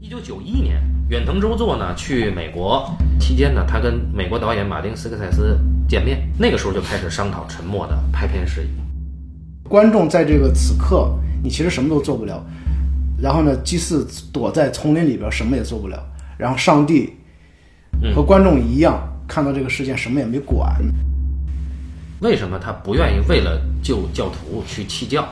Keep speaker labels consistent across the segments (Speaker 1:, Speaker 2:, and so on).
Speaker 1: 一九九一年，远藤周作呢去美国期间呢，他跟美国导演马丁·斯科塞斯见面，那个时候就开始商讨《沉默》的拍片事宜。
Speaker 2: 观众在这个此刻，你其实什么都做不了。然后呢，祭祀躲在丛林里边，什么也做不了。然后上帝和观众一样，看到这个事件，什么也没管。
Speaker 1: 为什么他不愿意为了救教徒去弃教？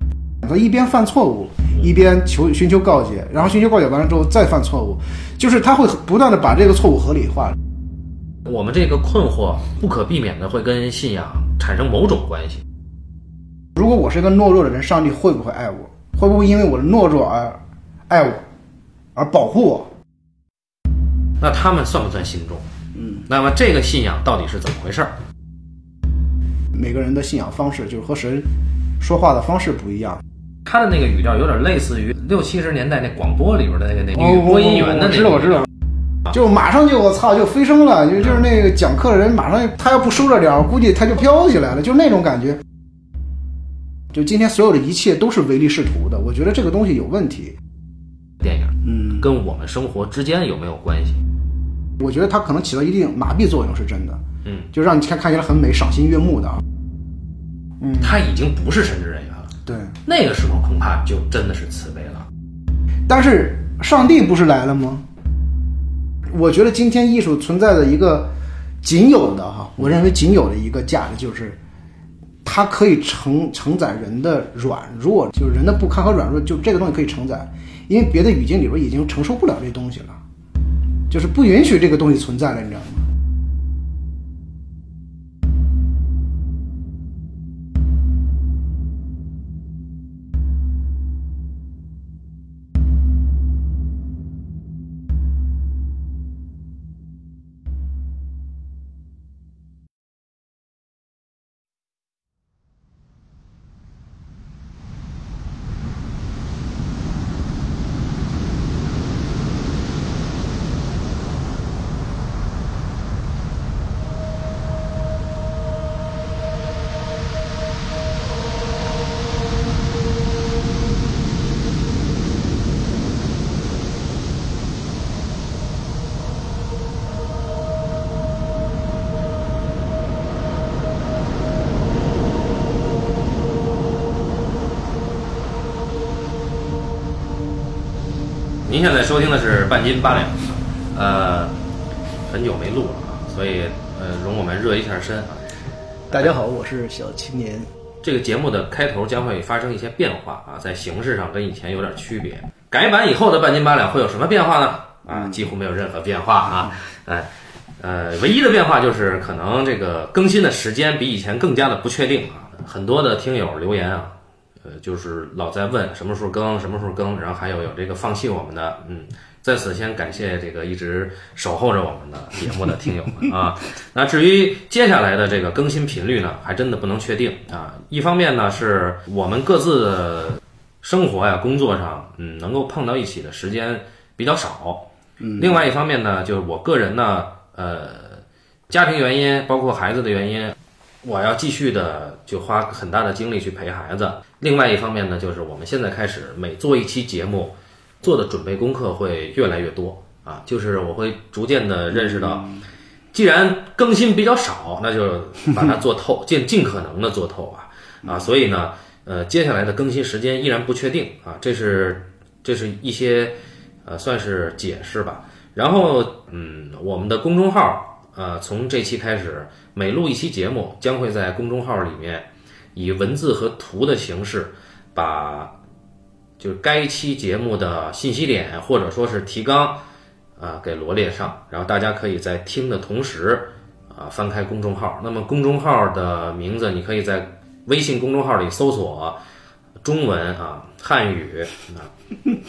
Speaker 2: 他一边犯错误，一边求寻求告诫，然后寻求告诫完了之后再犯错误，就是他会不断的把这个错误合理化。
Speaker 1: 我们这个困惑不可避免的会跟信仰产生某种关系。
Speaker 2: 如果我是一个懦弱的人，上帝会不会爱我？会不会因为我的懦弱而爱我，而保护我？
Speaker 1: 那他们算不算信众？嗯，那么这个信仰到底是怎么回事儿？
Speaker 2: 每个人的信仰方式就是和神说话的方式不一样。
Speaker 1: 他的那个语调有点类似于六七十年代那广播里边的那个那
Speaker 2: 哦我
Speaker 1: 女播音员的那
Speaker 2: 我知道，我知道。就马上就我操就飞升了，就就是那个讲课的人马上他要不收着点儿，估计他就飘起来了，就是那种感觉。就今天所有的一切都是唯利是图的，我觉得这个东西有问题。
Speaker 1: 电影，
Speaker 2: 嗯，
Speaker 1: 跟我们生活之间有没有关系？
Speaker 2: 我觉得它可能起到一定麻痹作用是真的，
Speaker 1: 嗯，
Speaker 2: 就让你看看起来很美、赏心悦目的啊。嗯
Speaker 1: 他已经不是神职人员了，
Speaker 2: 对，
Speaker 1: 那个时候恐怕就真的是慈悲了。
Speaker 2: 但是上帝不是来了吗？我觉得今天艺术存在的一个仅有的哈，我认为仅有的一个价值就是，它可以承承载人的软弱，就是人的不堪和软弱，就这个东西可以承载，因为别的语境里边已经承受不了这东西了，就是不允许这个东西存在了，你知道吗？
Speaker 1: 您现在收听的是半斤八两，呃，很久没录了啊，所以呃，容我们热一下身啊。
Speaker 2: 大家好，我是小青年。
Speaker 1: 这个节目的开头将会发生一些变化啊，在形式上跟以前有点区别。改版以后的半斤八两会有什么变化呢？啊，几乎没有任何变化啊，哎，呃，唯一的变化就是可能这个更新的时间比以前更加的不确定啊。很多的听友留言啊，呃，就是老在问什么时候更，什么时候更，然后还有有这个放弃我们的，嗯，在此先感谢这个一直守候着我们的节目的听友们啊。那至于接下来的这个更新频率呢，还真的不能确定啊。一方面呢，是我们各自的生活呀、工作上，嗯，能够碰到一起的时间比较少。嗯，另外一方面呢，就是我个人呢，呃，家庭原因，包括孩子的原因，我要继续的就花很大的精力去陪孩子。另外一方面呢，就是我们现在开始每做一期节目，做的准备功课会越来越多啊，就是我会逐渐的认识到，既然更新比较少，那就把它做透，尽尽可能的做透啊啊，所以呢，呃，接下来的更新时间依然不确定啊，这是这是一些呃算是解释吧。然后嗯，我们的公众号呃，从这期开始，每录一期节目，将会在公众号里面以文字和图的形式把。就是该期节目的信息点或者说是提纲，啊给罗列上，然后大家可以在听的同时啊翻开公众号。那么公众号的名字，你可以在微信公众号里搜索中文啊汉语啊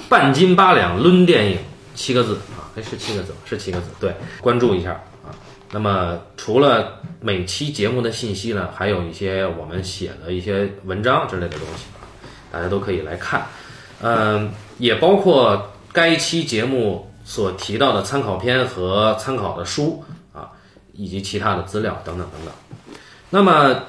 Speaker 1: 半斤八两抡电影七个字啊，哎是七个字吗是七个字，对，关注一下啊。那么除了每期节目的信息呢，还有一些我们写的一些文章之类的东西，啊，大家都可以来看。嗯，也包括该期节目所提到的参考片和参考的书啊，以及其他的资料等等等等。那么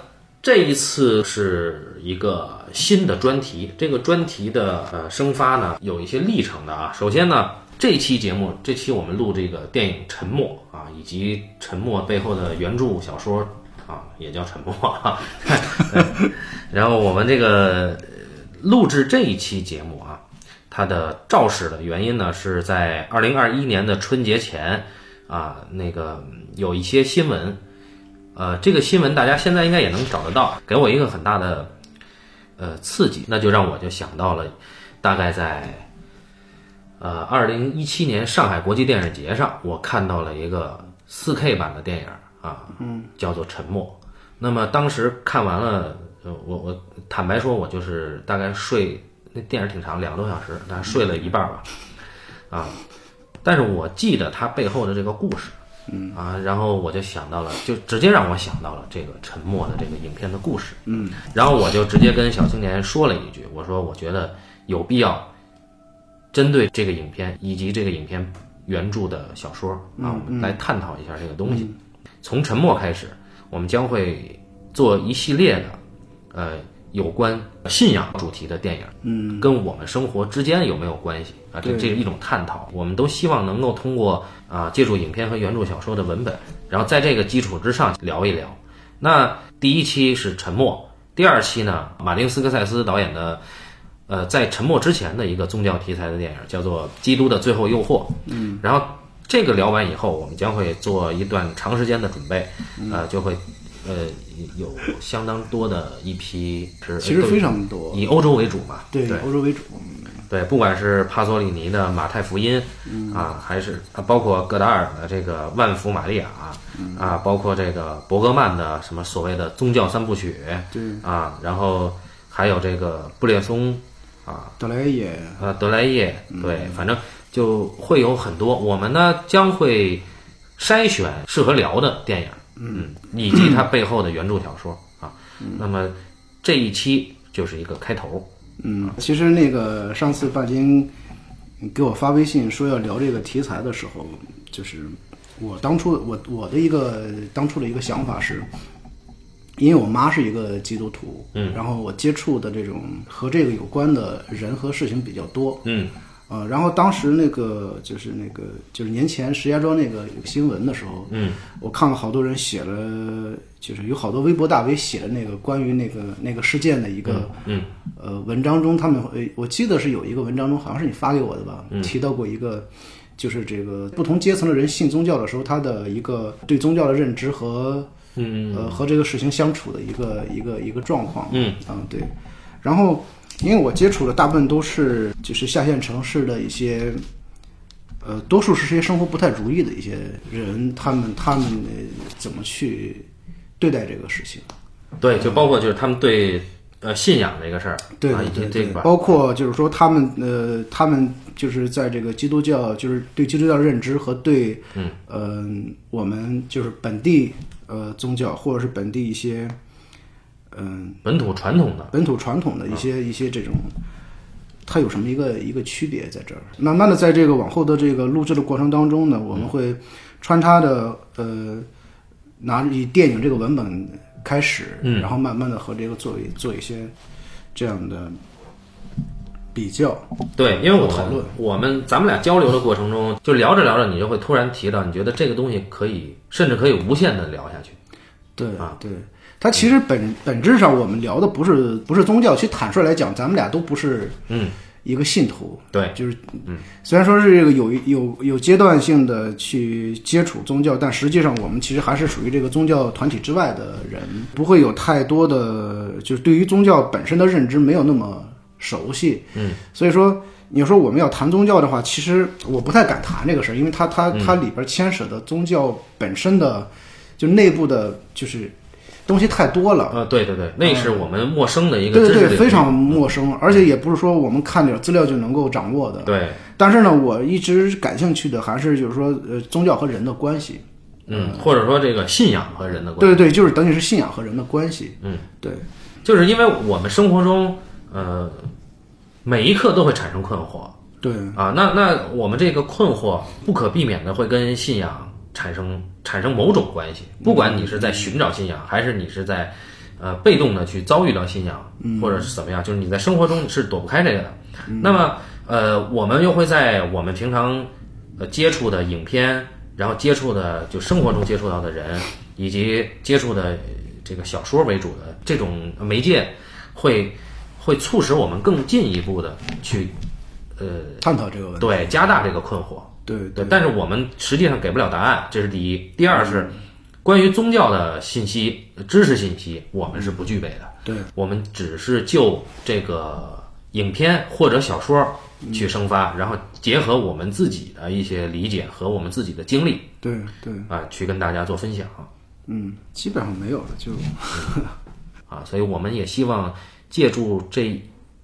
Speaker 1: 这一次是一个新的专题，这个专题的呃生发呢有一些历程的啊。首先呢，这期节目，这期我们录这个电影《沉默》啊，以及《沉默》背后的原著小说啊，也叫《沉默》啊。 然后我们这个呃录制这一期节目啊，它的肇始的原因呢，是在二零二一年的春节前啊，那个嗯有一些新闻，呃，这个新闻大家现在应该也能找得到，给我一个很大的呃刺激，那就让我就想到了，大概在呃二零一七年上海国际电影节上，我看到了一个四 K 版的电影啊，嗯，叫做《沉默》。那么当时看完了，呃我我坦白说，我就是大概睡那电影挺长，两个多小时，大概睡了一半吧，啊，但是我记得它背后的这个故事，嗯啊，然后我就想到了，就直接让我想到了这个《沉默》的这个影片的故事，嗯，然后我就直接跟小青年说了一句，我说我觉得有必要针对这个影片以及这个影片原著的小说啊，我们来探讨一下这个东西。从沉默开始，我们将会做一系列的呃有关信仰主题的电影，嗯，跟我们生活之间有没有关系啊？这这是一种探讨。我们都希望能够通过啊借助影片和原著小说的文本，然后在这个基础之上聊一聊。那第一期是沉默，第二期呢，马丁斯科塞斯导演的呃，在沉默之前的一个宗教题材的电影，叫做《基督的最后诱惑》。嗯，然后这个聊完以后，我们将会做一段长时间的准备，
Speaker 2: 嗯
Speaker 1: 呃，就会呃有相当多的一批是
Speaker 2: 其
Speaker 1: 呃
Speaker 2: 实
Speaker 1: 都
Speaker 2: 非常多，
Speaker 1: 以欧洲为主嘛，
Speaker 2: 对
Speaker 1: 对
Speaker 2: 欧洲为主，嗯
Speaker 1: 对，不管是帕索里尼的《马太福音》
Speaker 2: 嗯
Speaker 1: 啊，还是啊包括戈达尔的这个《万福玛利亚》
Speaker 2: 嗯
Speaker 1: 啊，包括这个伯格曼的什么所谓的宗教三部曲，
Speaker 2: 对
Speaker 1: 啊，然后还有这个布列松啊，
Speaker 2: 德莱也
Speaker 1: 呃，德莱叶，
Speaker 2: 嗯
Speaker 1: 对，反正就会有很多。我们呢将会筛选适合聊的电影，嗯，以及它背后的原著小说啊。那么这一期就是一个开头，
Speaker 2: 嗯，其实那个上次半斤给我发微信说要聊这个题材的时候，就是我当初我我的一个当初的一个想法是，因为我妈是一个基督徒，嗯，然后我接触的这种和这个有关的人和事情比较多，
Speaker 1: 嗯
Speaker 2: 呃，然后当时那个就是那个就是年前石家庄那个新闻的时候，
Speaker 1: 嗯，
Speaker 2: 我看了好多人写了，就是有好多微博大 V 写的那个关于那个那个事件的一个
Speaker 1: 嗯
Speaker 2: 呃文章中，他们呃我记得是有一个文章中，好像是你发给我的吧，
Speaker 1: 嗯
Speaker 2: 提到过一个。就是这个不同阶层的人信宗教的时候，他的一个对宗教的认知和
Speaker 1: 嗯
Speaker 2: 呃和这个事情相处的一个一个一个状况。
Speaker 1: 嗯
Speaker 2: 啊对，然后因为我接触的大部分都是就是下县城市的一些，呃，多数是些生活不太如意的一些人，他们他们呃怎么去对待这个事情？
Speaker 1: 对，就包括就是他们对呃信仰这个事儿，
Speaker 2: 对
Speaker 1: 啊，以及
Speaker 2: 对
Speaker 1: 这
Speaker 2: 对
Speaker 1: 个
Speaker 2: 对，
Speaker 1: 吧，
Speaker 2: 包括就是说他们呃，他们就是在这个基督教，就是对基督教的认知和对，嗯，呃，我们就是本地呃宗教或者是本地一些，嗯、
Speaker 1: 本土传统的，
Speaker 2: 本土传统的一些一些这种，它有什么一个一个区别在这儿？慢慢的，在这个往后的这个录制的过程当中呢，我们会穿插的呃，拿以电影这个文本开始，然后慢慢的和这个做一做一些这样的比较。
Speaker 1: 对，因为我们
Speaker 2: 讨论
Speaker 1: 我们咱们俩交流的过程中，就聊着聊着，你就会突然提到，你觉得这个东西可以，甚至可以无限的聊下去。
Speaker 2: 对对，它其实本本质上我们聊的不是不是宗教，其实坦率来讲，咱们俩都不是
Speaker 1: 嗯，
Speaker 2: 一个信徒，
Speaker 1: 对，
Speaker 2: 就是，虽然说是这个有有有阶段性的去接触宗教，但实际上我们其实还是属于这个宗教团体之外的人，不会有太多的就是对于宗教本身的认知没有那么熟悉。嗯，所以说你说我们要谈宗教的话，其实我不太敢谈这个事儿，因为它它它里边牵扯的宗教本身的就内部的就是东西太多了。
Speaker 1: 呃，对对对，那是我们陌生的一个
Speaker 2: 嗯
Speaker 1: 知
Speaker 2: 对
Speaker 1: 识
Speaker 2: 对
Speaker 1: 领
Speaker 2: 对，
Speaker 1: 域
Speaker 2: 非常陌生，而且也不是说我们看点资料就能够掌握的。
Speaker 1: 对，
Speaker 2: 但是呢，我一直感兴趣的还是就是说，呃，宗教和人的关系。
Speaker 1: 嗯，或者说这个信仰和人的关系，
Speaker 2: 对对，就是等于是信仰和人的关系。嗯，对，
Speaker 1: 就是因为我们生活中，呃，每一刻都会产生困惑
Speaker 2: 对，
Speaker 1: 啊，那那我们这个困惑不可避免的会跟信仰产生产生某种关系，不管你是在寻找信仰，还是你是在呃被动的去遭遇到信仰，或者是怎么样，就是你在生活中你是躲不开这个的。那么呃，我们又会在我们平常呃接触的影片，然后接触的就生活中接触到的人，以及接触的呃这个小说为主的这种媒介，会会促使我们更进一步的去
Speaker 2: 探讨这呃个问题。
Speaker 1: 对加大这个困惑。
Speaker 2: 对对
Speaker 1: 对，但是我们实际上给不了答案，这是第一。第二是关于宗教的信息、知识信息，我们是不具备的。
Speaker 2: 对，
Speaker 1: 我们只是就这个影片或者小说去生发，然后结合我们自己的一些理解和我们自己的经历
Speaker 2: 对对，
Speaker 1: 啊，去跟大家做分享
Speaker 2: 嗯，基本上没有了，就
Speaker 1: 啊。所以我们也希望借助这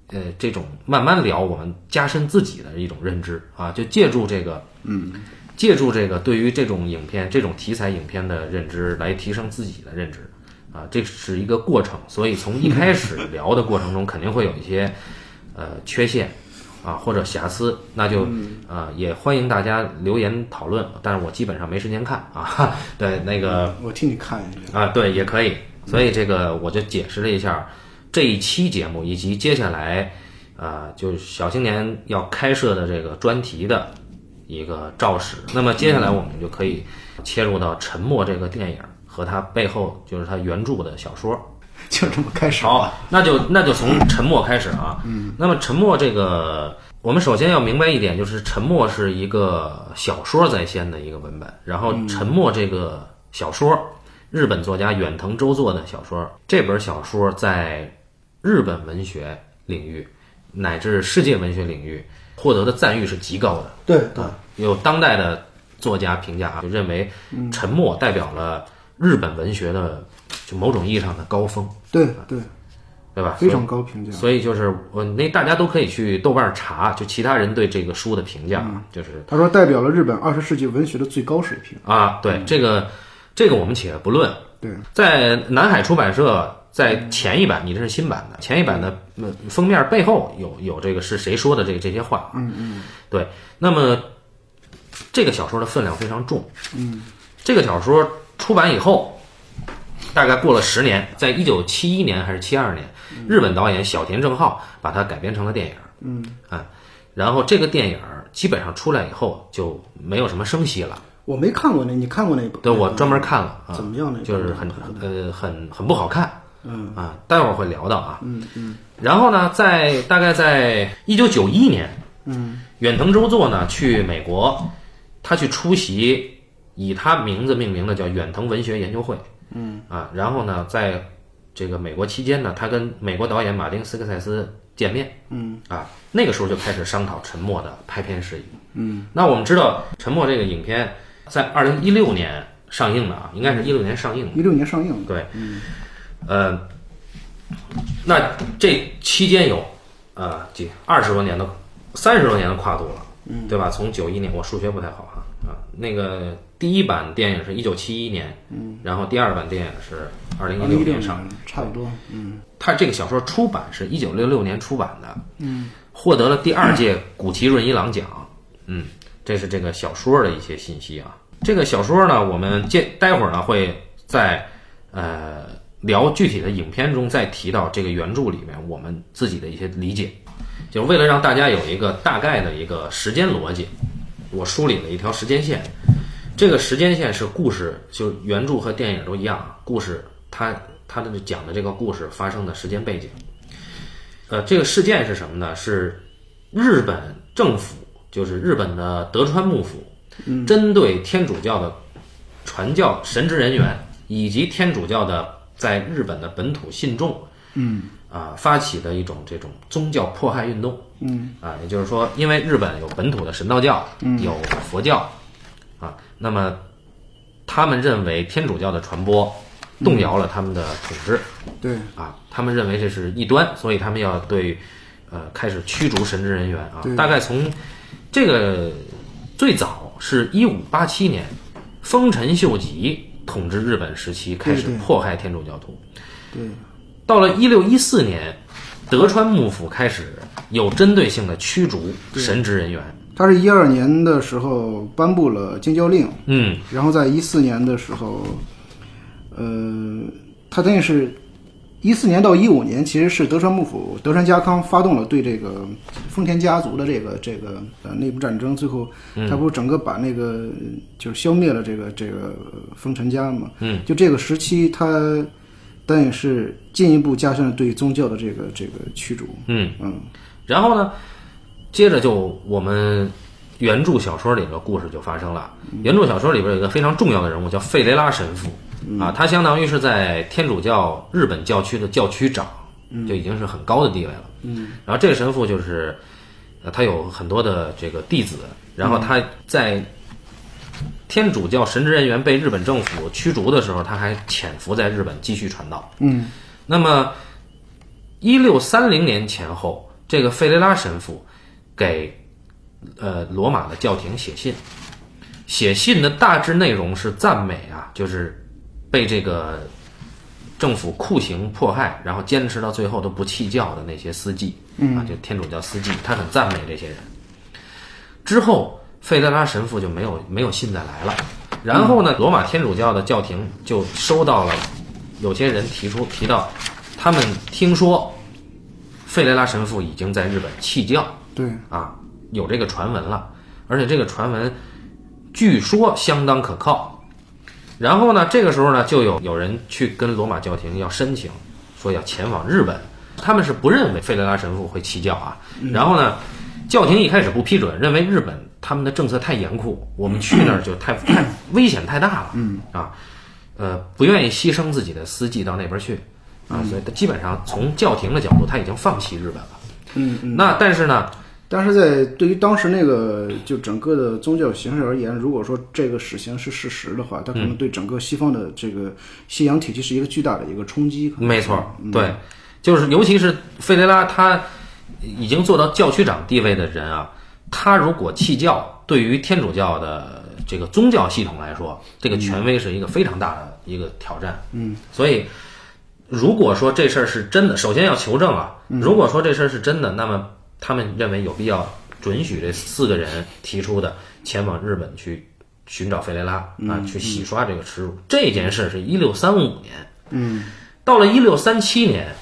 Speaker 1: 呃这种慢慢聊，我们加深自己的一种认知啊，就借助这个嗯。借助这个对于这种影片、这种题材影片的认知，来提升自己的认知，啊，这是一个过程。所以从一开始聊的过程中，肯定会有一些呃缺陷啊或者瑕疵，那就啊、呃也欢迎大家留言讨论。但是我基本上没时间看啊， 对那个
Speaker 2: 我替你看一下。
Speaker 1: 啊，对，也可以。所以这个我就解释了一下这一期节目以及接下来啊、呃就是小青年要开设的这个专题的一个肇始。那么接下来我们就可以切入到《沉默》这个电影和它背后就是它原著的小说。
Speaker 2: 就这么开始。
Speaker 1: 好，那就那就从沉默开始啊。嗯，那么沉默这个，我们首先要明白一点，就是沉默是一个小说在先的一个文本，然后沉默这个小说，日本作家远藤周作的小说，这本小说在日本文学领域乃至世界文学领域获得的赞誉是极高的。
Speaker 2: 对对
Speaker 1: 啊，有当代的作家评价啊，就认为沉默代表了日本文学的就某种意义上的高峰。
Speaker 2: 对对，
Speaker 1: 对吧？
Speaker 2: 非常高评价。
Speaker 1: 啊所以就是我那大家都可以去豆瓣儿查，就其他人对这个书的评价啊，就是
Speaker 2: 他说代表了日本二十世纪文学的最高水平。
Speaker 1: 啊，对、这个这个我们且不论，
Speaker 2: 对，
Speaker 1: 在南海出版社在前一版，你这是新版的，前一版的呃封面背后有有这个是谁说的这这些话，嗯嗯，对，那么这个小说的分量非常重，嗯，这个小说出版以后，大概过了十年，在一九七一年还是七二年，日本导演小田正浩把它改编成了电影，嗯啊，然后这个电影基本上出来以后就没有什么声息了。
Speaker 2: 我没看过那，你看过那部？
Speaker 1: 对，我专门看了啊，
Speaker 2: 怎么样呢
Speaker 1: 就是很呃很很不好看，嗯啊，待会儿会聊到啊，嗯嗯。然后呢，在大概在一九九一年，嗯，远藤周作呢去美国，他去出席以他名字命名的叫远藤文学研究会，嗯啊，然后呢，在这个美国期间呢，他跟美国导演马丁·斯科塞斯见面，嗯啊，那个时候就开始商讨《沉默》的拍片事宜，嗯，那我们知道《沉默》这个影片。在二零一六年上映的啊，应该是一六年上映的。嗯
Speaker 2: 一六年上映的。
Speaker 1: 对，呃，那这期间有呃几二十多年的、三十多年的跨度了，嗯，对吧？从九一年，我数学不太好啊啊，那个第一版电影是一九七一年，嗯，然后第二版电影是二零一六年上映。
Speaker 2: 差不多。嗯，
Speaker 1: 他这个小说出版是一九六六年出版的，嗯，获得了第二届古崎润一郎奖，嗯，这是这个小说的一些信息啊。这个小说呢，我们接待会儿呢会在呃聊具体的影片中再提到这个原著里面我们自己的一些理解，就是为了让大家有一个大概的一个时间逻辑，我梳理了一条时间线。这个时间线是故事，就原著和电影都一样啊。故事它它的讲的这个故事发生的时间背景，呃，这个事件是什么呢？是日本政府，就是日本的德川幕府，针对天主教的传教神职人员以及天主教的在日本的本土信众，嗯，啊、发起的一种这种宗教迫害运动，嗯，啊、也就是说，因为日本有本土的神道教，有佛教，啊，那么他们认为天主教的传播动摇了他们的统治，
Speaker 2: 对，
Speaker 1: 啊，他们认为这是异端，所以他们要对呃开始驱逐神职人员啊。大概从这个最早是一五八七年，丰臣秀吉统治日本时期开始
Speaker 2: 对对
Speaker 1: 迫害天主教徒。
Speaker 2: 对，
Speaker 1: 到了一六一四年，德川幕府开始有针对性的驱逐神职人员。
Speaker 2: 他是一二年的时候颁布了禁教令，
Speaker 1: 嗯，
Speaker 2: 然后在一四年的时候，呃，他等于是一四年到一五年，其实是德川幕府、德川家康发动了对这个丰田家族的这个这个呃内部战争，最后他不是整个把那个就是消灭了这个这个呃丰臣家嘛？嗯，就这个时期，他但也是进一步加深了对宗教的这个这个驱逐。
Speaker 1: 嗯嗯，然后呢，接着就我们原著小说里的故事就发生了。原著小说里边有一个非常重要的人物叫费雷拉神父啊，他相当于是在天主教日本教区的教区长，就已经是很高的地位了。嗯，然后这个神父就是，呃，他有很多的这个弟子，然后他在天主教神职人员被日本政府驱逐的时候，他还潜伏在日本继续传道。
Speaker 2: 嗯，
Speaker 1: 那么，一六三零年前后，这个费雷拉神父给呃罗马的教廷写信，写信的大致内容是赞美啊，就是被这个政府酷刑迫害，然后坚持到最后都不弃教的那些司祭，啊，就天主教司祭，他很赞美这些人。之后，费德拉神父就没有没有信再来了。然后呢，罗马天主教的教廷就收到了有些人提出提到，他们听说费雷拉神父已经在日本弃教
Speaker 2: 对，
Speaker 1: 啊，有这个传闻了，而且这个传闻据说相当可靠。然后呢，这个时候呢，就有有人去跟罗马教廷要申请，说要前往日本。他们是不认为费雷拉神父会弃教啊。
Speaker 2: 嗯
Speaker 1: 然后呢，教廷一开始不批准，认为日本他们的政策太严酷，我们去那儿就 太太危险太大了。嗯啊，呃，不愿意牺牲自己的司机到那边去
Speaker 2: 嗯
Speaker 1: 啊，所以基本上从教廷的角度，他已经放弃日本了。
Speaker 2: 嗯嗯。
Speaker 1: 那但是呢，
Speaker 2: 但是在对于当时那个就整个的宗教形式而言，如果说这个死刑是事实的话，它可
Speaker 1: 嗯
Speaker 2: 能对整个西方的这个信仰体系是一个巨大的一个冲击。可能
Speaker 1: 没错，对，就是尤其是费雷拉，他已经做到教区长地位的人啊，他如果弃教，对于天主教的这个宗教系统来说，这个权威是一个非常大的一个挑战。嗯，所以如果说这事儿是真的，首先要求证啊。如果说这事儿是真的，那么他们认为有必要准许这四个人提出的前往日本去寻找费雷拉啊，去洗刷这个耻辱。这件事是一六三五年。到了一六三七年，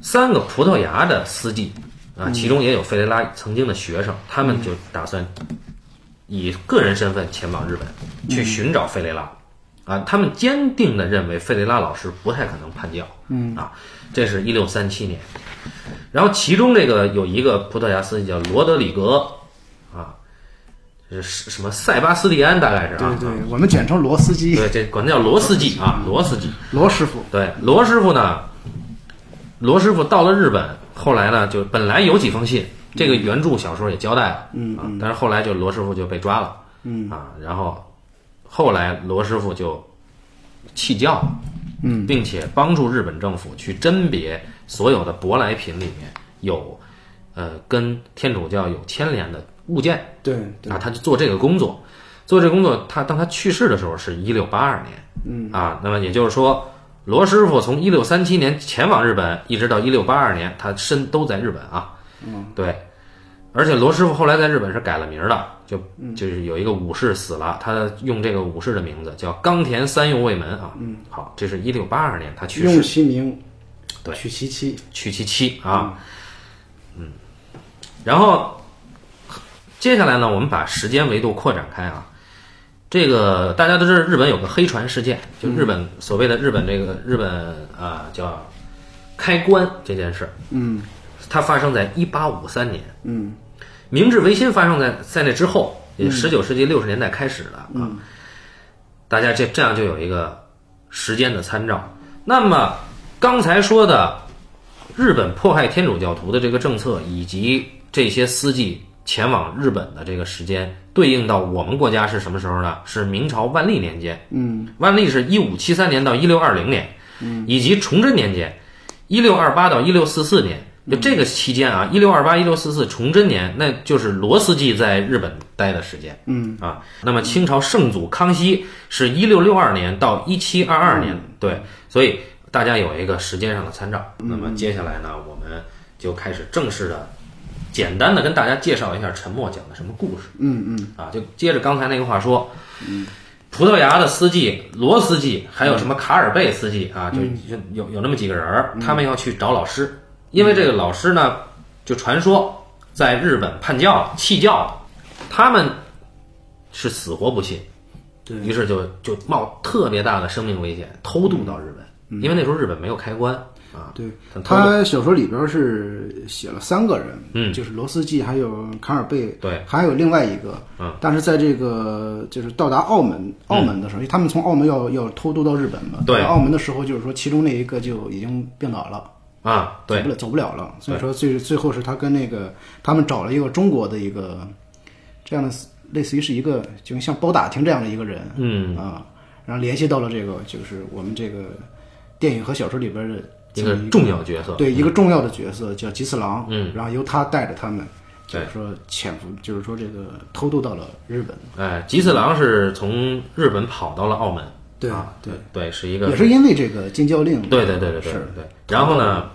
Speaker 1: 三个葡萄牙的司机啊，其中也有费雷拉曾经的学生，他们就打算以个人身份前往日本，去寻找费雷拉。啊，他们坚定地认为费雷拉老师不太可能叛教。嗯啊，这是一六三七年。然后其中这个有一个葡萄牙司机叫罗德里格，啊，这是什么塞巴斯蒂安大概是啊
Speaker 2: 对，对，我们简称罗斯基、
Speaker 1: 对，这管他叫罗斯基啊，罗斯基。
Speaker 2: 罗师傅。
Speaker 1: 对，罗师傅呢，罗师傅到了日本，后来呢，就本来有几封信，这个原著小说也交代了，嗯啊，但是后来就罗师傅就被抓了，嗯啊，然后后来罗师傅就弃教了，嗯，并且帮助日本政府去甄别所有的舶来品里面有，呃，跟天主教有牵连的物件，
Speaker 2: 对，
Speaker 1: 啊，他就做这个工作，做这个工作，他当他去世的时候是一六八二年，嗯啊，那么也就是说，罗师傅从一六三七年前往日本，一直到一六八二年，他身都在日本啊，嗯，对，而且罗师傅后来在日本是改了名儿的，就就是有一个武士死了，他用这个武士的名字叫冈田三右卫门啊，嗯，好，这是一六八二年他去世，
Speaker 2: 用其名，
Speaker 1: 对
Speaker 2: 取其妻。
Speaker 1: 去其妻啊，嗯，然后接下来呢，我们把时间维度扩展开啊。这个大家都知道，日本有个黑船事件，就日
Speaker 2: 嗯
Speaker 1: 本所谓的日本这个日本啊、叫开棺这件事，
Speaker 2: 嗯
Speaker 1: 它发生在一八五三年，
Speaker 2: 嗯
Speaker 1: 明治维新发生在在那之后，也十九世纪六十年代开始的啊。
Speaker 2: 嗯
Speaker 1: 大家这这样就有一个时间的参照。那么刚才说的日本迫害天主教徒的这个政策，以及这些司机前往日本的这个时间，对应到我们国家是什么时候呢？是明朝万历年间，
Speaker 2: 嗯，
Speaker 1: 万历是一五七三年到一六二零年，嗯，以及崇祯年间，一六二八到一六四四年，就这个期间啊，一六二八一六四四崇祯年，那就是罗斯基在日本待的时间，嗯啊，那么清朝圣祖康熙是一六六二年到一七二二年，对，所以大家有一个时间上的参照。那么接下来呢，我们就开始正式的。简单的跟大家介绍一下沉默讲的什么故事。
Speaker 2: 嗯嗯
Speaker 1: 啊，就接着刚才那个话说，葡萄牙的司机罗司机，还有什么卡尔贝司机啊，就
Speaker 2: 嗯
Speaker 1: 就有有那么几个人儿，他们要去找老师，因为这个老师呢，就传说在日本叛教了、弃教了，他们是死活不信，
Speaker 2: 对
Speaker 1: 于是就就冒特别大的生命危险偷渡到日
Speaker 2: 嗯
Speaker 1: 本，因为那时候日本没有开关啊，
Speaker 2: 对
Speaker 1: 很偷渡
Speaker 2: 他小说里边是写了三个人，
Speaker 1: 嗯
Speaker 2: 就是罗斯基，还有卡尔贝，
Speaker 1: 对，
Speaker 2: 还有另外一个，
Speaker 1: 嗯，
Speaker 2: 但是在这个就是到达澳门，澳门的时候，因为他们从澳门要要偷渡到日本嘛，
Speaker 1: 对
Speaker 2: 到澳门的时候就是说其中那一个就已经病倒了，
Speaker 1: 啊，对
Speaker 2: 走不了走不了了，所以说最最后是他跟那个他们找了一个中国的一个这样的类似于是一个就像包打听这样的一个人，
Speaker 1: 嗯
Speaker 2: 啊，然后联系到了这个就是我们这个电影和小说里边的
Speaker 1: 一个重要角色，
Speaker 2: 对一个重要的角色叫吉次郎，嗯，然后由他带着他们，就
Speaker 1: 对
Speaker 2: 是说潜伏，就是说这个偷渡到了日本，
Speaker 1: 哎，吉次郎是从日本跑到了澳门，
Speaker 2: 对
Speaker 1: 啊，
Speaker 2: 对，
Speaker 1: 对，是一个
Speaker 2: 也是因为这个禁教令，
Speaker 1: 对对对对对
Speaker 2: 是
Speaker 1: 对。然后呢，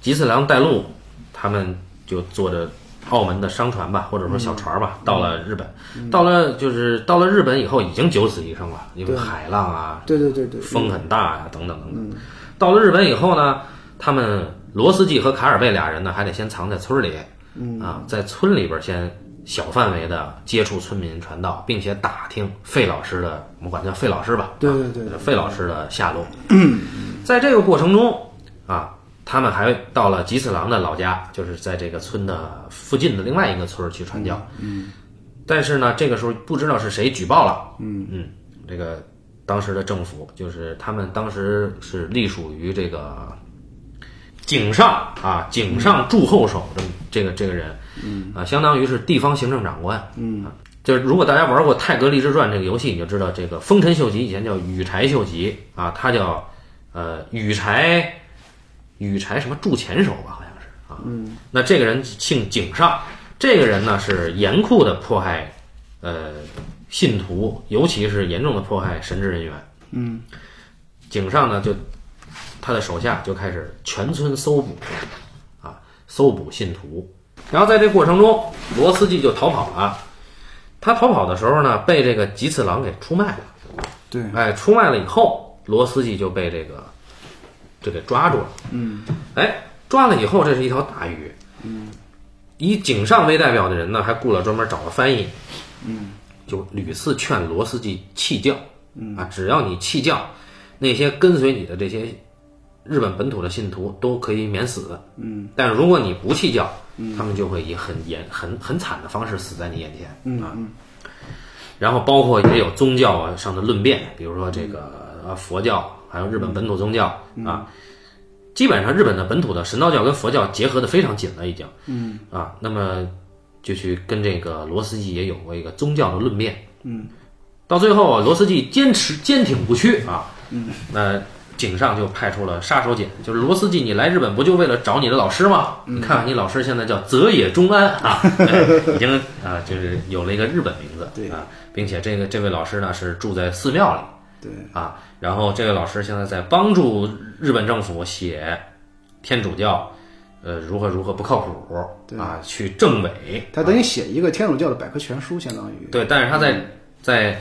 Speaker 1: 吉次郎带路，他们就坐着澳门的商船吧，或者说
Speaker 2: 嗯
Speaker 1: 小船吧，到了日本。到了就是到了日本以后，已经九死一生了，因为海浪啊、
Speaker 2: 对对对嗯对，
Speaker 1: 风很大呀、等等等等。到了日本以后呢，他们罗斯季和卡尔贝俩人呢，还得先藏在村里，
Speaker 2: 嗯
Speaker 1: 啊，在村里边先小范围的接触村民传道，并且打听费老师的，我们管叫费老师吧，
Speaker 2: 对
Speaker 1: 啊
Speaker 2: 对对对
Speaker 1: 费老师的下落。 在这个过程中啊，他们还到了吉次郎的老家，就是在这个村的附近的另外一个村儿去传教。
Speaker 2: 嗯
Speaker 1: 但是呢，这个时候不知道是谁举报了，嗯嗯，这个当时的政府就是他们当时是隶属于这个井上啊，井
Speaker 2: 嗯
Speaker 1: 上驻后手这么这个这个人，嗯啊，相当于是地方行政长官，嗯啊，就是如果大家玩过《泰格立志传》这个游戏，你就知道这个丰臣秀吉以前叫羽柴秀吉啊，他叫呃羽柴羽柴什么驻前手吧，好像是啊，嗯，那这个人姓井上，这个人呢是严酷的迫害，呃，信徒，尤其是严重的迫害神职人员。
Speaker 2: 嗯，
Speaker 1: 井上呢就他的手下就开始全村搜捕，啊，搜捕信徒。然后在这过程中，罗斯基就逃跑了。他逃跑的时候呢，被这个吉次郎给出卖了。
Speaker 2: 对，
Speaker 1: 哎，出卖了以后，罗斯基就被这个就给抓住了。
Speaker 2: 嗯，
Speaker 1: 哎，抓了以后，这是一条大鱼。嗯，以井上为代表的人呢，还雇了专门找了翻译。嗯，就屡次劝罗斯基弃教。嗯啊，只要你弃教，那些跟随你的这些日本本土的信徒都可以免死。嗯，但如果你不弃教，他们就会以很严、很很惨的方式死在你眼前。嗯啊。然后包括也有宗教啊上的论辩，比如说这个呃佛教，还有日本本土宗教啊，基本上日本的本土的神道教跟佛教结合的非常紧了，已经。嗯啊，那么就去跟这个罗斯基也有过一个宗教的论辩。嗯，到最后啊，罗斯基坚持坚挺不屈啊。嗯，那井上就派出了杀手锏，就是罗斯基，你来日本不就为了找你的老师吗？
Speaker 2: 嗯
Speaker 1: 你看看你老师现在叫泽野中安 啊，对已经啊就是有了一个日本名字。
Speaker 2: 对
Speaker 1: 啊，并且这个这位老师呢是住在寺庙里。
Speaker 2: 对，
Speaker 1: 啊，然后这位老师现在在帮助日本政府写天主教，呃，如何如何不靠谱啊，去政委，
Speaker 2: 他等于写一个天主教的百科全书，相当于，
Speaker 1: 啊对，但是他
Speaker 2: 嗯
Speaker 1: 在在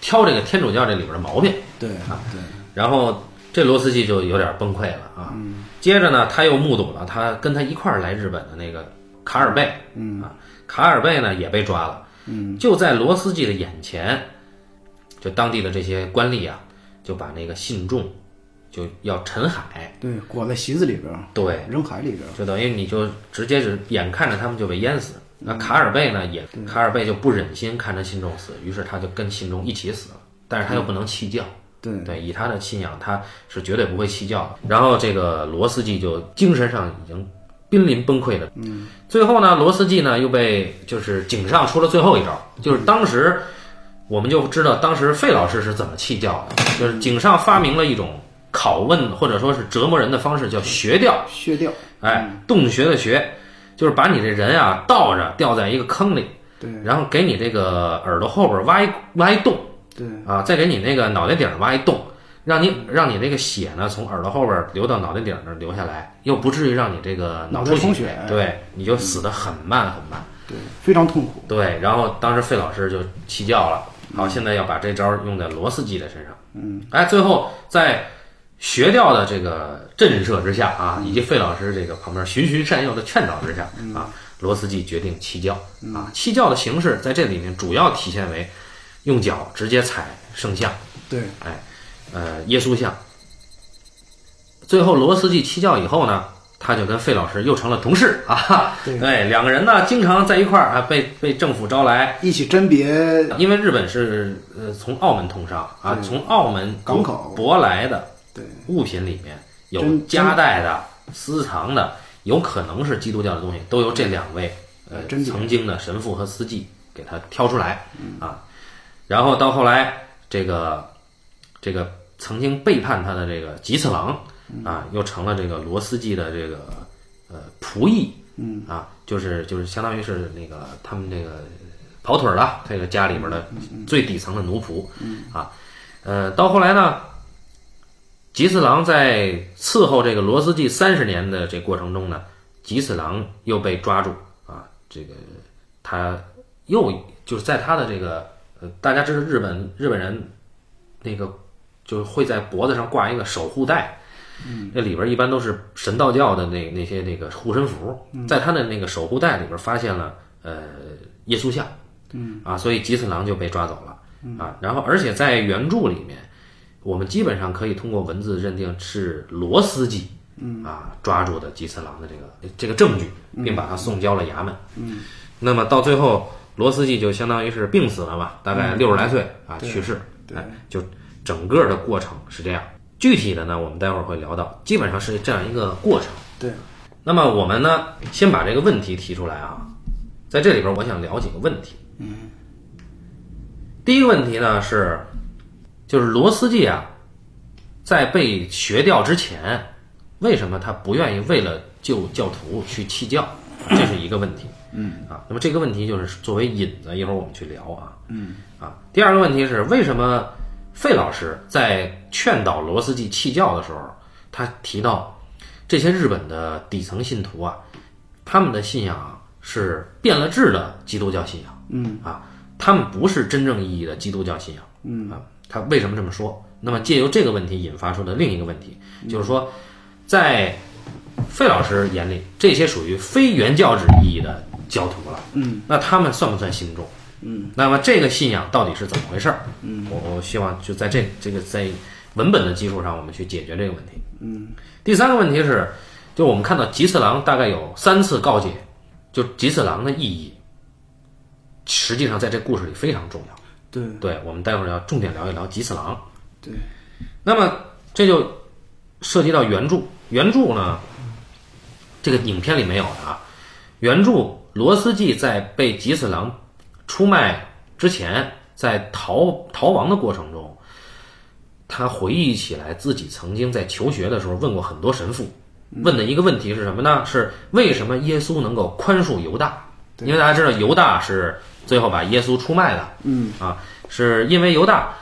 Speaker 1: 挑这个天主教这里边的毛病，
Speaker 2: 对
Speaker 1: 啊
Speaker 2: 对，
Speaker 1: 然后这罗斯基就有点崩溃了啊。接着呢，他又目睹了他跟他一块儿来日本的那个卡尔贝，嗯啊，卡尔贝呢也被抓了，嗯，就在罗斯基的眼前，就当地的这些官吏啊，就把那个信众就要沉海，
Speaker 2: 对，裹在席子里边，
Speaker 1: 对，
Speaker 2: 扔海里边，
Speaker 1: 就等于你就直接是眼看着他们就被淹死。那卡尔贝呢，也卡尔贝就不忍心看着信众死，于是他就跟信众一起死了，但是他又不能弃教。
Speaker 2: 对
Speaker 1: 对，以他的信仰，他是绝对不会弃教的。然后这个罗斯基就精神上已经濒临崩溃了。嗯，最后呢，罗斯基呢又被就是井上出了最后一招，就是当时我们就知道当时费老师是怎么弃教的，就是井上发明了一种拷问或者说是折磨人的方式，叫学调。
Speaker 2: 削掉，
Speaker 1: 哎，洞穴的穴，就是把你这人啊倒着吊在一个坑里，
Speaker 2: 对
Speaker 1: 然后给你这个耳朵后边挖一挖一洞
Speaker 2: 对
Speaker 1: 啊，再给你那个脑袋顶儿挖一洞，让你让你这个血呢从耳朵后边流到脑袋顶儿那儿流下来，又不至于让你这个脑
Speaker 2: 脑袋
Speaker 1: 出
Speaker 2: 充
Speaker 1: 血
Speaker 2: 血，
Speaker 1: 啊对，你就死得很慢很慢。
Speaker 2: 对，非常痛苦，
Speaker 1: 对，然后当时费老师就弃教了，好，现在要把这招儿用在罗斯基的身上。嗯，哎，最后在学调的这个震慑之下啊，以及费老师这个旁边循循善诱的劝导之下啊，罗斯基决定弃教
Speaker 2: 嗯
Speaker 1: 啊。弃教的形式在这里面主要体现为用脚直接踩圣像，
Speaker 2: 对，
Speaker 1: 哎，呃，耶稣像。最后罗斯基弃教以后呢，他就跟费老师又成了同事啊。
Speaker 2: 对
Speaker 1: 两个人呢经常在一块儿啊，被被政府招来，
Speaker 2: 一起甄别
Speaker 1: 因为日本是呃从澳门通商啊，
Speaker 2: 对
Speaker 1: 从澳门
Speaker 2: 港口
Speaker 1: 舶来的
Speaker 2: 对
Speaker 1: 物品里面有
Speaker 2: 真
Speaker 1: 夹带的、私藏的，有可能是基督教的东西，都由这两位呃
Speaker 2: 真理
Speaker 1: 曾经的神父和司祭给他挑出来啊。然后到后来，这个这个曾经背叛他的这个吉次郎啊，又成了这个罗斯基的这个呃仆役，嗯啊，就是就是相当于是那个他们这个跑腿儿了，这个家里边的最底层的奴仆，啊，呃，到后来呢，吉次郎在伺候这个罗斯季三十年的这过程中呢，吉次郎又被抓住啊，这个他又就是在他的这个呃，大家知道日本日本人那个就是会在脖子上挂一个守护带。那里边一般都是神道教的那那些那个护身符，在他的那个守护带里边发现了呃耶稣像，嗯啊，所以吉次郎就被抓走了、啊。然后而且在原著里面，我们基本上可以通过文字认定是罗斯基，嗯啊抓住的吉次郎的这个这个证据，并把他送交了衙门。嗯，那么到最后，罗斯基就相当于是病死了嘛，大概六十来岁、啊去世。
Speaker 2: 对
Speaker 1: 哎，就整个的过程是这样。具体的呢，我们待会儿会聊到，基本上是这样一个过程。
Speaker 2: 对，
Speaker 1: 那么我们呢，先把这个问题提出来啊，在这里边我想聊几个问题。嗯，第一个问题呢是，就是罗斯基啊，在被学掉之前，为什么他不愿意为了救教徒去弃教？这是一个问题。嗯啊，那么这个问题就是作为引子，一会儿我们去聊啊。嗯啊，第二个问题是为什么费老师在劝导罗斯基弃教的时候，他提到这些日本的底层信徒啊，他们的信仰啊是变了质的基督教信仰，嗯啊，他们不是真正意义的基督教信仰，嗯啊，他为什么这么说？那么借由这个问题引发出的另一个问题，就是说，在费老师眼里，这些属于非原教旨意义的教徒了，嗯，那他们算不算信众？嗯，那么这个信仰到底是怎么回事儿？嗯，我我希望就在这这个在文本的基础上，我们去解决这个问题。嗯第三个问题是，就我们看到吉次郎大概有三次告诫，就吉次郎的意义，实际上在这故事里非常重要。
Speaker 2: 对
Speaker 1: 对，我们待会儿要重点聊一聊吉次郎。
Speaker 2: 嗯对，
Speaker 1: 那么这就涉及到原著，原著呢，这个影片里没有的啊。原著罗斯季在被吉次郎出卖之前，在逃逃亡的过程中，他回忆起来自己曾经在求学的时候问过很多神父，问的一个问题是什么呢？是为什么耶稣能够宽恕犹大？因为大家知道犹大是最后把耶稣出卖的，嗯啊，是因为犹大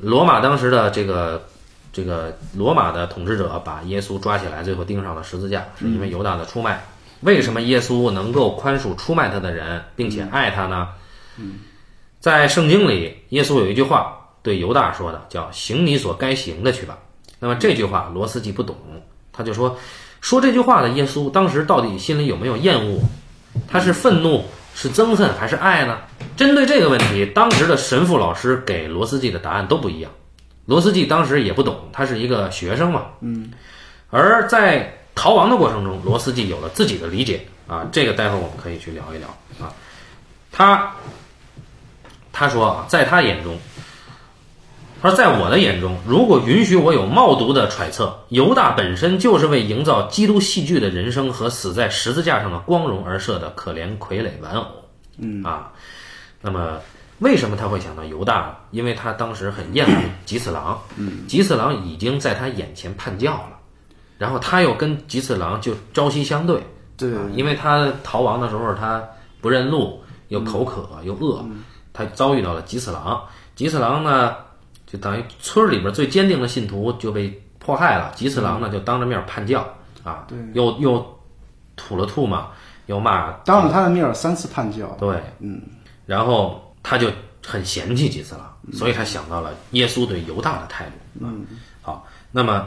Speaker 1: 罗马当时的这个这个罗马的统治者把耶稣抓起来，最后钉上了十字架，是因为犹大的出卖。为什么耶稣能够宽恕出卖他的人，并且爱他呢？在圣经里，耶稣有一句话对犹大说的，叫“行你所该行的去吧”。那么这句话罗斯基不懂，他就说，说这句话的耶稣当时到底心里有没有厌恶？他是愤怒、是憎恨还是爱呢？针对这个问题，当时的神父老师给罗斯基的答案都不一样。罗斯基当时也不懂，他是一个学生嘛。嗯。而在逃亡的过程中，罗斯基有了自己的理解啊，这个待会儿我们可以去聊一聊啊。他他说啊，在他眼中，他说在我的眼中，如果允许我有冒读的揣测，犹大本身就是为营造基督戏剧的人生和死在十字架上的光荣而设的可怜傀儡玩偶。嗯啊，那么为什么他会想到犹大呢？因为他当时很厌恶吉次郎，吉次郎已经在他眼前叛教了，然后他又跟吉次郎就朝夕相对，
Speaker 2: 对
Speaker 1: 啊，因为他逃亡的时候他不认路，又口渴、又饿，他遭遇到了吉次郎。吉次郎呢，就等于村儿里边最坚定的信徒就被迫害了。吉次郎呢，就当着面叛教啊，
Speaker 2: 对
Speaker 1: 又又吐了吐嘛，又骂
Speaker 2: 当着他的面儿三次叛教，
Speaker 1: 对，嗯，然后他就很嫌弃基斯拉，所以他想到了耶稣对犹大的态度。嗯，好，那么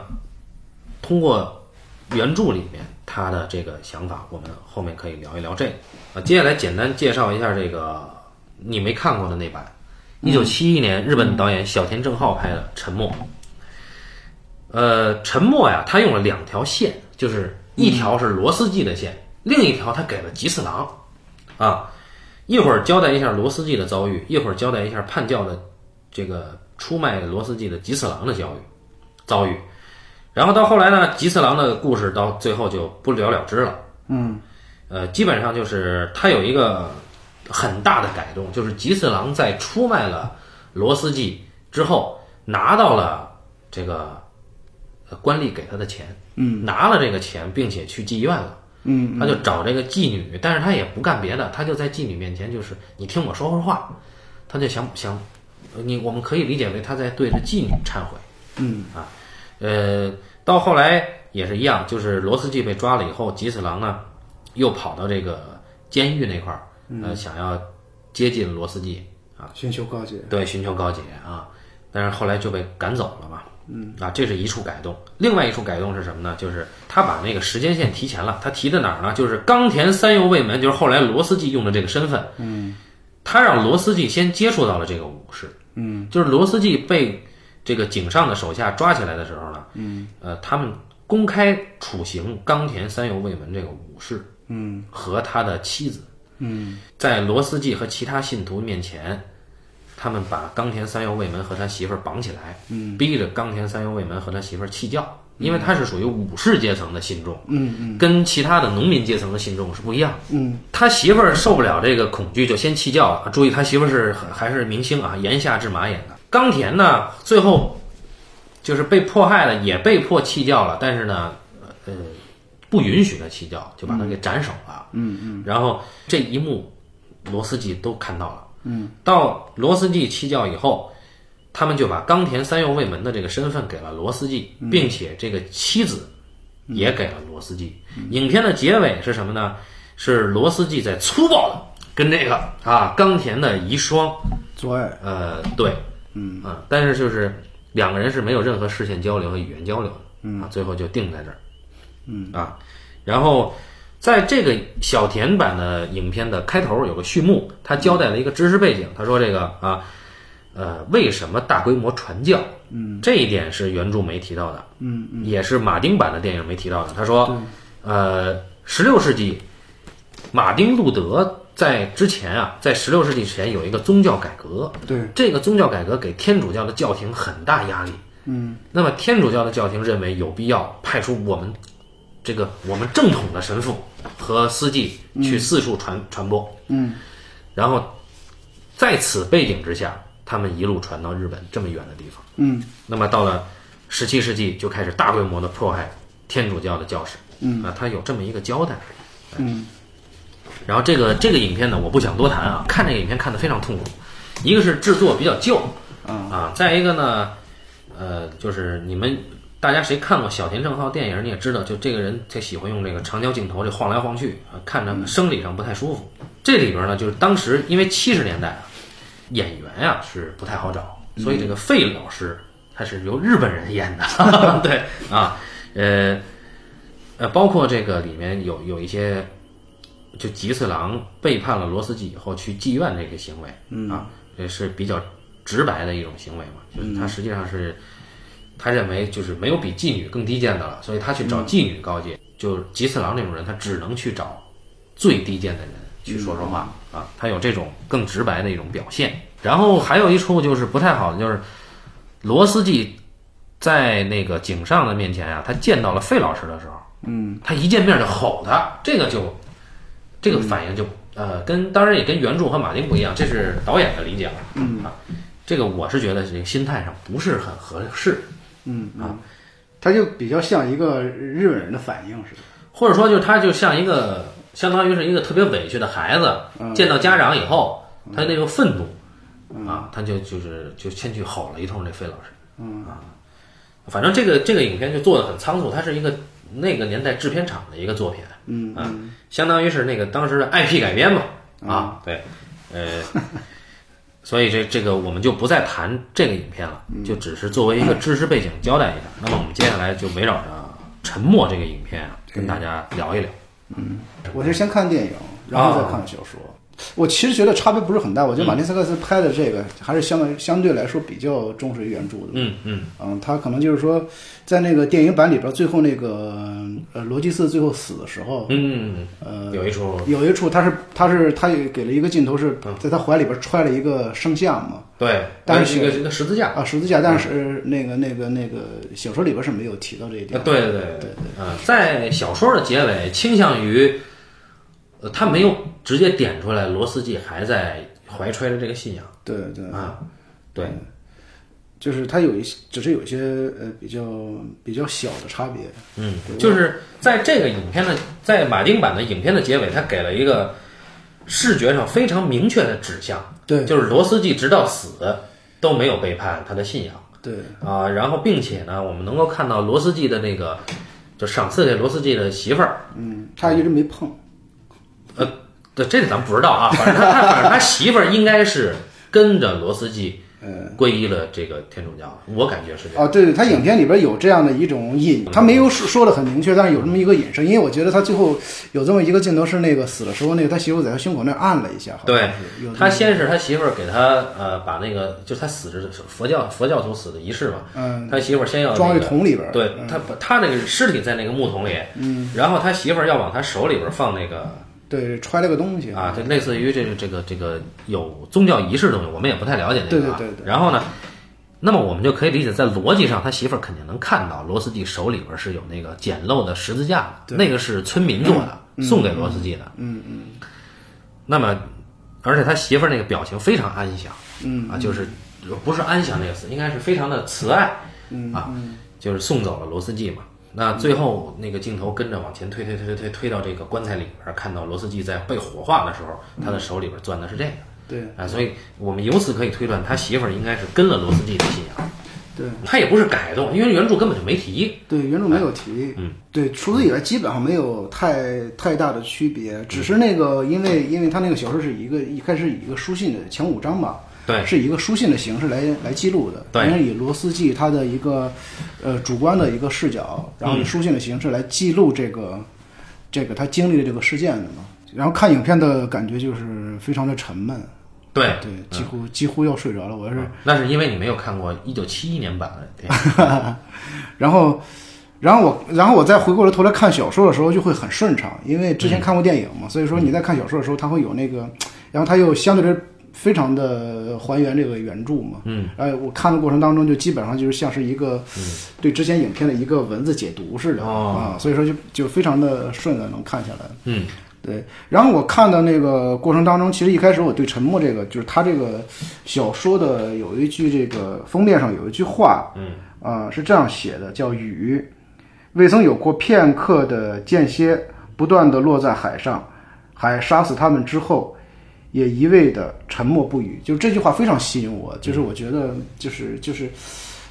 Speaker 1: 通过原著里面他的这个想法，我们后面可以聊一聊这个。啊，接下来简单介绍一下这个你没看过的那版，一九七一年日本导演小田正浩拍的《沉默》。呃，沉默呀，他用了两条线，就是一条是罗斯基的线，另一条他给了吉次郎，啊，一会儿交代一下罗斯基的遭遇，一会儿交代一下叛教的这个出卖罗斯基的吉次郎的遭遇遭遇，然后到后来呢，吉次郎的故事到最后就不了了之了。
Speaker 2: 嗯
Speaker 1: 呃，基本上就是他有一个很大的改动，就是吉次郎在出卖了罗斯基之后，拿到了这个呃官吏给他的钱，嗯，拿了这个钱，并且去妓院了。
Speaker 2: 嗯，
Speaker 1: 他就找这个妓女，但是他也不干别的，他就在妓女面前，就是你听我说会儿话，他就想想，呃你我们可以理解为他在对着妓女忏悔，
Speaker 2: 嗯
Speaker 1: 啊，呃，到后来也是一样，就是罗斯基被抓了以后，吉次郎呢又跑到这个监狱那块儿，
Speaker 2: 嗯
Speaker 1: 呃，想要接近罗斯基，
Speaker 2: 寻求告解。
Speaker 1: 对，寻求告解啊，但是后来就被赶走了嘛。嗯，啊，这是一处改动。另外一处改动是什么呢？就是他把那个时间线提前了。他提到哪儿呢？就是冈田三右卫门，就是后来罗斯基用的这个身份。嗯，他让罗斯基先接触到了这个武士。嗯，就是罗斯基被这个井上的手下抓起来的时候呢，嗯，呃，他们公开处刑冈田三右卫门这个武士。嗯，和他的妻子。嗯，在罗斯基和其他信徒面前，他们把冈田三右卫门和他媳妇儿绑起来，嗯，逼着冈田三右卫门和他媳妇儿弃教，因为他是属于武士阶层的信众，嗯嗯，跟其他的农民阶层的信众是不一样，
Speaker 2: 嗯，
Speaker 1: 他媳妇儿受不了这个恐惧，就先弃教了。注意，他媳妇儿是还是明星啊，岩下志麻演的。冈田呢，最后就是被迫害了，也被迫弃教了，但是呢，呃，不允许他弃教，就把他给斩首了，嗯嗯，然后这一幕罗斯基都看到了。到罗斯季弃教以后，他们就把冈田三右卫门的这个身份给了罗斯季，并且这个妻子也给了罗斯季。影片的结尾是什么呢？是罗斯季在粗暴的跟这个啊冈田的遗孀，
Speaker 2: 嗯左耳，
Speaker 1: 呃，对，嗯啊，但是就是两个人是没有任何视线交流和语言交流的，嗯啊，最后就定在这儿，嗯啊，然后在这个小田版的影片的开头有个序幕，他交代了一个知识背景，他说这个啊，呃，为什么大规模传教？嗯，这一点是原著没提到的，嗯，也是马丁版的电影没提到的。他说，呃，十六世纪，马丁路德在之前啊，在十六世纪之前有一个宗教改革，
Speaker 2: 对，
Speaker 1: 这个宗教改革给天主教的教廷很大压力。嗯，那么天主教的教廷认为有必要派出我们这个我们正统的神父和司祭去四处传、传播。嗯，然后在此背景之下，他们一路传到日本这么远的地方。
Speaker 2: 嗯
Speaker 1: 那么到了十七世纪，就开始大规模的迫害天主教的教士。嗯啊，他有这么一个交代。哎
Speaker 2: 嗯
Speaker 1: 然后这个这个影片呢，我不想多谈啊，看这个影片看得非常痛苦，一个是制作比较旧，啊，再一个呢，呃，就是你们大家谁看过小田正浩电影，你也知道，就这个人他喜欢用这个长焦镜头，这晃来晃去啊，看着生理上不太舒服。这里边呢，就是当时因为七十年代啊，演员呀、是不太好找，所以这个费老师他是由日本人演的，对啊，呃呃，包括这个里面有有一些就吉次郎背叛了罗斯基以后去妓院这个行为，
Speaker 2: 嗯
Speaker 1: 啊，这是比较直白的一种行为嘛，就是他实际上是、他认为就是没有比妓女更低贱的了，所以他去找妓女告诫。就是吉次郎这种人，他只能去找最低贱的人去说说话、啊，他有这种更直白的一种表现。然后还有一处就是不太好的，就是罗斯基在那个井上的面前啊，他见到了费老师的时候，
Speaker 2: 嗯，
Speaker 1: 他一见面就吼他，这个就这个反应就、呃，跟当然也跟原著和马丁不一样，这是导演的理解了，嗯啊，这个我是觉得这个心态上不是很合适，
Speaker 2: 嗯啊，他就比较像一个日本人的反应似的。
Speaker 1: 或者说就是他就像一个相当于是一个特别委屈的孩子，见到家长以后，他那种愤怒、啊，他就就是就先去吼了一通这费老师，嗯啊，反正这个这个影片就做的很仓促，它是一个那个年代制片厂的一个作品，
Speaker 2: 嗯
Speaker 1: 啊，嗯相当于是那个当时的 IP 改编嘛，啊，对，呃，所以这这个我们就不再谈这个影片了，就只是作为一个知识背景交代一下。那么我们接下来就围绕着《沉默》这个影片啊，跟大家聊一聊。
Speaker 2: 我是先看电影，然后再看小说。我其实觉得差别不是很大，我觉得马丁斯科塞拍的这个还是相对相对来说比较忠实于原著的。
Speaker 1: 嗯嗯，
Speaker 2: 嗯，他可能就是说，在那个电影版里边，最后那个呃罗辑斯最后死的时候，
Speaker 1: 嗯，
Speaker 2: 呃，
Speaker 1: 有一出，
Speaker 2: 有一处他是他是他也给了一个镜头是在他怀里边揣了一个圣像嘛，
Speaker 1: 对，
Speaker 2: 但
Speaker 1: 是一个一个十字架，
Speaker 2: 啊十字架，但是那个那个那个小说里边是没有提到这一
Speaker 1: 啊，
Speaker 2: 点。
Speaker 1: 对对对对，啊，在小说的结尾倾向于，呃，他没有直接点出来罗斯季还在怀揣着这个信仰
Speaker 2: 对对，嗯
Speaker 1: 啊，对，
Speaker 2: 就是他有一些，只是有一些呃比较比较小的差别。
Speaker 1: 嗯，就是在这个影片的在马丁版的影片的结尾，他给了一个视觉上非常明确的指向，
Speaker 2: 对
Speaker 1: 就是罗斯季直到死都没有背叛他的信仰。
Speaker 2: 对
Speaker 1: 啊，然后并且呢，我们能够看到罗斯季的那个，就赏赐给罗斯季的媳妇儿，
Speaker 2: 嗯，他一直没碰。
Speaker 1: 呃，对，这个咱们不知道啊，反正他他反正他媳妇儿应该是跟着罗斯基皈依了这个天主教，我感觉是这样。嗯
Speaker 2: 啊，对对，他影片里边有这样的一种引，他没有说说的很明确，但是有这么一个引申，因为我觉得他最后有这么一个镜头是那个死的时候，那个他媳妇在他胸口那儿按了一下，好像
Speaker 1: 对
Speaker 2: 是有这么
Speaker 1: 他先是他媳妇儿给他呃把那个就是他死之佛教佛教徒死的仪式嘛，
Speaker 2: 嗯，
Speaker 1: 他媳妇儿先要
Speaker 2: 装
Speaker 1: 那
Speaker 2: 在
Speaker 1: 个
Speaker 2: 桶里边儿，嗯
Speaker 1: 对他把他那个尸体在那个木桶里，嗯，然后他媳妇儿要往他手里边儿放那个
Speaker 2: 对，揣了个东西，
Speaker 1: 啊，这类似于这个这个这个有宗教仪式的东西，我们也不太了解那个、啊。
Speaker 2: 对对对对
Speaker 1: 然后呢，那么我们就可以理解，在逻辑上，他媳妇儿肯定能看到罗斯季手里边是有那个简陋的十字架的，那个是村民做的，送给罗斯季的。嗯嗯。那么，而且他媳妇儿那个表情非常安详，嗯啊，就是不是安详那个词，应该是非常的慈爱，嗯啊，就是送走了罗斯季嘛。那最后那个镜头跟着往前推推推推推推到这个棺材里边儿，看到罗斯季在被火化的时候，他的手里边攥的是这个。
Speaker 2: 对
Speaker 1: 啊，所以我们由此可以推断，他媳妇儿应该是跟了罗斯季的信仰，
Speaker 2: 对
Speaker 1: 他也不是改动，因为原著根本就没提。
Speaker 2: 对，原著没
Speaker 1: 哎
Speaker 2: 有提，嗯，对，除此以外基本上没有太太大的区别，只是那个因为因为他那个小说是一个一开始以一个书信的前五章吧，
Speaker 1: 对
Speaker 2: 是以一个书信的形式来来记录的，
Speaker 1: 对
Speaker 2: 因为以罗斯季他的一个呃主观的一个视角，然后
Speaker 1: 嗯
Speaker 2: 以书信的形式来记录这个、这个他经历的这个事件的嘛。然后看影片的感觉就是非常的沉闷，
Speaker 1: 对，嗯
Speaker 2: 对，几乎、几乎要睡着了。我要是，
Speaker 1: 那是因为你没有看过一九七一年版的电影。
Speaker 2: 然后，然后我，然后我再回过头来看小说的时候就会很顺畅，因为之前看过电影嘛，所以说你在看小说的时候，它会有那个，然后它又相对来非常的还原这个原著嘛，嗯，哎，我看的过程当中就基本上就是像是一个对之前影片的一个文字解读似的、
Speaker 1: 哦
Speaker 2: 啊，所以说就就非常的顺的能看下来。
Speaker 1: 嗯，
Speaker 2: 对，然后我看到那个过程当中，其实一开始我对沉默这个，就是他这个小说的有一句这个封面上有一句话，嗯，啊、是这样写的，叫雨，未曾有过片刻的间歇，不断的落在海上，海杀死他们之后，也一味的沉默不语。就这句话非常吸引我，就是我觉得就是就是，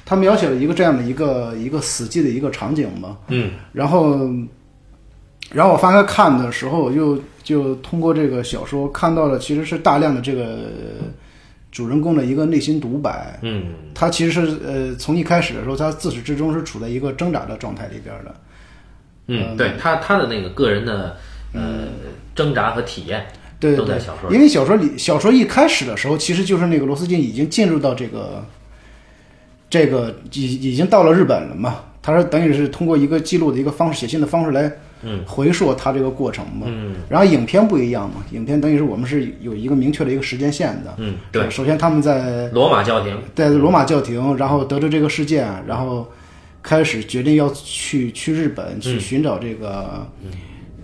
Speaker 2: 他描写了一个这样的一个一个死寂的一个场景嘛，
Speaker 1: 嗯，
Speaker 2: 然后，然后我翻开看的时候，我就就通过这个小说看到了，其实是大量的这个主人公的一个内心独白。
Speaker 1: 嗯，
Speaker 2: 他其实是呃，从一开始的时候，他自始至终是处在一个挣扎的状态里边的。
Speaker 1: 嗯，对他他的那个个人的呃
Speaker 2: 嗯
Speaker 1: 挣扎和体验，
Speaker 2: 对
Speaker 1: 都
Speaker 2: 对
Speaker 1: 在小说里
Speaker 2: 因为小说里小说一开始的时候，其实就是那个罗斯金已经进入到这个这个已已经到了日本了嘛。他是等于是通过一个记录的一个方式，写信的方式来
Speaker 1: 嗯
Speaker 2: 回溯他这个过程嘛。嗯、然后影片不一样嘛，影片等于是我们是有一个明确的一个时间线的。呃
Speaker 1: 嗯对
Speaker 2: 首先他们在
Speaker 1: 罗马教廷，
Speaker 2: 在罗马教廷，然后得知这个事件，然后开始决定要去去日本去寻找这个、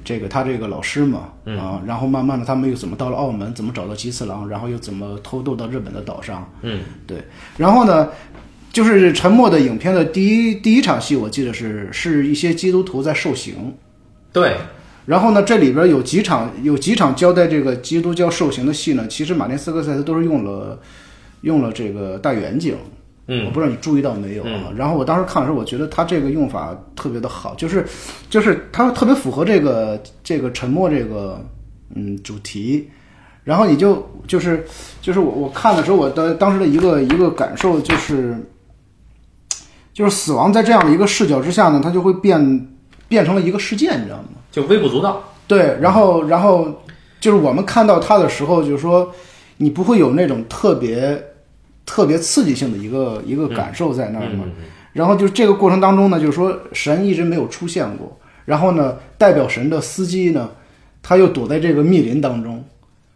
Speaker 2: 这个他这个老师嘛、啊，然后慢慢的他们又怎么到了澳门，怎么找到吉次郎，然后又怎么偷渡到日本的岛上，
Speaker 1: 嗯，
Speaker 2: 对，然后呢，就是《沉默》的影片的第一第一场戏，我记得是是一些基督徒在受刑，
Speaker 1: 对，
Speaker 2: 然后呢，这里边有几场有几场交代这个基督教受刑的戏呢？其实马丁斯科塞斯都是用了用了这个大远景，
Speaker 1: 嗯，
Speaker 2: 我不知道你注意到没有啊。然后我当时看的时候，我觉得他这个用法特别的好，就是就是他特别符合这个这个沉默这个嗯主题。然后你就就是就是我我看的时候，我的当时的一个一个感受就是，就是死亡在这样的一个视角之下呢，它就会变变成了一个事件，你知道吗？
Speaker 1: 就微不足道。
Speaker 2: 对，然后然后就是我们看到它的时候，就是说你不会有那种特别特别刺激性的一个一个感受在那儿嘛。
Speaker 1: 嗯，
Speaker 2: 然后就是这个过程当中呢，就是说神一直没有出现过，然后呢，代表神的司机呢，他又躲在这个密林当中，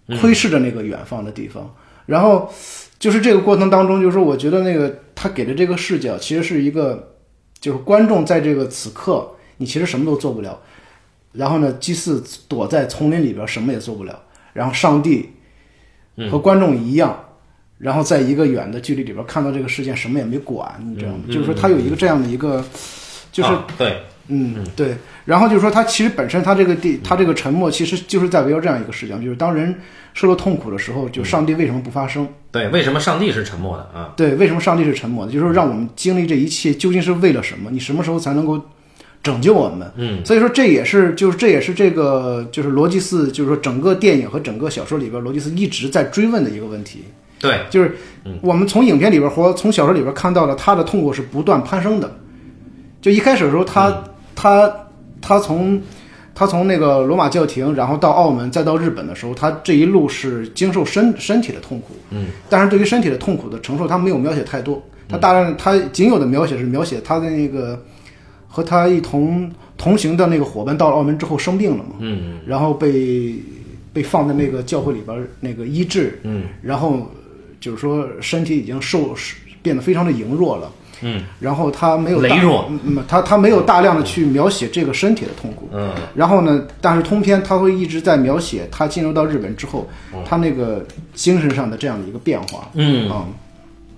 Speaker 1: 嗯
Speaker 2: 窥视着那个远方的地方。然后就是这个过程当中，就是说我觉得那个他给的这个视角，其实是一个，就是观众在这个此刻，你其实什么都做不了。然后呢，祭祀躲在丛林里边，什么也做不了。然后上帝和
Speaker 1: 嗯
Speaker 2: 观众一样，然后在一个远的距离里边看到这个事件，什么也没管，你知道吗？
Speaker 1: 嗯嗯
Speaker 2: 就是说他有一个这样的一个，就是
Speaker 1: 啊对，
Speaker 2: 嗯，对。然后就是说，他其实本身他这个地，他这个沉默，其实就是在围绕这样一个视角，就是当人受到痛苦的时候，就上帝为什么不发声？
Speaker 1: 对，为什么上帝是沉默的啊？
Speaker 2: 对，为什么上帝是沉默的？就是说让我们经历这一切究竟是为了什么？你什么时候才能够拯救我们？嗯，所以说这也是，就是这也是这个，就是罗辑斯，就是说整个电影和整个小说里边，罗辑斯一直在追问的一个问题。
Speaker 1: 对，
Speaker 2: 就是我们从影片里边或从小说里边看到了他的痛苦是不断攀升的。就一开始的时候，他他他从他从那个罗马教廷，然后到澳门，再到日本的时候，他这一路是经受身身体的痛苦。嗯，但是对于身体的痛苦的承受，他没有描写太多。他大量他仅有的描写是描写他的那个和他一同同行的那个伙伴到了澳门之后生病了嘛，
Speaker 1: 嗯，
Speaker 2: 然后被被放在那个教会里边儿那个医治，嗯，然后就是说身体已经受变得非常的羸弱了，嗯，然后他没有大
Speaker 1: 羸弱，
Speaker 2: 嗯，他他没有大量的去描写这个身体的痛苦，
Speaker 1: 嗯，
Speaker 2: 然后呢，但是通篇他会一直在描写他进入到日本之后，他那个精神上的这样的一个变化，
Speaker 1: 嗯
Speaker 2: 啊，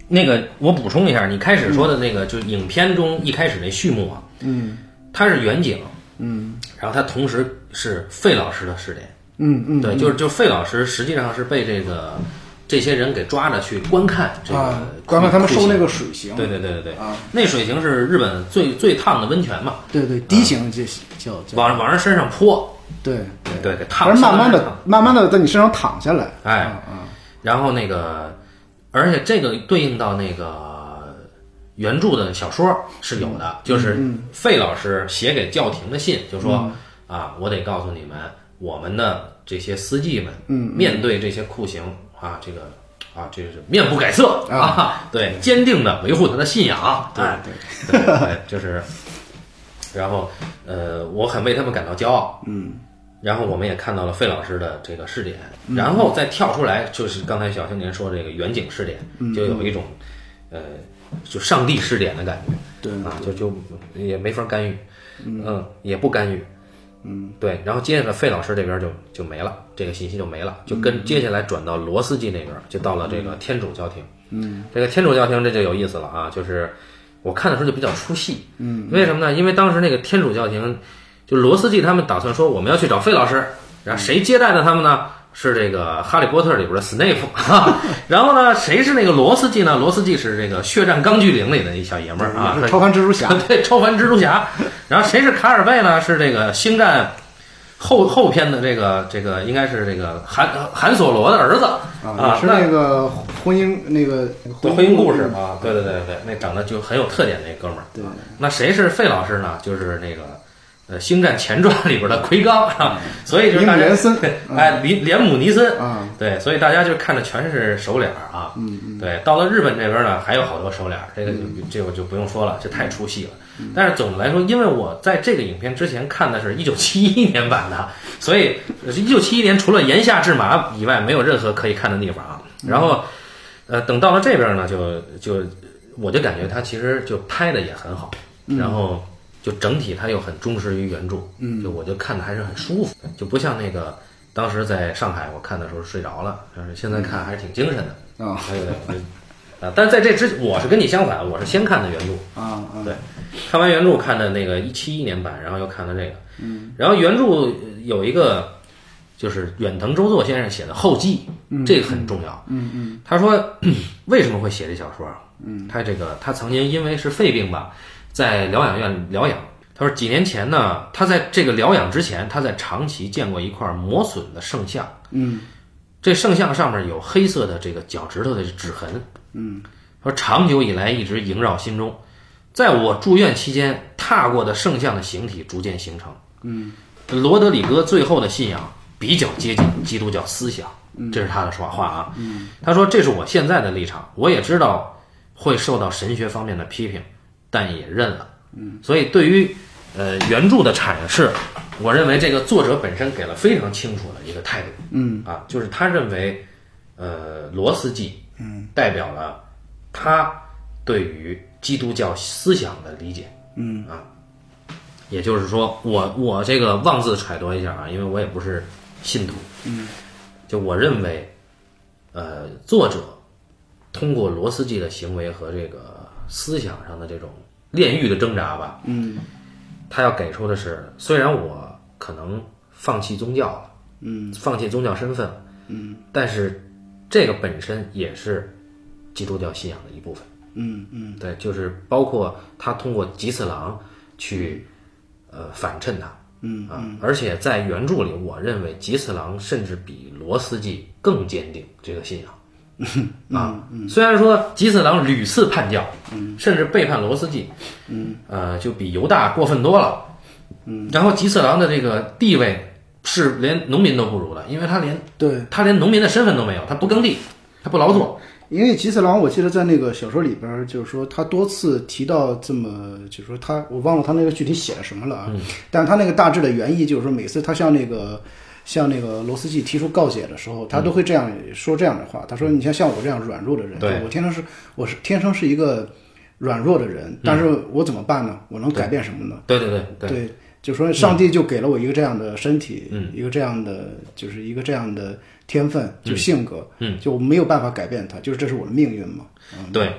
Speaker 1: 那个我补充一下，你开始说的那个，就是影片中一开始那序幕啊，
Speaker 2: 嗯
Speaker 1: 它是远景，
Speaker 2: 嗯
Speaker 1: 然后它同时是费老师的视点，
Speaker 2: 嗯嗯，
Speaker 1: 对，就是就是费老师实际上是被这个这些人给抓着去观看这个
Speaker 2: 啊，，刚才他们受那
Speaker 1: 个，
Speaker 2: 个水刑，
Speaker 1: 对对对对对
Speaker 2: 啊，
Speaker 1: 那水刑是日本最最烫的温泉嘛，
Speaker 2: 对对，低刑这叫叫
Speaker 1: 往往人身上泼，
Speaker 2: 对，
Speaker 1: 对，给烫，
Speaker 2: 而慢慢
Speaker 1: 烫
Speaker 2: 的、慢慢的在你身上躺下来。
Speaker 1: 哎
Speaker 2: 嗯，
Speaker 1: 然后那个，而且这个对应到那个原著的小说是有
Speaker 2: 嗯
Speaker 1: 的，就是费老师写给教廷的信，就
Speaker 2: 嗯
Speaker 1: 说、啊，我得告诉你们，我们的这些司机们，
Speaker 2: 嗯
Speaker 1: 面对这些酷刑啊，这个啊，这是面不改色
Speaker 2: 啊
Speaker 1: 对，坚定的维护他的信仰，
Speaker 2: 对
Speaker 1: 哎
Speaker 2: 对，
Speaker 1: 对对，就是，然后呃，我很为他们感到骄傲，
Speaker 2: 嗯，
Speaker 1: 然后我们也看到了费老师的这个试点，然后再跳出来，就是刚才小青年说这个远景试点，就有一种呃，就上帝试点的感觉，
Speaker 2: 对
Speaker 1: 啊，就就也没法干预，嗯，也不干预，嗯，对，然后接下来费老师这边就就没了，这个信息就没了，就跟接下来转到罗斯基那边，就到了这个天主教廷，嗯，这个天主教廷这就有意思了啊，就是我看的时候就比较出戏，嗯，为什么呢？因为当时那个天主教廷，就罗斯基他们打算说我们要去找费老师，然后谁接待的他们呢？是这个《哈利波特》里边的斯内普， 然后呢，谁是那个罗斯基呢？罗斯基是这个《血战钢锯岭》里的一小爷们儿啊，
Speaker 2: 超凡蜘蛛侠
Speaker 1: 对，超凡蜘蛛侠。然后谁是卡尔贝呢？是这个星战后后篇的这个这个应该是这个韩韩索罗的儿子
Speaker 2: 啊，也是那个婚姻那个
Speaker 1: 对婚姻故事，啊，对对对对，那长得就很有特点那哥们儿。
Speaker 2: 对，
Speaker 1: 那谁是费老师呢？就是那个呃《星战前传》里边的奎刚啊，所以就是大家
Speaker 2: 尼姆连嗯森 嗯
Speaker 1: 哎，里连姆尼森
Speaker 2: 啊，
Speaker 1: 对，所以大家就看的全是熟脸儿啊。嗯嗯。对，到了日本这边呢，还有好多熟脸儿，这个就这个我就不用说了，这太出戏了。但是总的来说，因为我在这个影片之前看的是一九七一年版的，所以呃一九七一年除了言下之麻以外，没有任何可以看的地方啊。然后，呃，等到了这边呢，就就我就感觉他其实就拍的也很好，然后就整体他又很忠实于原著，嗯，就我就看的还是很舒服，就不像那个当时在上海我看的时候睡着了，但是现在看还是挺精神的，
Speaker 2: 啊
Speaker 1: 还有点啊，但是在这之我是跟你相反，我是先看的原著，
Speaker 2: 啊啊，
Speaker 1: 对，看完原著看的那个一七一年版，然后又看的这个，嗯，然后原著呃有一个就是远藤周作先生写的后记，这个很重要，嗯嗯，他说为什么会写这小说？嗯，他这个他曾经因为是肺病吧，在疗养院疗养。他说几年前呢，他在这个疗养之前，他在长崎见过一块磨损的圣像，
Speaker 2: 嗯
Speaker 1: 这圣像上面有黑色的这个脚趾头的指痕，嗯，说长久以来一直萦绕心中，在我住院期间踏过的圣像的形体逐渐形成，嗯，罗德里戈最后的信仰比较接近基督教思想，这是他的说话啊，嗯，他说这是我现在的立场，我也知道会受到神学方面的批评，但也认了，嗯，所以对于呃原著的阐释，我认为这个作者本身给了非常清楚的一个态度。嗯啊，就是他认为，呃，罗斯基嗯代表了他对于基督教思想的理解。嗯啊，也就是说，我我这个妄自揣度一下啊，因为我也不是信徒。嗯，就我认为，呃，作者通过罗斯基的行为和这个思想上的这种炼狱的挣扎吧，
Speaker 2: 嗯
Speaker 1: 他要给出的是，虽然我可能放弃宗教了，
Speaker 2: 嗯，
Speaker 1: 放弃宗教身份了，嗯，但是这个本身也是基督教信仰的一部分。
Speaker 2: 嗯嗯
Speaker 1: 对，就是包括他通过吉次郎去呃反衬他，
Speaker 2: 嗯
Speaker 1: 啊，而且在原著里，我认为吉次郎甚至比罗斯基更坚定这个信仰。啊，虽然说吉次郎屡次叛教，甚至背叛罗斯基，嗯，呃，就比犹大过分多了。嗯，然后吉次郎的这个地位是连农民都不如的，因为他连呃
Speaker 2: 对，
Speaker 1: 他连农民的身份都没有，他不耕地，他不劳作。
Speaker 2: 因为吉次郎，我记得在那个小说里边儿，就是说他多次提到这么，就是说他，我忘了他那个具体写了什么了啊。但是他那个大致的原意就是说，每次他向那个向那个罗斯季提出告解的时候，他都会这样说这样的话。他说：“你像像我这样软弱的人，
Speaker 1: 对
Speaker 2: 我天生是我是天生是一个软弱的人，但是我怎么办呢？我能改变什么呢？”
Speaker 1: 对对对对，
Speaker 2: 对，就说上帝就给了我一个这样的身体，一个这样的就是一个这样的天分，就性格，嗯，就没有办法改变它，就是这是我的命运嘛。
Speaker 1: 对，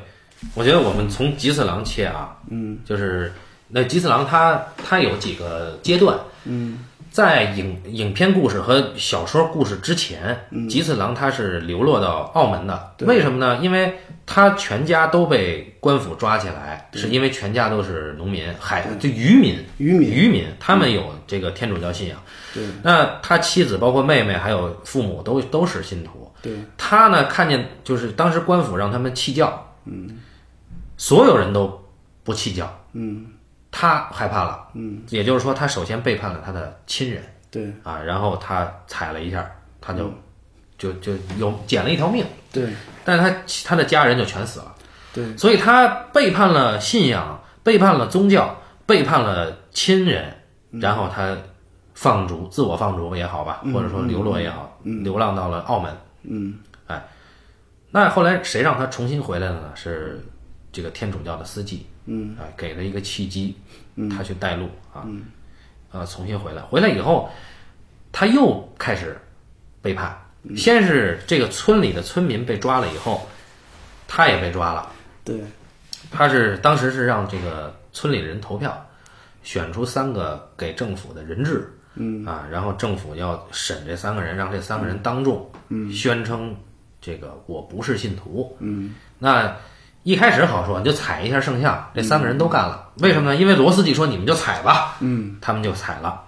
Speaker 1: 我觉得我们从吉次郎切啊，嗯，就是那吉次郎他他有几个阶段，嗯，在影影片故事和小说故事之前，
Speaker 2: 嗯
Speaker 1: 吉次郎他是流落到澳门的，为什么呢？因为他全家都被官府抓起来，是因为全家都是农民，海就渔民，
Speaker 2: 渔民
Speaker 1: 渔民，他们有这个天主教信仰。
Speaker 2: 对，
Speaker 1: 那他妻子包括妹妹还有父母都都是信徒，
Speaker 2: 对，
Speaker 1: 他呢看见就是当时官府让他们弃教，嗯，所有人都不弃教，
Speaker 2: 嗯，
Speaker 1: 他害怕了，嗯，也就是说他首先背叛了他的亲人
Speaker 2: 对
Speaker 1: 啊，然后他踩了一下，他就、就就有捡了一条命，
Speaker 2: 对
Speaker 1: 但是他他的家人就全死了，
Speaker 2: 对，
Speaker 1: 所以他背叛了信仰，背叛了宗教，背叛了亲人，然后他放逐，自我放逐也好吧，或者说流落也好，流浪到了澳门。哎
Speaker 2: 嗯，
Speaker 1: 那后来谁让他重新回来的呢？是这个天主教的司机，嗯，啊，给了一个契机，他去带路啊，呃，重新回来。回来以后，他又开始背叛，先是这个村里的村民被抓了以后，他也被抓了。
Speaker 2: 对
Speaker 1: 他是当时是让这个村里人投票，选出三个给政府的人质，嗯啊，然后政府要审这三个人，让这三个人当众宣称这个我不是信徒，嗯，那一开始好说，你就踩一下圣像，这三个人都干了，为什么呢？因为罗斯基说你们就踩吧，嗯，他们就踩了，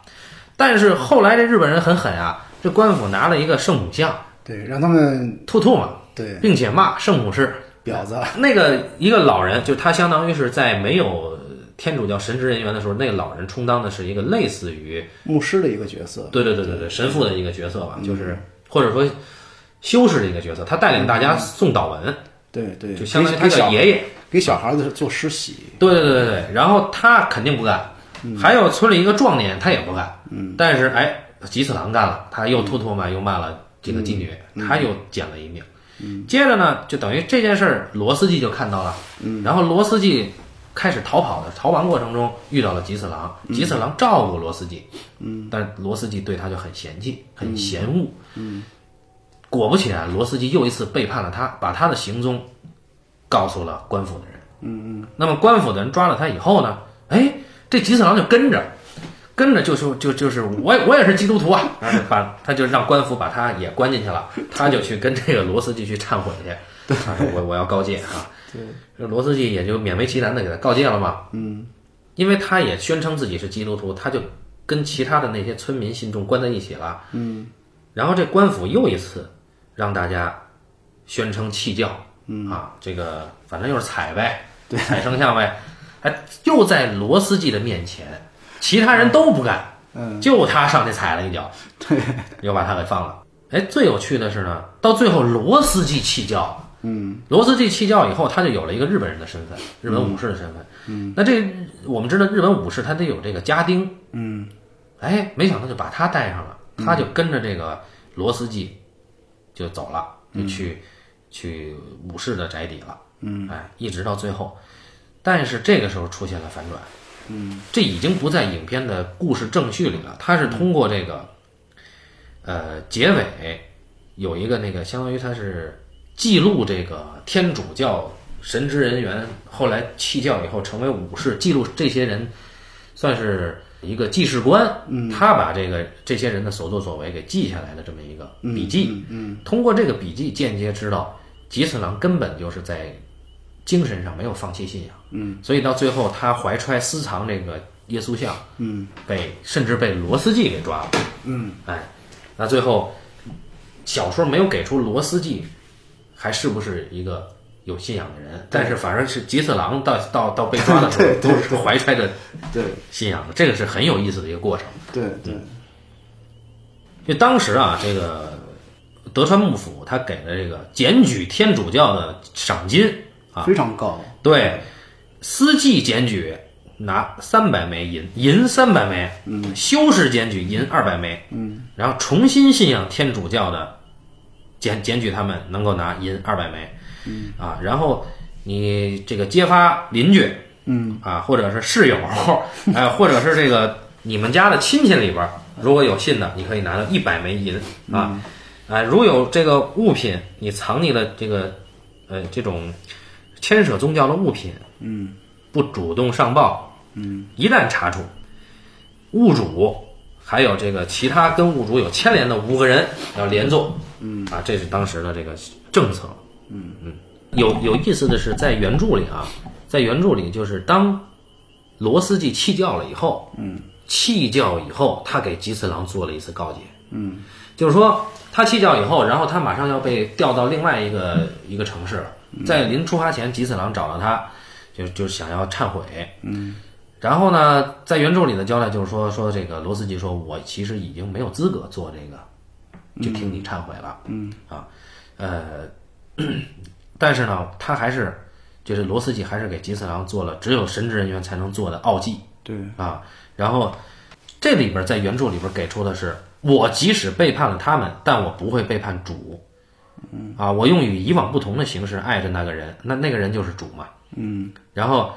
Speaker 1: 但是后来这日本人很狠啊，这官府拿了一个圣母像
Speaker 2: 对，让他们
Speaker 1: 吐吐嘛，
Speaker 2: 对
Speaker 1: 并且骂圣母是
Speaker 2: 婊子，
Speaker 1: 那个一个老人，就他相当于是在没有天主教神职人员的时候，那个老人充当的是一个类似于，
Speaker 2: 牧师的一个角色，
Speaker 1: 对对对对对，神父的一个角色吧，就是或者说修士的一个角色，他带领大家诵祷文，
Speaker 2: 对对，
Speaker 1: 就相当于他
Speaker 2: 给
Speaker 1: 的
Speaker 2: 小
Speaker 1: 爷爷。
Speaker 2: 给小孩子做施洗，
Speaker 1: 对对对对对，然后他肯定不干，还有村里一个壮年他也不干，但是哎，吉次郎干了，他又吐唾沫又骂了这个妓女，他又捡了一命。接着呢，就等于这件事儿，罗斯基就看到了，然后罗斯基开始逃跑的逃亡过程中遇到了吉次郎，吉次郎照顾罗斯基，但是罗斯基对他就很嫌弃，很嫌恶，果不其然，罗斯基又一次背叛了他，把他的行踪告诉了官府的人。那么官府的人抓了他以后呢，哎，这吉次郎就跟着，跟着就说就就是我也我也是基督徒啊，然后就把他就让官府把他也关进去了，他就去跟这个罗斯基去忏悔去，啊我我要告诫啊，对，罗斯基也就勉为其难的给他告诫了嘛，嗯，因为他也宣称自己是基督徒，他就跟其他的那些村民信众关在一起了，嗯，然后这官府又一次让大家宣称弃教，
Speaker 2: 嗯
Speaker 1: 啊，这个反正就是踩呗， 踩圣像呗，哎，又在罗斯基的面前，其他人都不干，
Speaker 2: 嗯，
Speaker 1: 就他上去踩了一脚，
Speaker 2: 对，
Speaker 1: 又把他给放了。哎，最有趣的是呢，到最后罗斯基弃教，嗯，罗斯基弃教以后，他就有了一个日本人的身份，日本武士的身份，嗯，那这我们知道日本武士他得有这个家丁，
Speaker 2: 嗯，
Speaker 1: 哎，没想到就把他带上了，他就跟着这个罗斯基就走了，就去、去武士的宅邸了。嗯，哎，一直到最后，但是这个时候出现了反转。嗯，这已经不在影片的故事正序里了，它是通过这个，呃，结尾有一个那个，相当于它是记录这个天主教神职人员后来弃教以后成为武士，记录这些人算是一个记事官，嗯，他把这个这些人的所作所为给记下来的这么一个笔记，嗯，通过这个笔记间接知道吉次郎根本就是在精神上没有放弃信仰，嗯，所以到最后他怀揣私藏这个耶稣像，嗯，被甚至被罗斯基给抓了，嗯，哎，那最后小说没有给出罗斯基还是不是一个有信仰的人，但是反正是吉次郎到到到被抓的时候
Speaker 2: 对对
Speaker 1: 都是怀揣着。
Speaker 2: 对
Speaker 1: 信仰的，这个是很有意思的一个过程。
Speaker 2: 对对，
Speaker 1: 嗯就当时啊，这个德川幕府他给的这个检举天主教的赏金啊，
Speaker 2: 非常高，
Speaker 1: 对司祭检举拿三百枚银，银三百枚，嗯，修士检举银二百枚，嗯，然后重新信仰天主教的检检举他们能够拿银二百枚，嗯啊，然后你这个揭发邻居，嗯啊，或者是室 友，哎，或者是这个你们家的亲戚里边儿，如果有信的，你可以拿到一百枚银啊，哎，如有这个物品你藏匿的这个呃这种牵涉宗教的物品，嗯，不主动上报，嗯，一旦查处，物主还有这个其他跟物主有牵连的五个人要连坐，嗯啊，这是当时的这个政策，嗯嗯，有有意思的是，在原著里啊，在原著里就是当罗斯基弃教了以后，嗯，弃教以后，他给吉次郎做了一次告诫，嗯，就是说他弃教以后，然后他马上要被调到另外一个一个城市了，在临出发前，吉次郎找到他，就就想要忏悔，嗯然后呢，在原著里的交代就是说，说这个罗斯基说，我其实已经没有资格做这个，就听你忏悔了，嗯啊，呃， 但是呢，他还是就是罗斯基还是给吉次郎做了只有神职人员才能做的奥祭
Speaker 2: 对
Speaker 1: 啊，然后这里边在原著里边给出的是，我即使背叛了他们，但我不会背叛主，嗯啊，我用与以往不同的形式爱着那个人，那那个人就是主嘛，嗯，然后。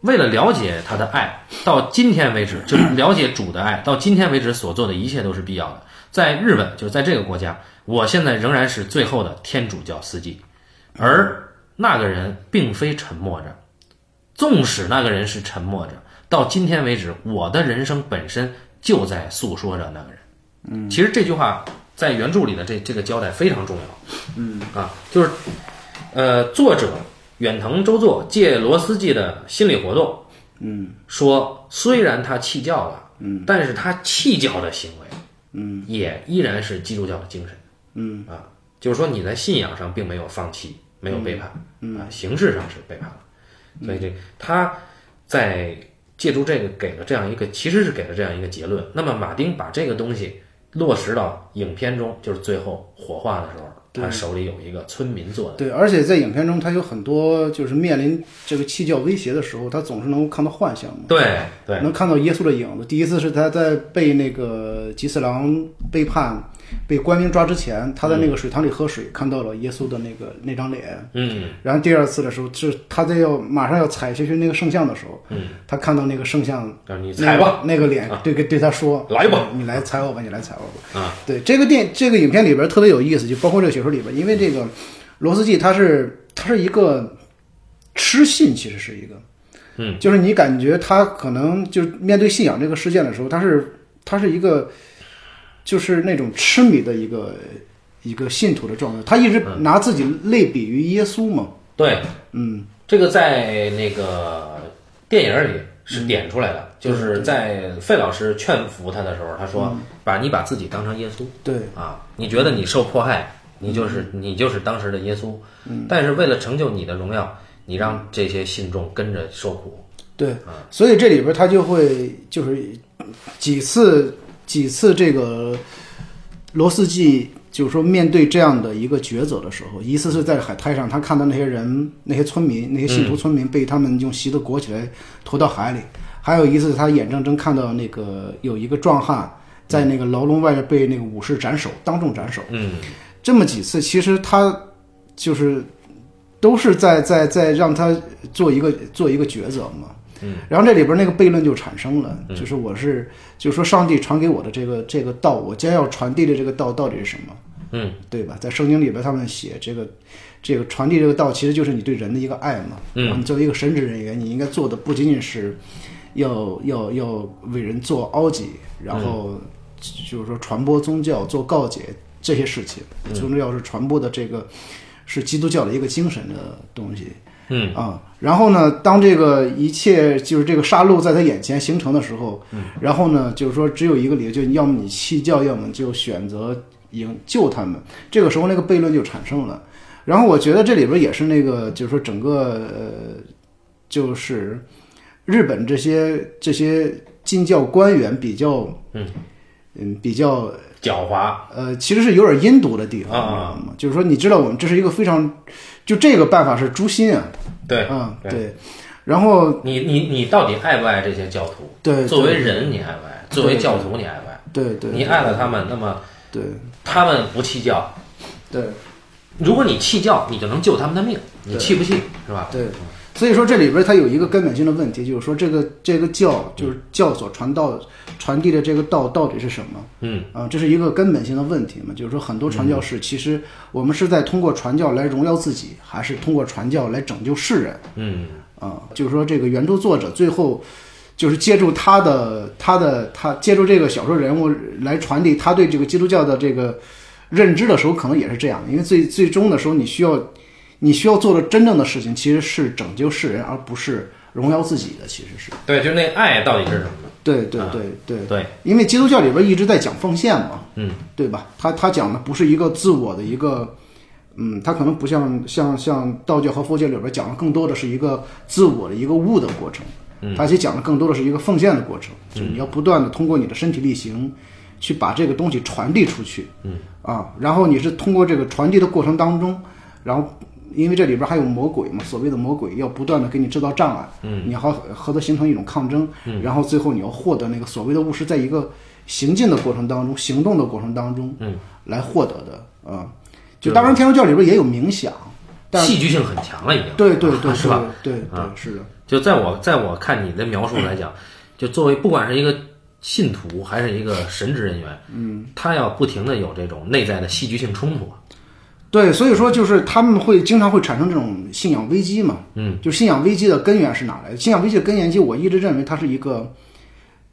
Speaker 1: 为了了解他的爱，到今天为止，就是了解主的爱，到今天为止所做的一切都是必要的。在日本，就是在这个国家，我现在仍然是最后的天主教司机，而那个人并非沉默着，纵使那个人是沉默着，到今天为止，我的人生本身就在诉说着那个人。嗯，其实这句话在原著里的这这个交代非常重要。嗯啊，就是呃，作者远藤周作借罗斯基的心理活动，嗯，说虽然他弃教了，嗯，但是他弃教的行为，嗯，也依然是基督教的精神，嗯啊，就是说你在信仰上并没有放弃，没有背叛，嗯啊，形式上是背叛了，所以这他在借助这个给了这样一个，其实是给了这样一个结论。那么马丁把这个东西落实到影片中，就是最后火化的时候，他手里有一个村民做的。
Speaker 2: 对，而且在影片中，他有很多就是面临这个弃教威胁的时候，他总是能够看到幻象嘛。
Speaker 1: 对对，
Speaker 2: 能看到耶稣的影子。第一次是他在被那个吉次郎背叛、被官兵抓之前，他在那个水塘里喝水，看到了耶稣的那个那张脸。
Speaker 1: 嗯，
Speaker 2: 然后第二次的时候，是他在要马上要踩下去那个圣像的时候，嗯，他看到那个圣像，
Speaker 1: 让你踩吧，啊
Speaker 2: 那个脸对对他说，
Speaker 1: 来吧，
Speaker 2: 你来踩我吧，你来踩我吧。啊，对，这个电这个影片里边特别有意思，就包括这个小说里边，因为这个罗斯季他是他是一个痴信，其实是一个，嗯，就是你感觉他可能就是面对信仰这个事件的时候，他是他是一个就是那种痴迷的一个一个信徒的状态，他一直
Speaker 1: 嗯
Speaker 2: 拿自己类比于耶稣嘛，
Speaker 1: 对，嗯，这个在那个电影里
Speaker 2: 嗯
Speaker 1: 是点出来的，就是在费老师劝服他的时候，他说：“把你把自己当成耶稣
Speaker 2: 嗯对嗯
Speaker 1: 啊，你觉得你受迫害，你就是你就是当时的耶稣。但是为了成就你的荣耀，你让这些信众跟着受苦。
Speaker 2: 对，所以这里边他就会就是几次几次这个罗斯季就是说面对这样的一个抉择的时候，一次是在海滩上，他看到那些人、那些村民、那些信徒村民被他们用席子裹起来投到海里；还有一次，他眼睁睁看到那个有一个壮汉在那个牢笼外边被那个武士斩首，当众斩首。
Speaker 1: 嗯，
Speaker 2: 这么几次，其实他就是都是在在在让他做一个做一个抉择嘛。嗯，然后这里边那个悖论就产生了，
Speaker 1: 嗯
Speaker 2: 就是我是就是说上帝传给我的这个这个道，我将要传递的这个道到底是什么？
Speaker 1: 嗯，
Speaker 2: 对吧？在圣经里边他们写这个这个传递这个道，其实就是你对人的一个爱嘛。
Speaker 1: 嗯
Speaker 2: 然后你作为一个神职人员，你应该做的不仅仅是要要要为人做凹己，然后就是说传播宗教、做告解这些事情，
Speaker 1: 嗯
Speaker 2: 最重要是传播的这个是基督教的一个精神的东西。
Speaker 1: 嗯
Speaker 2: 啊，然后呢，当这个一切就是这个杀戮在他眼前形成的时候，
Speaker 1: 嗯
Speaker 2: 然后呢，就是说只有一个理由，就要么你弃教，要么就选择营救他们。这个时候那个悖论就产生了。然后我觉得这里边也是那个，就是说整个呃，就是日本这些这些禁教官员比较，嗯嗯，比较
Speaker 1: 狡猾。
Speaker 2: 呃，其实是有点阴毒的地方，
Speaker 1: 啊
Speaker 2: 你知道吗？就是说，你知道我们这是一个非常，就这个办法是诛心啊，
Speaker 1: 对，
Speaker 2: 啊，对，然后
Speaker 1: 你你你到底爱不爱这些教徒？
Speaker 2: 对，
Speaker 1: 作为
Speaker 2: 对
Speaker 1: 人你爱不爱？作为教徒你爱不爱？
Speaker 2: 对对，
Speaker 1: 你爱了他们，那么
Speaker 2: 对
Speaker 1: 他们不弃教，
Speaker 2: 对
Speaker 1: 如果你弃教，你就能救他们的命。你
Speaker 2: 对
Speaker 1: 弃不弃是吧？
Speaker 2: 对，所以说这里边它有一个根本性的问题，就是说这个这个教
Speaker 1: 嗯
Speaker 2: 就是教所传道传递的这个道到底是什么？
Speaker 1: 嗯
Speaker 2: 啊，这是一个根本性的问题嘛，就是说很多传教士其实我们是在通过传教来荣耀自己，还是通过传教来拯救世人？
Speaker 1: 嗯
Speaker 2: 啊，就是说这个原著作者最后就是借助他的他的他借助这个小说人物来传递他对这个基督教的这个认知的时候，可能也是这样，因为最最终的时候，你需要你需要做的真正的事情其实是拯救世人，而不是荣耀自己的，其实是
Speaker 1: 对，就是那爱到底是什么？
Speaker 2: 对对
Speaker 1: 啊
Speaker 2: 对对
Speaker 1: 对，
Speaker 2: 因为基督教里边一直在讲奉献嘛，
Speaker 1: 嗯，
Speaker 2: 对吧？他他讲的不是一个自我的一个，嗯，他可能不像像像道教和佛教里边讲的更多的是一个自我的一个悟的过程，嗯，他其实讲的更多的是一个奉献的过程，就是你要不断的通过你的身体力行去把这个东西传递出去，嗯，啊，然后你是通过这个传递的过程当中，然后。因为这里边还有魔鬼嘛，所谓的魔鬼要不断的给你制造障碍，嗯，你要和和它形成一种抗争，嗯，然后最后你要获得那个所谓的巫师，在一个行进的过程当中，行动的过程当中，嗯，来获得的啊。就当然，天主教里边也有冥想，但
Speaker 1: 戏剧性很强了已经。
Speaker 2: 对对对，
Speaker 1: 是吧？？
Speaker 2: 对对对，是的，
Speaker 1: 就在我在我看你的描述来讲，
Speaker 2: 嗯
Speaker 1: 就作为不管是一个信徒还是一个神职人员，嗯，他要不停的有这种内在的戏剧性冲突。
Speaker 2: 对，所以说就是他们会经常会产生这种信仰危机嘛，嗯，就信仰危机的根源是哪来的？信仰危机的根源，其实我一直认为它是一个，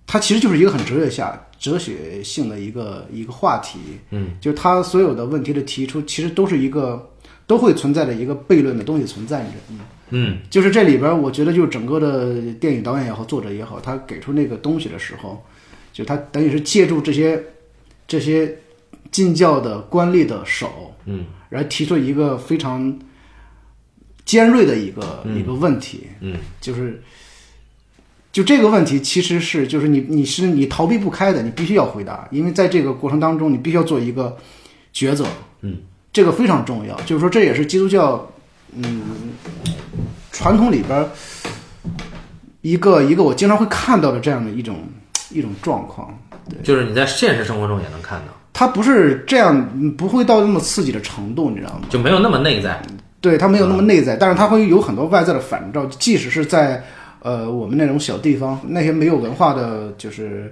Speaker 2: 它其实就是一个很哲学下哲学性的一个一个话题，嗯，就是它所有的问题的提出，其实都是一个都会存在的一个悖论的东西存在着，嗯。
Speaker 1: 嗯
Speaker 2: 就是这里边儿，我觉得就是整个的电影导演也好，作者也好，他给出那个东西的时候，就他等于是借助这些这些进教的官吏的手，
Speaker 1: 嗯，
Speaker 2: 然后提出一个非常尖锐的一个、一个问题，
Speaker 1: 嗯，
Speaker 2: 就是就这个问题其实是就是你你是你逃避不开的，你必须要回答，因为在这个过程当中，你必须要做一个抉择，
Speaker 1: 嗯，
Speaker 2: 这个非常重要，就是说这也是基督教，嗯，传统里边儿一个一个我经常会看到的这样的一种一种状况，
Speaker 1: 就是你在现实生活中也能看到，
Speaker 2: 它不是这样，嗯不会到那么刺激的程度，你知道吗？
Speaker 1: 就没有那么内在。
Speaker 2: 对，它没有那么内在，但是它会有很多外在的反照，即使是在呃我们那种小地方，那些没有文化的就是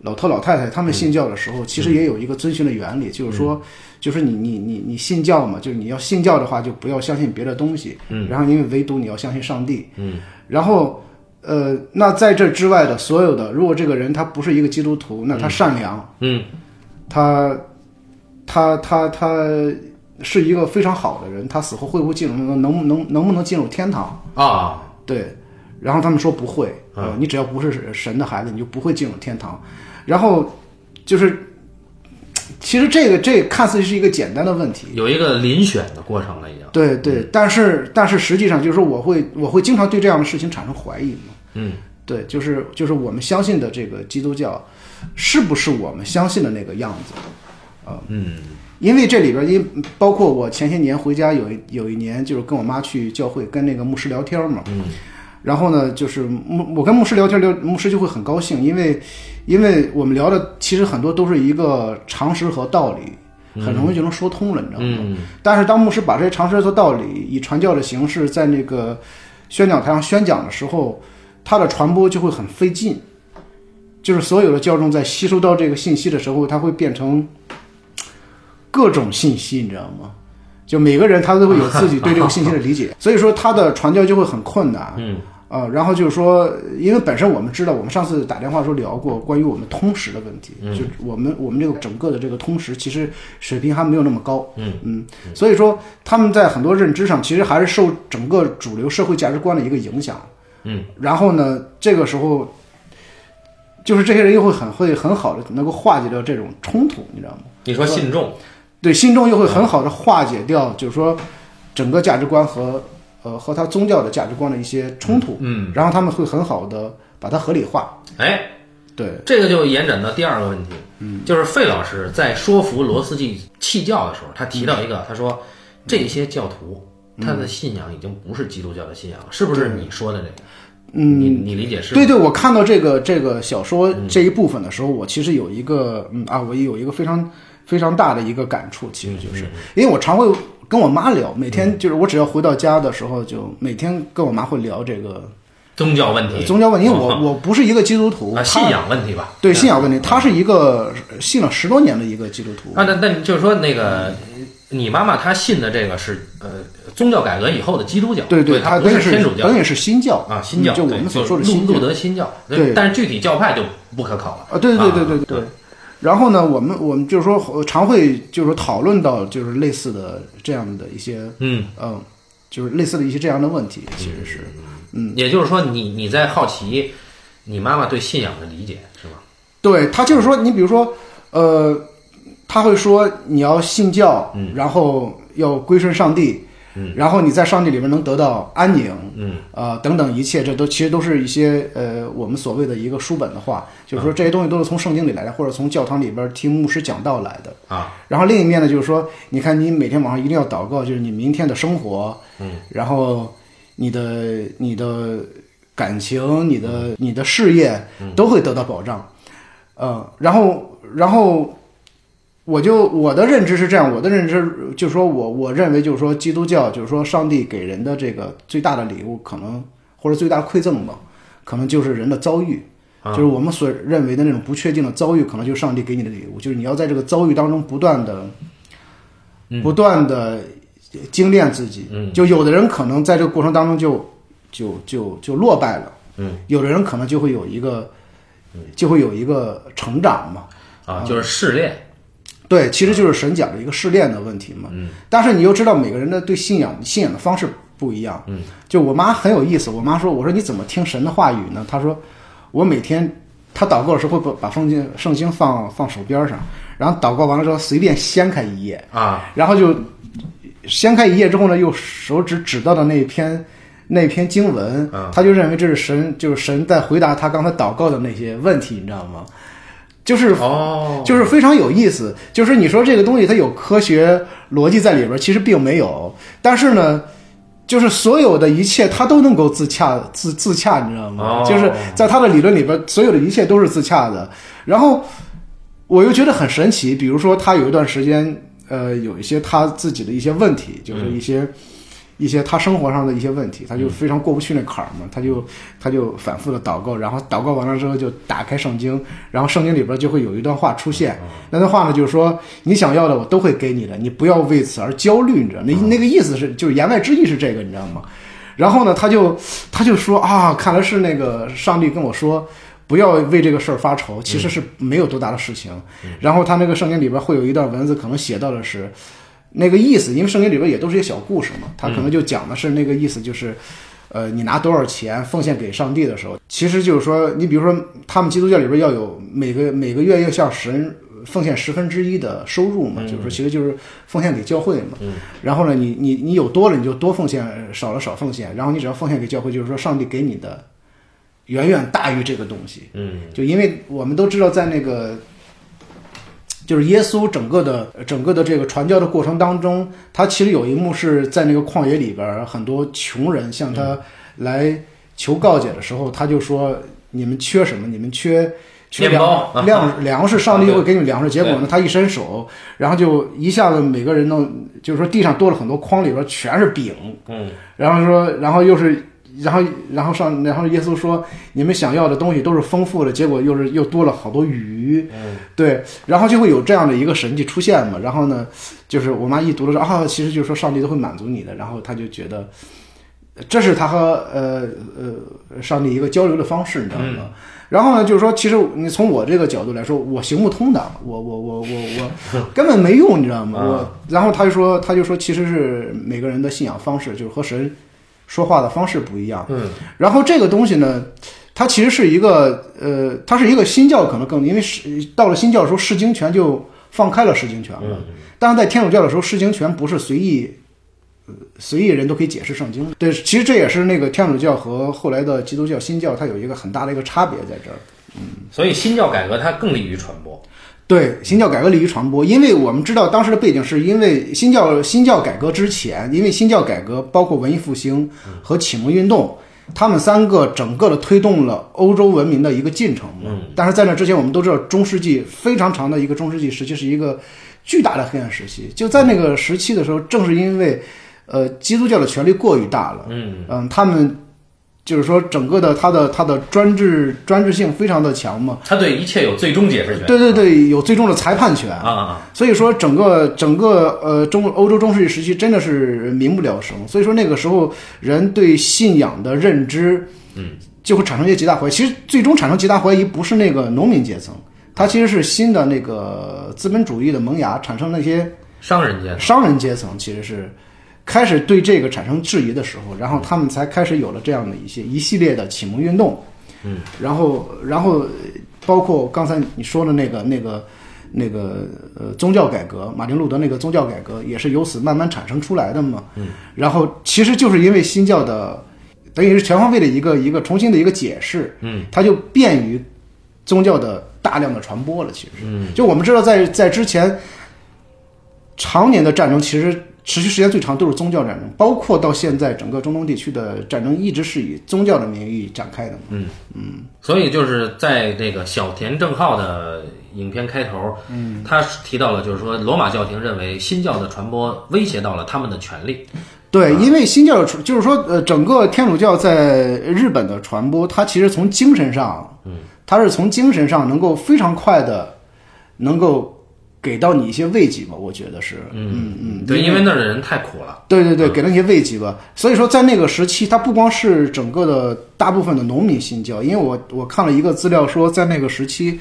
Speaker 2: 老头老太太，他们信教的时候，其实也有一个遵循的原理，就是说，就是你你你你信教嘛，就是你要信教的话，就不要相信别的东西，嗯，然后因为唯独你要相信上帝，嗯，然后。呃，那在这之外的所有的，如果这个人他不是一个基督徒，那他善良，
Speaker 1: 嗯
Speaker 2: 他他他他是一个非常好的人，他死后会不会进入能能能能不能进入天堂？
Speaker 1: 啊，
Speaker 2: 对，然后他们说不会，呃，你只要不是神的孩子，你就不会进入天堂。然后就是其实这个这看似是一个简单的问题，
Speaker 1: 有一个遴选的过程了已经。
Speaker 2: 对对，但是但是实际上就是说我会我会经常对这样的事情产生怀疑嘛。
Speaker 1: 嗯，
Speaker 2: 对，就是就是我们相信的这个基督教，是不是我们相信的那个样子？呃
Speaker 1: 嗯
Speaker 2: 因为这里边，因包括我前些年回家有一有一年，就是跟我妈去教会跟那个牧师聊天嘛，
Speaker 1: 嗯，
Speaker 2: 然后呢，就是牧我跟牧师聊天，聊牧师就会很高兴，因为因为我们聊的其实很多都是一个常识和道理，很容易就能说通了，你知道吗？
Speaker 1: 嗯
Speaker 2: 但是当牧师把这些常识和道理以传教的形式在那个宣讲台上宣讲的时候，它的传播就会很费劲，就是所有的教众在吸收到这个信息的时候，它会变成各种信息，你知道吗？就每个人他都会有自己对这个信息的理解，所以说他的传教就会很困难。
Speaker 1: 嗯
Speaker 2: 呃，然后就是说，因为本身我们知道，我们上次打电话的时候聊过关于我们通识的问题，就我们我们这个整个的这个通识其实水平还没有那么高，
Speaker 1: 嗯
Speaker 2: 所以说他们在很多认知上其实还是受整个主流社会价值观的一个影响，
Speaker 1: 嗯，
Speaker 2: 然后呢，这个时候就是这些人又会很会很好的能够化解掉这种冲突，你知道吗？
Speaker 1: 你说信众，
Speaker 2: 对信众又会很好的化解掉，就是说整个价值观和呃和他宗教的价值观的一些冲突，
Speaker 1: 嗯，
Speaker 2: 然后他们会很好的把它合理化。
Speaker 1: 哎，
Speaker 2: 对，
Speaker 1: 这个就延展到第二个问题，嗯，就是费老师在说服罗斯季弃教的时候，他提到一
Speaker 2: 嗯
Speaker 1: 个，他说这些教徒他的信仰已经不是基督教的信仰了，
Speaker 2: 嗯
Speaker 1: 是不是你说的这个？嗯，你你理解是吗？嗯
Speaker 2: 对对，我看到这个这个小说这一部分的时候，我其实有一个嗯啊，我有一个非常非常大的一个感触，其实
Speaker 1: 嗯
Speaker 2: 就是因为我常会跟我妈聊，每天就是我只要回到家的时候，就每天跟我妈会聊这个呃
Speaker 1: 宗教问题，
Speaker 2: 宗教问题。因为我我不是一个基督徒，
Speaker 1: 嗯啊，
Speaker 2: 她
Speaker 1: 信仰问题吧？嗯
Speaker 2: 对信仰问题，她是一个信了十多年的一个基督徒。
Speaker 1: 啊，那那你就是说那个。你妈妈她信的这个是呃宗教改革以后的基督教，
Speaker 2: 对
Speaker 1: 对，她
Speaker 2: 它
Speaker 1: 不
Speaker 2: 等于
Speaker 1: 是天主教
Speaker 2: 等于是新教
Speaker 1: 啊，新教，
Speaker 2: 嗯就我
Speaker 1: 对
Speaker 2: 们所
Speaker 1: 就
Speaker 2: 说的
Speaker 1: 路
Speaker 2: 新教
Speaker 1: 路德新教，
Speaker 2: 对
Speaker 1: 但是具体教派就不可考了
Speaker 2: 啊，对对对
Speaker 1: 啊
Speaker 2: 对对对。然后呢，我们我们就是说呃常会就是说讨论到就是类似的这样的一些
Speaker 1: 嗯，
Speaker 2: 嗯，就是类似的一些这样的问题，其实是嗯
Speaker 1: 也就是说你，你在好奇你妈妈对信仰的理解是吗？
Speaker 2: 对他就是说，你比如说呃，他会说你要信教，
Speaker 1: 嗯
Speaker 2: 然后要归顺上帝。然后你在上帝里面能得到安宁，
Speaker 1: 嗯，
Speaker 2: 呃，等等一切，这都其实都是一些呃，我们所谓的一个书本的话，就是
Speaker 1: 嗯
Speaker 2: 说这些东西都是从圣经里来的，或者从教堂里边听牧师讲道来的。
Speaker 1: 啊，
Speaker 2: 然后另一面呢，就是说，你看你每天晚上一定要祷告，就是你明天的生活，嗯，然后你的你的感情、你的你的事业都会得到保障，呃，然后然后我就我的认知是这样，我的认知就是说我我认为就是说基督教就是说上帝给人的这个最大的礼物，可能或者最大的馈赠吧，可能就是人的遭遇。就是我们所认为的那种不确定的遭遇，可能就是上帝给你的礼物，就是你要在这个遭遇当中不断的、不断的精炼自己。就有的人可能在这个过程当中就就就就落败了，嗯，有的人可能就会有一个就会有一个成长嘛。
Speaker 1: 啊，就是试炼，
Speaker 2: 对，其实就是神讲的一个试炼的问题嘛。嗯，但是你又知道每个人的对信仰信仰的方式不一样。嗯，就我妈很有意思，我妈说，我说你怎么听神的话语呢？她说，我每天她祷告的时候会把把圣经圣经放放手边上，然后祷告完了之后随便掀开一页，
Speaker 1: 啊，
Speaker 2: 然后就掀开一页之后呢，用手指指到的那一篇那篇经文，他就认为这是神，就是神在回答他刚才祷告的那些问题，你知道吗？就是
Speaker 1: 哦，
Speaker 2: 就是非常有意思。就是你说这个东西它有科学逻辑在里边儿，其实并没有。但是呢，就是所有的一切它都能够自洽自自洽，你知道吗？
Speaker 1: 哦
Speaker 2: 就是在他的理论里边儿，所有的一切都是自洽的。然后我又觉得很神奇，比如说他有一段时间，呃，有一些他自己的一些问题，就是
Speaker 1: 嗯
Speaker 2: 一些。一些他生活上的一些问题，他就非常过不去那坎儿嘛，他就他就反复的祷告，然后祷告完了之后就打开圣经，然后圣经里边就会有一段话出现，那段话呢就是说你想要的我都会给你的，你不要为此而焦虑，你知道那那个意思是就是言外之意是这个，你知道吗？然后呢，他就他就说啊，看来是那个上帝跟我说。不要为这个事儿发愁，其实是没有多大的事情。然后他那个圣经里边会有一段文字，可能写到的是，那个意思，因为圣经里边也都是一些小故事嘛，他可能就讲的是那个意思，就是，呃，你拿多少钱奉献给上帝的时候，其实就是说，你比如说他们基督教里边要有每个每个月要向神奉献十分之一的收入嘛，就是说其实就是奉献给教会嘛。然后呢，你你你有多了你就多奉献，少了少奉献。然后你只要奉献给教会，就是说上帝给你的远远大于这个东西。
Speaker 1: 嗯
Speaker 2: 就因为我们都知道，在那个就是耶稣整个的整个的这个传教的过程当中，他其实有一幕是在那个旷野里边儿，很多穷人向他
Speaker 1: 嗯
Speaker 2: 来求告解的时候，他就说：“你们缺什么？你们缺。”缺
Speaker 1: 面包 啊
Speaker 2: 粮粮粮食，上帝就会给你们粮食。
Speaker 1: 对
Speaker 2: 结果呢，他一伸手，然后就一下子每个人都就是说地上多了很多筐，里边全是饼，
Speaker 1: 嗯
Speaker 2: 然后说，然后又是，然后然后上，然后耶稣说，你们想要的东西都是丰富的，结果又是又多了好多鱼，
Speaker 1: 嗯
Speaker 2: 对，然后就会有这样的一个神迹出现嘛。然后呢，就是我妈一读的时候啊，其实就是说上帝都会满足你的，然后她就觉得。这是他和呃呃上帝一个交流的方式，你知道
Speaker 1: 嗯
Speaker 2: 吗？然后呢，就是说，其实你从我这个角度来说，我行不通的，我我我我 我根本没用，你知道吗？
Speaker 1: 啊
Speaker 2: 我然后他就说，他就说，其实是每个人的信仰方式，就是和神说话的方式不一样。
Speaker 1: 嗯
Speaker 2: 然后这个东西呢，它其实是一个呃，它是一个新教，可能更因为是到了新教的时候，释经权就放开了释经权了。
Speaker 1: 嗯
Speaker 2: 但是在天主教的时候，释经权不是随意。呃随意人都可以解释圣经，对，其实这也是那个天主教和后来的基督教、新教，它有一个很大的一个差别在这儿。
Speaker 1: 所以新教改革它更利于传播。
Speaker 2: 对新教改革利于传播，因为我们知道当时的背景是因为新教新教改革之前，因为新教改革包括文艺复兴和启蒙运动，他们三个整个的推动了欧洲文明的一个进程嘛。但是在那之前，我们都知道中世纪非常长的一个中世纪时期是一个巨大的黑暗时期，就在那个时期的时候，正是因为呃基督教的权力过于大了，
Speaker 1: 嗯
Speaker 2: 嗯，他们就是说整个的他的他的专制专制性非常的强嘛。
Speaker 1: 他对一切有最终解释权。
Speaker 2: 对对对，有最终的裁判权
Speaker 1: 啊啊，
Speaker 2: 所以说整个整个呃中欧洲中世纪时期真的是民不聊生，所以说那个时候人对信仰的认知，嗯，就会产生一些极大怀疑。其实最终产生极大怀疑不是那个农民阶层，它其实是新的那个资本主义的萌芽，产生那些
Speaker 1: 商人阶层。
Speaker 2: 商人阶层其实是开始对这个产生质疑的时候，然后他们才开始有了这样的一些一系列的启蒙运动。嗯，然后然后包括刚才你说的那个那个那个呃宗教改革，马丁路德那个宗教改革也是由此慢慢产生出来的嘛。嗯，然后其实就是因为新教的等于是全方位的一个一个重新的一个解释，嗯，它就便于宗教的大量的传播了。其实，嗯，就我们知道在在之前。常年的战争其实持续时间最长都是宗教战争，包括到现在整个中东地区的战争一直是以宗教的名义展开的嘛。
Speaker 1: 所以就是在这个小田正浩的影片开头，嗯，他提到了，就是说罗马教廷认为新教的传播威胁到了他们的权利。
Speaker 2: 对，因为新教就是说，呃，整个天主教在日本的传播，它其实从精神上，嗯，它是从精神上能够非常快的，能够给到你一些慰藉吧，我觉得是，嗯嗯，
Speaker 1: 对，因为那儿的人太苦了。
Speaker 2: 对对对，给了一些慰藉吧。所以说，在那个时期，它不光是整个的大部分的农民信教，因为我我看了一个资料说，在那个时期，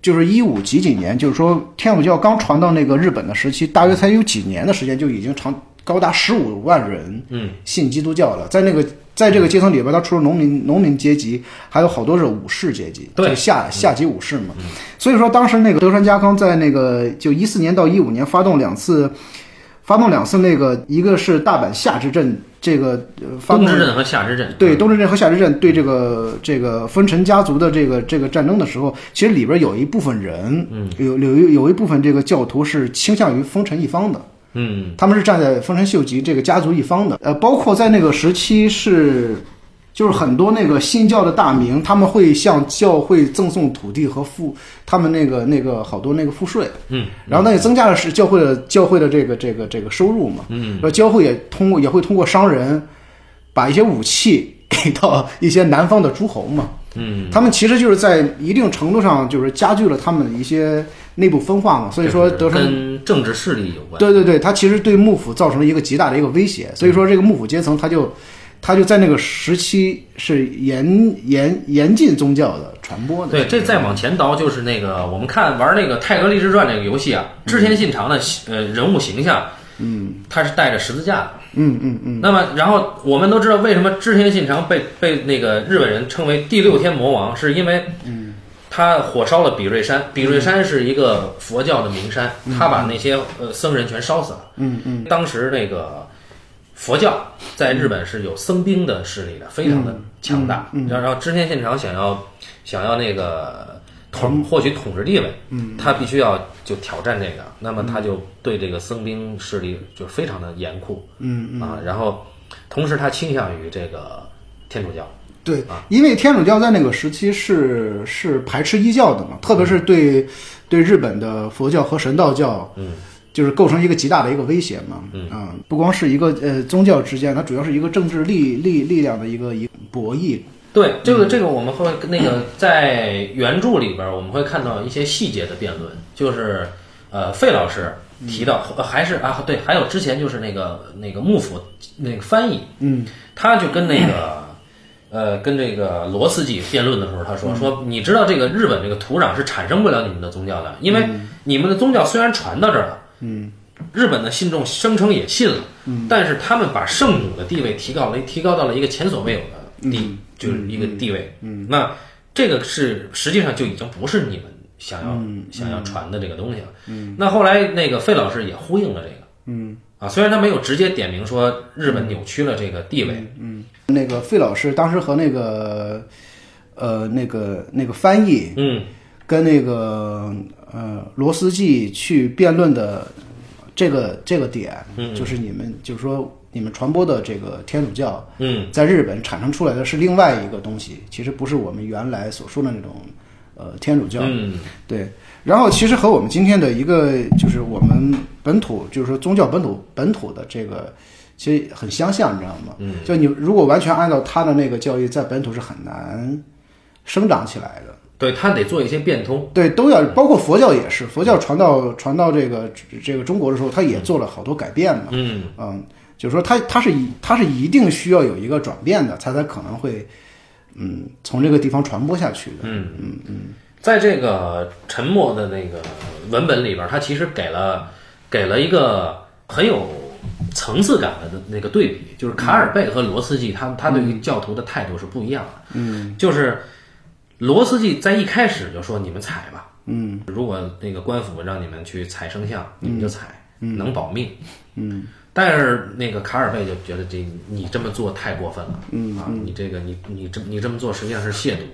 Speaker 2: 就是一五几几年，就是说天主教刚传到那个日本的时期，大约才有几年的时间，就已经长高达十五万人
Speaker 1: 嗯
Speaker 2: 信基督教了。在那个在这个阶层里边，它除了农民农民阶级，还有好多是武士阶级，
Speaker 1: 对嗯
Speaker 2: 就下下级武士嘛。所以说，当时那个德川家康在那个就一四年到一五年发动两次。发动两次那个，一个是大阪夏之阵，这个呃发
Speaker 1: 东
Speaker 2: 动
Speaker 1: 之镇和夏之镇。
Speaker 2: 对东之镇和夏之镇对这个这个丰臣家族的这个这个战争的时候，其实里边有一部分人，嗯，有有一有一部分这个教徒是倾向于丰臣一方的，
Speaker 1: 嗯，
Speaker 2: 他们是站在丰臣秀吉这个家族一方的。呃，包括在那个时期是，就是很多那个信教的大名，他们会向教会赠送土地和赋，他们那个那个好多那个赋税，
Speaker 1: 嗯，
Speaker 2: 然后那也增加了是教会的教会的这个这个这个收入嘛，嗯，然后教会也通过也会通过商人把一些武器给到一些南方的诸侯嘛，嗯，他们其实就是在一定程度上就是加剧了他们的一些内部分化嘛，所以说
Speaker 1: 就是
Speaker 2: 德川
Speaker 1: 跟政治势力有关。
Speaker 2: 对对对，它其实对幕府造成了一个极大的一个威胁，所以说这个幕府阶层他就他就在那个时期是严严严禁宗教的传播的。
Speaker 1: 嗯对，这再往前倒就是那个我们看玩那个《泰格立志传》这个游戏啊，织田信长的呃人物形象，嗯，他是带着十字架的。
Speaker 2: 嗯嗯嗯，
Speaker 1: 那么，然后我们都知道
Speaker 2: 嗯
Speaker 1: 为什么织田信长被被那个日本人称为第六天魔王，是因为，他火烧了比瑞山，比瑞山是一个佛教的名山，他把那些呃僧人全烧死了。
Speaker 2: 嗯嗯，
Speaker 1: 当时那个佛教在日本是有僧兵的势力的，
Speaker 2: 嗯
Speaker 1: 非常的强大。然后织田信长想要想要那个统获取统治地位，
Speaker 2: 嗯
Speaker 1: 他必须要就挑战这个，那么他就对这个僧兵势力就非常的严酷。嗯啊，然后同时他倾向于这个天主教。
Speaker 2: 对，
Speaker 1: 啊
Speaker 2: 因为天主教在那个时期是是排斥异教的嘛，特别是
Speaker 1: 嗯
Speaker 2: 对对日本的佛教和神道教，嗯，就是构成一个极大的一个威胁嘛，嗯，不光是一个呃宗教之间，它主要是一个政治力力力量的一个一个博弈，
Speaker 1: 对，这个这个我们会那个在原著里边儿，我们会看到一些细节的辩论，就是呃，费老师提到、呃还是啊对，还有之前就是那个那个幕府那个翻译，
Speaker 2: 嗯，
Speaker 1: 他就跟那个。呃，跟这个罗斯基辩论的时候，他说：“说你知道这个日本这个土壤是产生不了你们的宗教的，因为你们的宗教虽然传到这儿了，
Speaker 2: 嗯，
Speaker 1: 日本的信众声称也信了，但是他们把圣母的地位提高了，提高到了一个前所未有的地，就是一个地位。嗯，那这个是实际上就已经不是你们想要、想要传的这个东西了。嗯，那后来那个费老师也呼应了这个。嗯，啊，虽然他没有直接点名说日本扭曲了这个地位，
Speaker 2: 那个费老师当时和那个呃那个那个翻译
Speaker 1: 嗯，
Speaker 2: 跟那个呃罗斯基去辩论的这个这个点，就是你们就是说你们传播的这个天主教。
Speaker 1: 嗯，
Speaker 2: 在日本产生出来的是另外一个东西，其实不是我们原来所说的那种呃天主教。
Speaker 1: 嗯，
Speaker 2: 对，然后其实和我们今天的一个就是我们本土，就是说宗教本土本土的这个，其实很相像，你知道吗？嗯，就你如果完全按照他的那个教育，在本土是很难生长起来的。
Speaker 1: 对他得做一些变通。
Speaker 2: 对，都要包括佛教也是，佛教传到传到这个这个中国的时候，他也做了好多改变嘛。
Speaker 1: 嗯，
Speaker 2: 嗯，就是说它它是一它是一定需要有一个转变的，它才可能会嗯从这个地方传播下去的。
Speaker 1: 在这个沉默的那个文本里边儿，它其实给了给了一个很有层次感的那个对比，就是卡尔贝和罗斯基他们他对于教徒的态度是不一样的。嗯，就是罗斯基在一开始就说：“你们采吧，嗯，如果那个官府让你们去采生像，你们就采，能保命。”嗯，但是那个卡尔贝就觉得这你这么做太过分了，嗯啊，你这个你你这你这么做实际上是亵渎。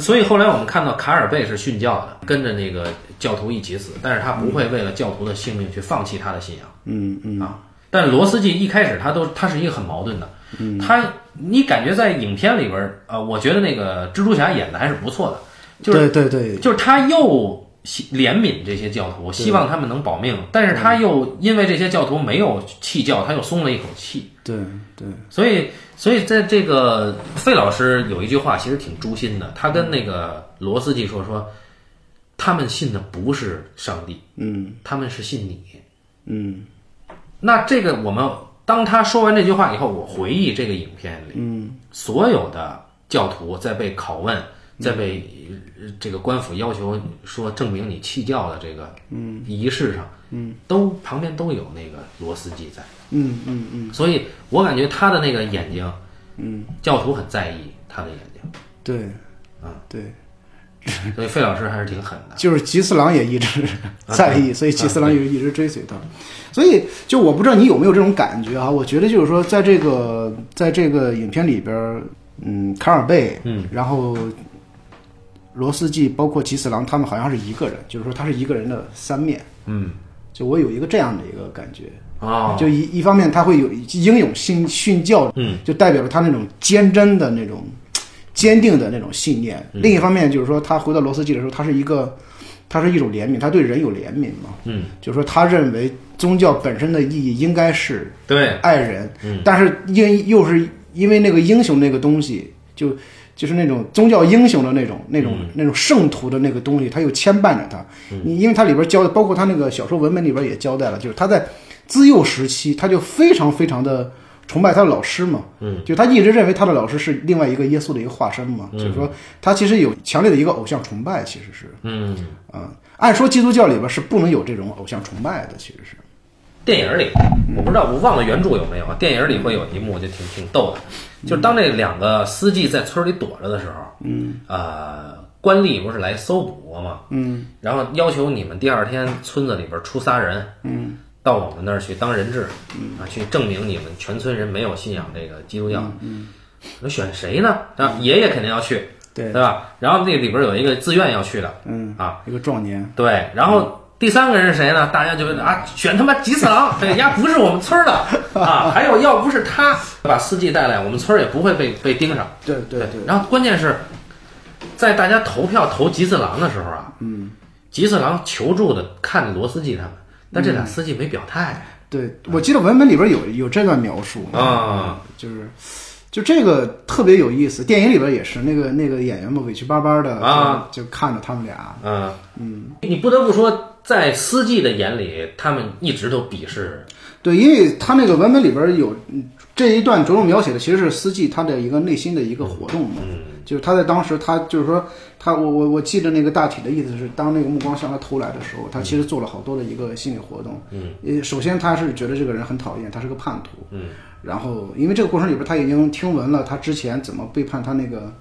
Speaker 1: 所以后来我们看到卡尔贝是殉教的，跟着那个教徒一起死，但是他不会为了教徒的性命去放弃他的信仰。
Speaker 2: 嗯嗯，
Speaker 1: 啊。但罗斯基一开始他都他是一个很矛盾的，他你感觉在影片里边儿啊、我觉得那个蜘蛛侠演的还是不错的，就是
Speaker 2: 对对对，
Speaker 1: 就是他又希怜悯这些教徒，希望他们能保命，但是他又因为这些教徒没有弃教，他又松了一口气。
Speaker 2: 对对，
Speaker 1: 所以，所以在这个费老师有一句话其实挺诛心的，他跟那个罗斯基说说，他们信的不是上帝，
Speaker 2: 嗯
Speaker 1: 他们是信你。
Speaker 2: 嗯
Speaker 1: 那这个我们当他说完这句话以后，我回忆这个影片里，
Speaker 2: 嗯
Speaker 1: 所有的教徒在被拷问，在被呃这个官府要求说证明你弃教的这个仪式上，嗯，都旁边都有那个罗斯基在。
Speaker 2: 嗯嗯嗯，
Speaker 1: 所以我感觉他的那个眼睛，嗯，教徒很在意他的眼睛，
Speaker 2: 对啊对，
Speaker 1: 所以费老师还是挺狠的。
Speaker 2: 就是吉次郎也一直在意，所以吉次郎也一直追随他。所以就我不知道你有没有这种感觉啊？我觉得就是说，在这个在这个影片里边儿，嗯，卡尔贝，嗯，然后罗斯季，包括吉次郎，他们好像是一个人，就是说他是一个人的三面。
Speaker 1: 嗯，
Speaker 2: 就我有一个这样的一个感觉。
Speaker 1: 哦，
Speaker 2: 就一一方面他会有英勇信训教，
Speaker 1: 嗯，
Speaker 2: 就代表着他那种坚贞的那种坚定的那种信念；
Speaker 1: 嗯
Speaker 2: 另一方面就是说，他回到罗斯基的时候，他是一个，他是一种怜悯，他对人有怜悯嘛，
Speaker 1: 嗯，
Speaker 2: 就是说他认为宗教本身的意义应该是
Speaker 1: 对，
Speaker 2: 爱人，
Speaker 1: 嗯
Speaker 2: 但是因又是因为那个英雄那个东西，就就是那种宗教英雄的那种那种、
Speaker 1: 嗯
Speaker 2: 那种圣徒的那个东西，他又牵绊着他。你因为他里边交代，包括他那个小说文本里边也交代了，就是他在自幼时期他就非常非常的。崇拜他的老师嘛，嗯，就他一直认为他的老师是另外一个耶稣的一个化身嘛，
Speaker 1: 嗯
Speaker 2: 就是说他其实有强烈的一个偶像崇拜，其实是，
Speaker 1: 嗯，
Speaker 2: 嗯，按说基督教里边是不能有这种偶像崇拜的，其实是，
Speaker 1: 电影里我不知道，我忘了原著有没有啊？电影里会有一幕就挺挺逗的，就是当这两个司机在村里躲着的时候，嗯，呃，官吏不是来搜捕我吗？
Speaker 2: 嗯
Speaker 1: 然后要求你们第二天村子里边出仨人，
Speaker 2: 嗯
Speaker 1: 到我们那儿去当人质，啊，去证明你们全村人没有信仰这个基督教。
Speaker 2: 嗯，
Speaker 1: 我选谁呢？啊，爷爷肯定要去，
Speaker 2: 对
Speaker 1: 对，吧？然后那里边有一个自愿要去的，
Speaker 2: 嗯
Speaker 1: 啊，
Speaker 2: 一个壮年，
Speaker 1: 对。然
Speaker 2: 嗯
Speaker 1: 后第三个人是谁呢？大家就啊，选他妈吉次 郎，对，丫不是我们村儿的啊。还有，要不是他把司机带来，我们村儿也不会被被盯上。
Speaker 2: 对对对，
Speaker 1: 然后关键是在大家投票投吉次郎的时候啊，
Speaker 2: 嗯
Speaker 1: 吉次郎求助的看罗斯基他们，但这俩
Speaker 2: 嗯
Speaker 1: 司机没表态
Speaker 2: 对，我记得文本里边有有这段描述，
Speaker 1: 嗯啊。
Speaker 2: 就是。就这个特别有意思，电影里边也是那个那个演员嘛，委屈巴巴的
Speaker 1: 啊，
Speaker 2: 就就看着他们俩，
Speaker 1: 嗯，
Speaker 2: 嗯，
Speaker 1: 你不得不说，在司机的眼里，他们一直都鄙视
Speaker 2: 对，因为他那个文本里边有嗯这一段着重描写的，其实是司机他的一个内心的一个活动
Speaker 1: 嗯
Speaker 2: 嘛，嗯就是他在当时他就是说他我我我记得那个大体的意思是，当那个目光向他投来的时候，他其实做了好多的一个心理活动，
Speaker 1: 嗯，
Speaker 2: 呃，首先他是觉得这个人很讨厌，他是个叛徒，
Speaker 1: 嗯，
Speaker 2: 然后因为这个过程里边他已经听闻了他之前怎么背叛他那个。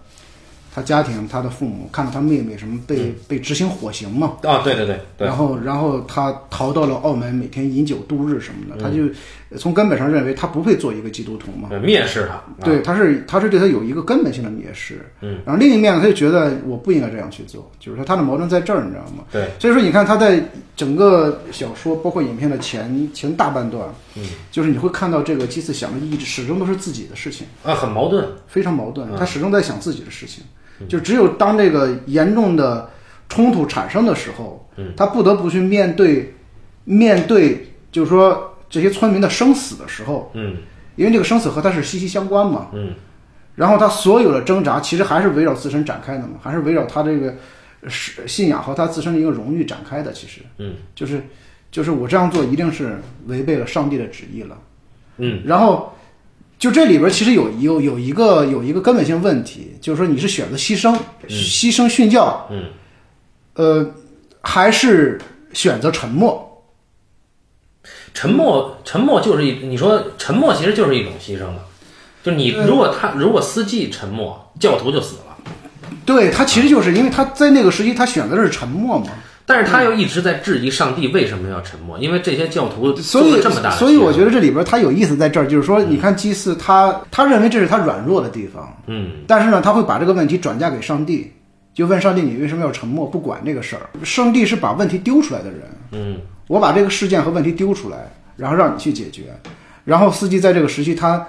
Speaker 2: 他家庭，他的父母看到他妹妹什么被、
Speaker 1: 嗯
Speaker 2: 被执行火刑嘛，
Speaker 1: 啊，对对对对，
Speaker 2: 然后，然后他逃到了澳门，每天饮酒度日什么
Speaker 1: 嗯
Speaker 2: 的，他就呃从根本上认为他不配做一个基督徒嘛。
Speaker 1: 呃蔑视他，
Speaker 2: 对，他是他是对他有一个根本性的蔑视。
Speaker 1: 嗯，
Speaker 2: 然后另一面呢，他就觉得我不应该这样去做，就是说他的矛盾在这儿，你知道吗？
Speaker 1: 对，
Speaker 2: 所以说，你看他在整个小说，包括影片的前前大半段，嗯，就是你会看到这个基斯想的一直始终都是自己的事情。
Speaker 1: 啊，很矛盾，
Speaker 2: 非常矛盾，他始终在想自己的事情。就只有当这个严重的冲突产生的时候，他不得不去面对面对，就是说这些村民的生死的时候，
Speaker 1: 嗯
Speaker 2: 因为这个生死和他是息息相关嘛。
Speaker 1: 嗯，
Speaker 2: 然后他所有的挣扎其实还是围绕自身展开的嘛，还是围绕他这个是信仰和他自身的一个荣誉展开的。其实
Speaker 1: 嗯
Speaker 2: 就是就是我这样做一定是违背了上帝的旨意了。
Speaker 1: 嗯
Speaker 2: 然后就这里边其实有有有一个有一个根本性问题，就是说你是选择牺牲、牺牲殉教，
Speaker 1: 嗯，
Speaker 2: 呃，还是选择沉默？
Speaker 1: 沉默，沉默就是一，你说沉默其实就是一种牺牲了，就你如果他如果司机沉默，教徒就死了，
Speaker 2: 对他其实就是因为他在那个时期他选择的是沉默嘛，
Speaker 1: 但
Speaker 2: 嗯
Speaker 1: 是他又一直在质疑上帝为什么要沉默，因为这些教徒
Speaker 2: 所
Speaker 1: 做
Speaker 2: 以
Speaker 1: 了这么大的牺牲，
Speaker 2: 所以我觉得这里边他有意思在这儿，就是说你看祭祀他他认为这是他软弱的地方，
Speaker 1: 嗯
Speaker 2: 但是呢，他会把这个问题转嫁给上帝，就问上帝你为什么要沉默不管这个事儿？上帝是把问题丢出来的人，
Speaker 1: 嗯
Speaker 2: 我把这个事件和问题丢出来，然后让你去解决。然后司机在这个时期他，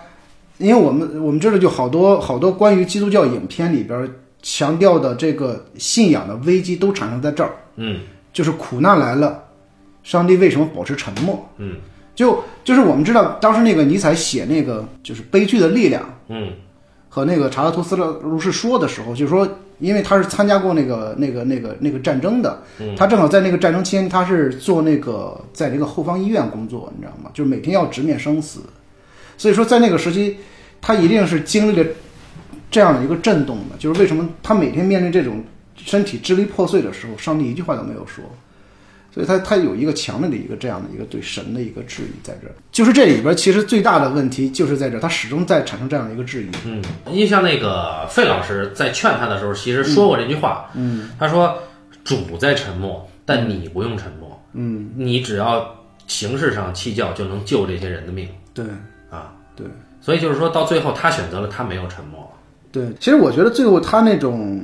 Speaker 2: 因为我们我们知道就好多好多关于基督教影片里边强调的这个信仰的危机都产生在这儿，
Speaker 1: 嗯
Speaker 2: 就是苦难来了，上帝为什么保持沉默？
Speaker 1: 嗯
Speaker 2: 就就是我们知道当时那个尼采写那个就是悲剧的力量。
Speaker 1: 嗯
Speaker 2: 和那个查拉图斯特如是说的时候，就是说，因为他是参加过那个那个那个那个战争的，他正好在那个战争期间，他是做那个在那个后方医院工作，你知道吗？就是每天要直面生死，所以说在那个时期，他一定是经历了这样的一个震动的。就是为什么他每天面对这种身体支离破碎的时候，上帝一句话都没有说。所以他他有一个强烈的一个这样的一个对神的一个质疑在这儿，就是这里边其实最大的问题就是在这儿，他始终在产生这样的一个质疑。
Speaker 1: 嗯，因为像那个费老师在劝他的时候，其实说过这句话，嗯，他说主在沉默，但你不用沉默，嗯，你只要形式上弃教就能救这些人的命
Speaker 2: 对
Speaker 1: 啊，
Speaker 2: 对
Speaker 1: 所以就是说到最后他选择了他没有沉默，
Speaker 2: 对，其实我觉得最后他那种，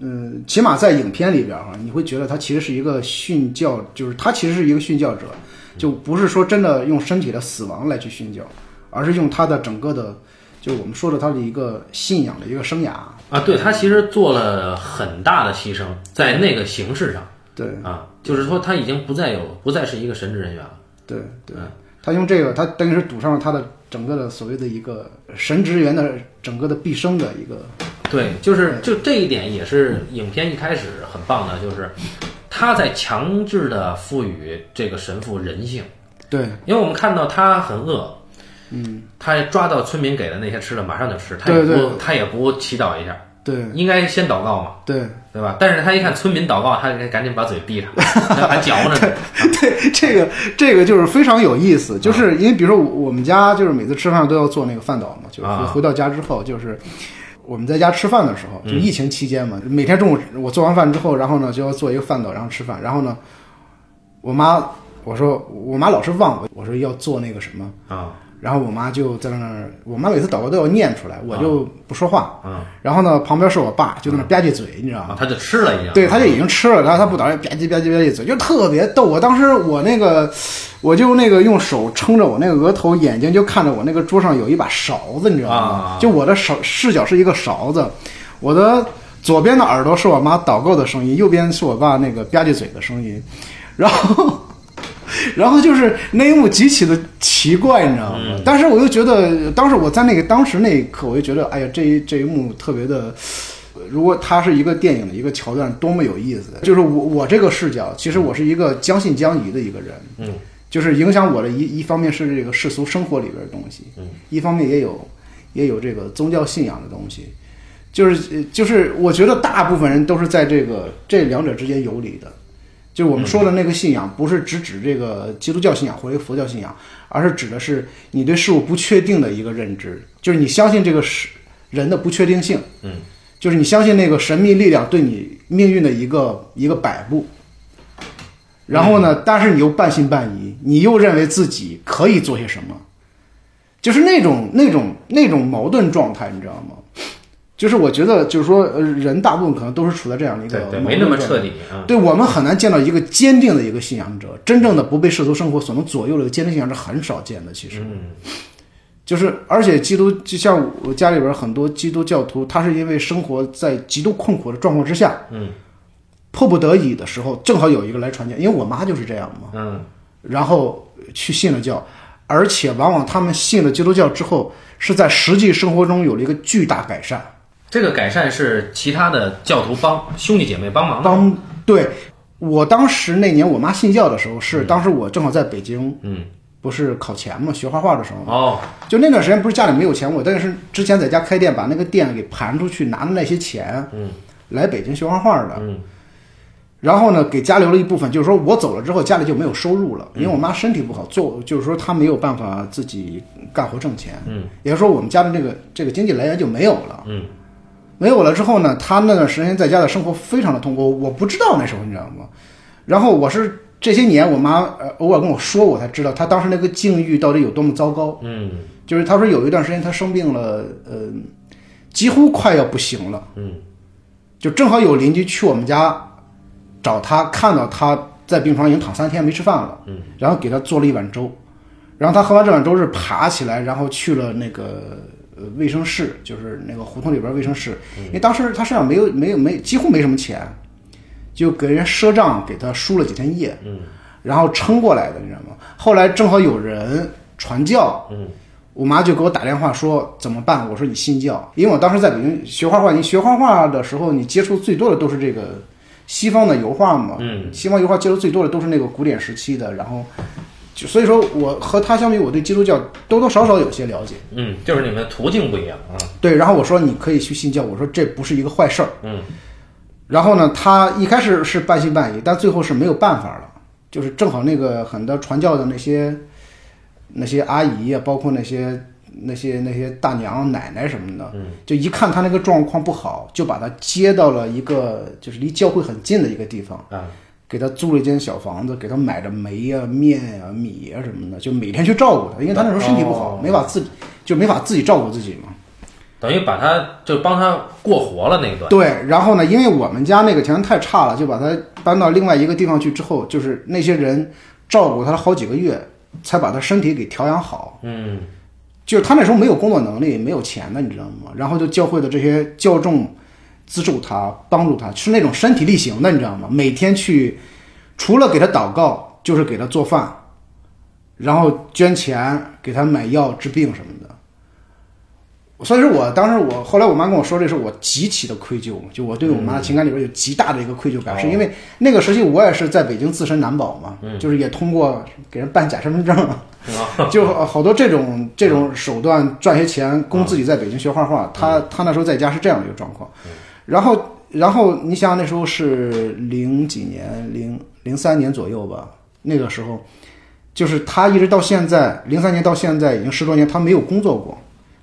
Speaker 2: 嗯，起码在影片里边哈、你会觉得他其实是一个殉教，就是他其实是一个殉教者，就不是说真的用身体的死亡来去殉教，而是用他的整个的，就是我们说的他的一个信仰的一个生涯。
Speaker 1: 啊，对他其实做了很大的牺牲，在那个形式上
Speaker 2: 对
Speaker 1: 啊，就是说他已经不再有不再是一个神职人员了，
Speaker 2: 对对，他用这个，他等于是赌上了他的整个的所谓的一个神职员的整个的毕生的一个，
Speaker 1: 对，就是就这一点也是影片一开始很棒的，就是他在强制的赋予这个神父人性，
Speaker 2: 对
Speaker 1: 因为我们看到他很饿，嗯，他抓到村民给的那些吃的，马上就吃，他也
Speaker 2: 对
Speaker 1: 不
Speaker 2: 对
Speaker 1: 他也不祈祷一下，
Speaker 2: 对
Speaker 1: 应该先祷告嘛。
Speaker 2: 对，
Speaker 1: 对吧？但是他一看村民祷告，他赶紧把嘴闭 上，还嚼着呢。
Speaker 2: 对， 这个这个就是非常有意思，就是因为比如说我我们家就是每次吃饭都要做那个饭岛嘛，就是回
Speaker 1: 啊
Speaker 2: 回到家之后就是。我们在家吃饭的时候，就疫情期间嘛，每天中午我做完饭之后，然后呢就要做一个饭岛，然后吃饭，然后呢，我妈我说我妈老是忘我，我说要做那个什么，
Speaker 1: 啊
Speaker 2: 然后我妈就在那儿，我妈每次祷告都要念出来，我就不说话，
Speaker 1: 啊
Speaker 2: 然后呢旁边是我爸，就在那儿吧唧嘴，你知道吗？
Speaker 1: 啊，他就吃了一样，
Speaker 2: 对，他就已经吃了，然后他不倒，吧唧吧唧吧唧嘴，就特别逗。我当时我那个，我就那个用手撑着我那个额头，眼睛就看着我那个桌上有一把勺子，你知道吗
Speaker 1: 啊？
Speaker 2: 就我的手视角是一个勺子，我的左边的耳朵是我妈祷告的声音，右边是我爸那个吧唧嘴的声音，然后。 然后就是那一幕极其的奇怪，你知道吗？
Speaker 1: 嗯
Speaker 2: 但是我又觉得，当时我在那个当时那一刻，我就觉得，哎呀，这一这一幕特别的，呃如果它是一个电影的一个桥段，多么有意思！就是我我这个视角，其实我是一个将信将疑的一个人，
Speaker 1: 嗯，
Speaker 2: 就是影响我的一一方面是这个世俗生活里边的东西，
Speaker 1: 嗯，
Speaker 2: 一方面也有也有这个宗教信仰的东西。就是呃就是，我觉得大部分人都是在这个这两者之间游离的，就是我们说的那个信仰，不是只指这个基督教信仰或者佛教信仰，而是指的是你对事物不确定的一个认知，就是你相信这个是人的不确定性，
Speaker 1: 嗯，
Speaker 2: 就是你相信那个神秘力量对你命运的一个一个摆布。然后
Speaker 1: 嗯
Speaker 2: 呢，但是你又半信半疑，你又认为自己可以做些什么，就是那种那种那种矛盾状态，你知道吗？就是我觉得，就是说，呃人大部分可能都是处在这样的一个
Speaker 1: 对对，
Speaker 2: 矛
Speaker 1: 没
Speaker 2: 盾
Speaker 1: 那么
Speaker 2: 状态
Speaker 1: 彻底啊，
Speaker 2: 对我们很难见到一个坚定的一个信仰者，真正的不被世俗生活所能左右的一个坚定信仰者很少见的。其实，
Speaker 1: 嗯
Speaker 2: 就是而且基督就像我家里边很多基督教徒，他是因为生活在极度困苦的状况之下，
Speaker 1: 嗯
Speaker 2: 迫不得已的时候，正好有一个来传教，因为我妈就是这样嘛，
Speaker 1: 嗯
Speaker 2: 然后去信了教，而且往往他们信了基督教之后，是在实际生活中有了一个巨大改善。
Speaker 1: 这个改善是其他的教徒帮兄弟姐妹帮忙的，
Speaker 2: 当对我当时那年我妈信教的时候，是当时我正好在北京。
Speaker 1: 嗯，
Speaker 2: 不是考前嘛，学画画的时候，
Speaker 1: 哦，
Speaker 2: 就那段时间不是家里没有钱，我但是之前在家开店，把那个店给盘出去，拿的那些钱，
Speaker 1: 嗯，
Speaker 2: 来北京学画画的，
Speaker 1: 嗯
Speaker 2: 然后呢，给家留了一部分，就是说我走了之后，家里就没有收入
Speaker 1: 嗯
Speaker 2: 了，因为我妈身体不好，做就是说她没有办法自己干活挣钱，
Speaker 1: 嗯，
Speaker 2: 也就是说我们家的这个这个经济来源就没有了，
Speaker 1: 嗯
Speaker 2: 没有了之后呢，她那段时间在家的生活非常的痛苦，我不知道那时候你知道吗？然后我是这些年我妈呃偶尔跟我说，我才知道她当时那个境遇到底有多么糟糕，
Speaker 1: 嗯
Speaker 2: 就是她说有一段时间她生病了，呃，几乎快要不行了。
Speaker 1: 嗯
Speaker 2: 就正好有邻居去我们家找他，看到他在病床已经躺三天没吃饭了，
Speaker 1: 嗯，
Speaker 2: 然后给他做了一碗粥，然后他喝完这碗粥是爬起来，然后去了那个呃卫生室，就是那个胡同里边卫生室，
Speaker 1: 嗯
Speaker 2: 因为当时他身上没有没有没几乎没什么钱，就给人赊账给他输了几天液，
Speaker 1: 嗯，
Speaker 2: 然后撑过来的，你知道吗？后来正好有人传教，
Speaker 1: 嗯
Speaker 2: 我妈就给我打电话说怎么办？我说你信教，因为我当时在北京学画画，你学画画的时候，你接触最多的都是这个西方的油画嘛，
Speaker 1: 嗯，
Speaker 2: 西方油画接触最多的都是那个古典时期的，然后就所以说我和他相比，我对基督教多多少少有些了解，
Speaker 1: 嗯，就是你们的途径不一样啊，
Speaker 2: 对，然后我说你可以去信教，我说这不是一个坏事儿，
Speaker 1: 嗯
Speaker 2: 然后呢，他一开始是半信半疑，但最后是没有办法了，就是正好那个很多传教的那些那些阿姨啊，包括那些那些那些大娘奶奶什么的，
Speaker 1: 嗯
Speaker 2: 就一看他那个状况不好，就把他接到了一个就是离教会很近的一个地方，
Speaker 1: 啊
Speaker 2: 给他租了一间小房子，给他买着煤呀、面呀、米啊呀、什么的，就每天去照顾他，因为他那时候身体不好，
Speaker 1: 哦
Speaker 2: 没法自己就没法自己照顾自己嘛。
Speaker 1: 等于把他就帮他过活了那一段，
Speaker 2: 对，然后呢，因为我们家那个条件太差了，就把他搬到另外一个地方去之后，就是那些人照顾他好几个月，才把他身体给调养好。
Speaker 1: 嗯
Speaker 2: 就是他那时候没有工作能力，没有钱的，你知道吗？然后就教会的这些教众资助他，帮助他，是那种身体力行的，你知道吗？每天去，除了给他祷告，就是给他做饭，然后捐钱给他买药治病什么的。所以说我当时我后来我妈跟我说这事，我极其的愧疚，就我对我妈的情感里边有极大的一个愧疚感，
Speaker 1: 哦
Speaker 2: 是因为那个时期我也是在北京自身难保嘛，就是也通过给人办假身份证。就好多这种这种手段赚些钱，供自己在北京学画画。他他那时候在家是这样一个状况，然后然后你想想那时候是零几年，零零三年左右吧，那个时候就是他一直到现在，零三年到现在已经十多年，他没有工作过，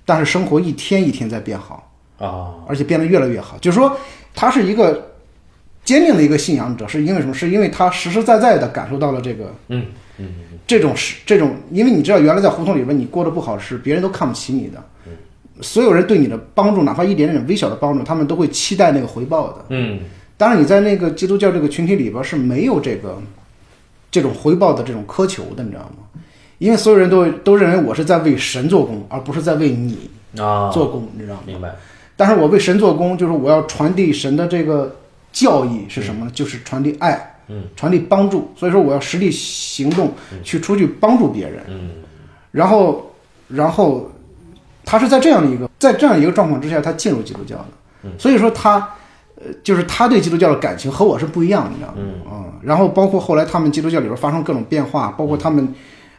Speaker 2: 但是生活一天一天在变好。
Speaker 1: 哦，
Speaker 2: 而且变得越来越好。就是说，他是一个坚定的一个信仰者，是因为什么？是因为他实实在在的感受到了这个
Speaker 1: 嗯
Speaker 2: 这种是这种，因为你知道，原来在胡同里边你过得不好是别人都看不起你的，所有人对你的帮助，哪怕一点点微小的帮助，他们都会期待那个回报的。
Speaker 1: 嗯
Speaker 2: 当然，你在那个基督教这个群体里边是没有这个这种回报的这种苛求的，你知道吗？因为所有人都都认为我是在为神做工，而不是在为你
Speaker 1: 啊，
Speaker 2: 做工，你知道吗？
Speaker 1: 明白，
Speaker 2: 但是我为神做工，就是我要传递神的这个教义是什么呢？就是传递爱，
Speaker 1: 嗯，
Speaker 2: 传递帮助。所以说，我要实际行动去出去帮助别人。
Speaker 1: 嗯
Speaker 2: 然后，然后他是在这样的一个在这样一个状况之下，他进入基督教的。
Speaker 1: 嗯
Speaker 2: 所以说他，呃，就是他对基督教的感情和我是不一样的，你知道吗？嗯。然后包括后来他们基督教里边发生各种变化，包括
Speaker 1: 嗯
Speaker 2: 他们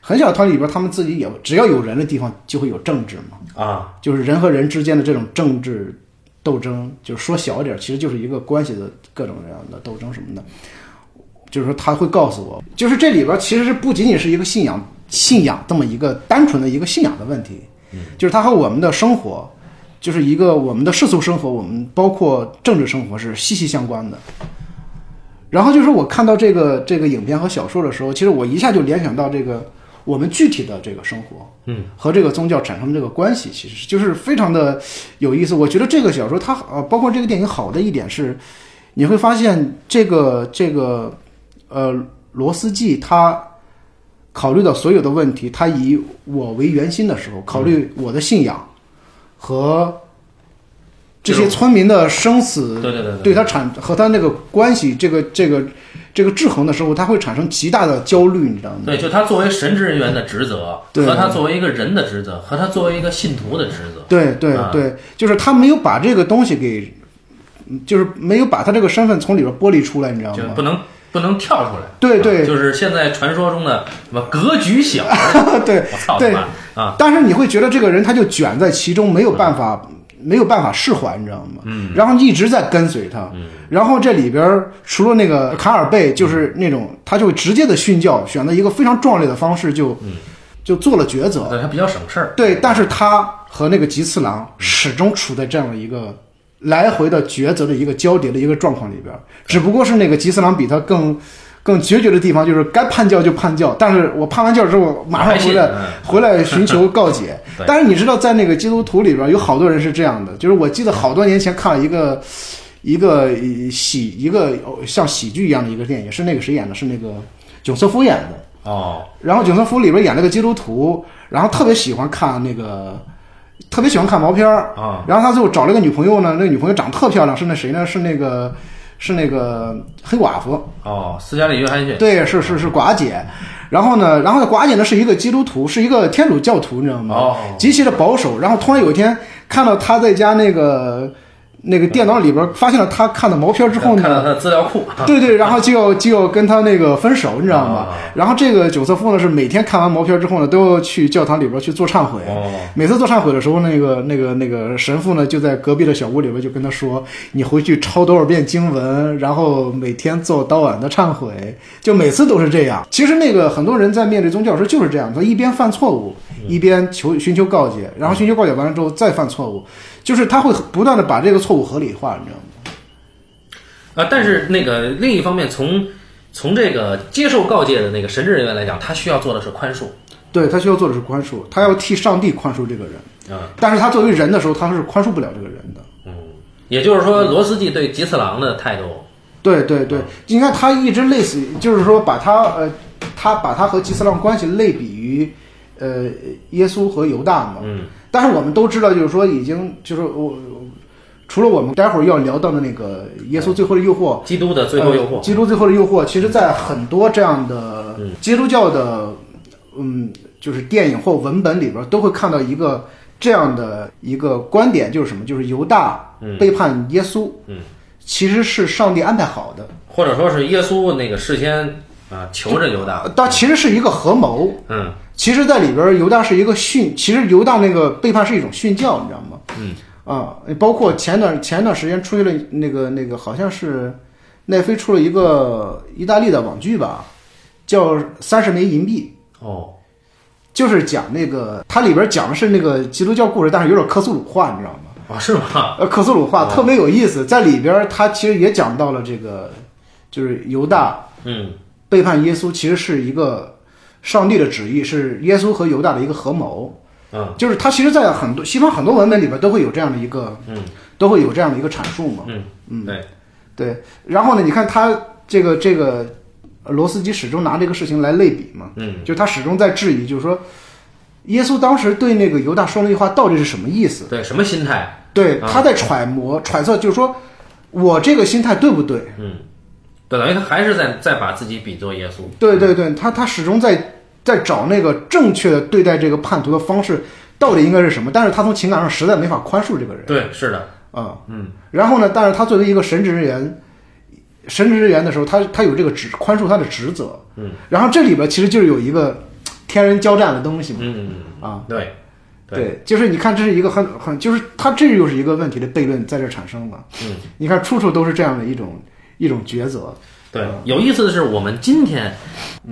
Speaker 2: 很小的团体里边，他们自己也只要有人的地方就会有政治嘛。
Speaker 1: 啊，
Speaker 2: 就是人和人之间的这种政治斗争，就是说小一点，其实就是一个关系的各种各样的斗争什么的。就是说他会告诉我，就是这里边其实是不仅仅是一个信仰信仰这么一个单纯的一个信仰的问题，就是它和我们的生活，就是一个我们的世俗生活，我们包括政治生活是息息相关的。然后就是我看到这个这个影片和小说的时候，其实我一下就联想到这个我们具体的这个生活，嗯，和这个宗教产生的这个关系，其实是就是非常的有意思。我觉得这个小说它呃，包括这个电影好的一点是，你会发现这个这个呃罗斯季他考虑到所有的问题，他以我为圆心的时候，考虑我的信仰和这些村民的生死
Speaker 1: 对对对
Speaker 2: 对他产和他那个关系，这个这个这个制衡的时候，他会产生极大的焦虑，你知道吗？
Speaker 1: 对，就他作为神职人员的职责，
Speaker 2: 对
Speaker 1: 和他作为一个人的职责，和他作为一个信徒的职责，
Speaker 2: 对对
Speaker 1: 啊
Speaker 2: 对，就是他没有把这个东西给，嗯就是没有把他这个身份从里边剥离出来，你知道
Speaker 1: 就
Speaker 2: 吗？
Speaker 1: 不能不能跳出来。
Speaker 2: 对对
Speaker 1: 啊就是现在传说中的什么格局小，
Speaker 2: 对
Speaker 1: 我操他
Speaker 2: 对
Speaker 1: 妈啊！
Speaker 2: 但是你会觉得这个人他就卷在其中，没有办法，
Speaker 1: 嗯
Speaker 2: 没有办法释怀，你知道吗？嗯，然后一直在跟随他，嗯，然后这里边儿除了那个卡尔贝，就是那种他就直接的训教，选择一个非常壮烈的方式就，
Speaker 1: 嗯
Speaker 2: 就做了抉择，
Speaker 1: 对他比较省事儿。
Speaker 2: 对，但是他和那个吉次郎始终处在这样的一个来回的抉择的一个交叠的一个状况里边儿，只不过是那个吉次郎比他更更决绝的地方，就是该叛教就叛教，但是我叛完教之后马上回来
Speaker 1: 还信嗯
Speaker 2: 回来寻求告解
Speaker 1: 对。
Speaker 2: 但是你知道，在那个基督徒里边儿有好多人是这样的，就是我记得好多年前看了一个。一个呃喜一个哦像喜剧一样的一个电影，是那个谁演的？是那个囧瑟夫演的。
Speaker 1: 哦，
Speaker 2: 然后《囧瑟夫》里边演了个基督徒，然后特别喜欢看那个，特别喜欢看毛片儿
Speaker 1: 啊。
Speaker 2: 然后他最后找了个女朋友呢，那个女朋友长得特漂亮，是那谁呢？是那个，是那个黑寡妇。
Speaker 1: 哦，斯嘉丽·约翰逊，
Speaker 2: 对，是是是寡姐。然后呢，然后寡姐呢是一个基督徒，是一个天主教徒，你知道吗？
Speaker 1: 哦
Speaker 2: 极其的保守。然后突然有一天看到他在家那个那个电脑里边，发现了他看的毛片之后呢，
Speaker 1: 看到他的资料库，
Speaker 2: 对对，然后就要就要跟他那个分手，你知道吗
Speaker 1: 啊？
Speaker 2: 然后这个九色夫呢是每天看完毛片之后呢，都要去教堂里边去做忏悔。
Speaker 1: 哦
Speaker 2: 每次做忏悔的时候，那个那个那个神父呢就在隔壁的小屋里边就跟他说：“你回去抄多少遍经文，然后每天做当晚的忏悔。”就每次都是这样。其实那个很多人在面对宗教时就是这样，他一边犯错误，
Speaker 1: 嗯
Speaker 2: 一边求寻求告解，然后寻求告解完了之后再犯错误，就是他会不断的把这个错误合理化，你知道吗？
Speaker 1: 啊，但是那个另一方面，从从这个接受告诫的那个神职人员来讲，他需要做的是宽恕。
Speaker 2: 对他需要做的是宽恕，他要替上帝宽恕这个人。
Speaker 1: 啊，
Speaker 2: 但是他作为人的时候，他是宽恕不了这个人的。
Speaker 1: 也就是说，罗斯季对吉次郎的态度，
Speaker 2: 对对对，你看他一直类似于，就是说把他呃，他把他和基斯浪关系类比于呃耶稣和犹大嘛。
Speaker 1: 嗯。
Speaker 2: 但是我们都知道，就是说已经就是我，除了我们待会儿要聊到的那个耶稣最后的诱惑，
Speaker 1: 基督的最后诱
Speaker 2: 呃
Speaker 1: 惑，嗯
Speaker 2: 基督最后的诱惑，其实，在很多这样的基督教的，嗯，就是电影或文本里边，都会看到一个这样的一个观点，就是什么？就是犹大背叛耶稣，
Speaker 1: 嗯，
Speaker 2: 其实是上帝安排好的，
Speaker 1: 或者说是耶稣那个事先啊求着犹大，
Speaker 2: 呃但其实是一个合谋。
Speaker 1: 嗯
Speaker 2: 其实，在里边，犹大是一个训，其实犹大那个背叛是一种训教，你知道吗？
Speaker 1: 嗯
Speaker 2: 啊，包括前段前段时间出现了那个那个，好像是奈飞出了一个意大利的网剧吧，叫《三十枚银币
Speaker 1: 哦》，
Speaker 2: 就是讲那个它里边讲的是那个基督教故事，但是有点克苏鲁化，你知道吗？
Speaker 1: 啊，是吗？
Speaker 2: 呃，克苏鲁话特别有意思，在里边儿他其实也讲到了这个，就是犹大
Speaker 1: 嗯
Speaker 2: 背叛耶稣，其实是一个上帝的旨意，是耶稣和犹大的一个合谋。
Speaker 1: 嗯
Speaker 2: 就是他其实，在很多西方很多文本里边都会有这样的一个，
Speaker 1: 嗯，
Speaker 2: 都会有这样的一个阐述嘛。
Speaker 1: 嗯
Speaker 2: 嗯
Speaker 1: 对，
Speaker 2: 对，然后呢，你看他这个这个罗斯基始终拿这个事情来类比嘛，
Speaker 1: 嗯
Speaker 2: 就他始终在质疑，就是说耶稣当时对那个犹大说那句话到底是什么意思？
Speaker 1: 对，什么心态？
Speaker 2: 对，
Speaker 1: 啊
Speaker 2: 他在揣摩、揣测，就是说我这个心态对不对？
Speaker 1: 对，等于他还是在在把自己比作耶稣。
Speaker 2: 对对
Speaker 1: 嗯
Speaker 2: 对，他他始终在在找那个正确的对待这个叛徒的方式到底应该是什么，但是他从情感上实在没法宽恕这个人
Speaker 1: 对，是的，
Speaker 2: 啊。
Speaker 1: 嗯，
Speaker 2: 然后呢，但是他作为一个神职人员，神职人员的时候，他他有这个职宽恕他的职责。
Speaker 1: 嗯，
Speaker 2: 然后这里边其实就是有一个天人交战的东西嘛。
Speaker 1: 嗯
Speaker 2: 啊，
Speaker 1: 对，
Speaker 2: 对，就是你看，这是一个很很，就是它这又是一个问题的悖论在这产生了。
Speaker 1: 嗯，
Speaker 2: 你看处处都是这样的一种一种抉择。
Speaker 1: 对，
Speaker 2: 嗯
Speaker 1: 有意思的是，我们今天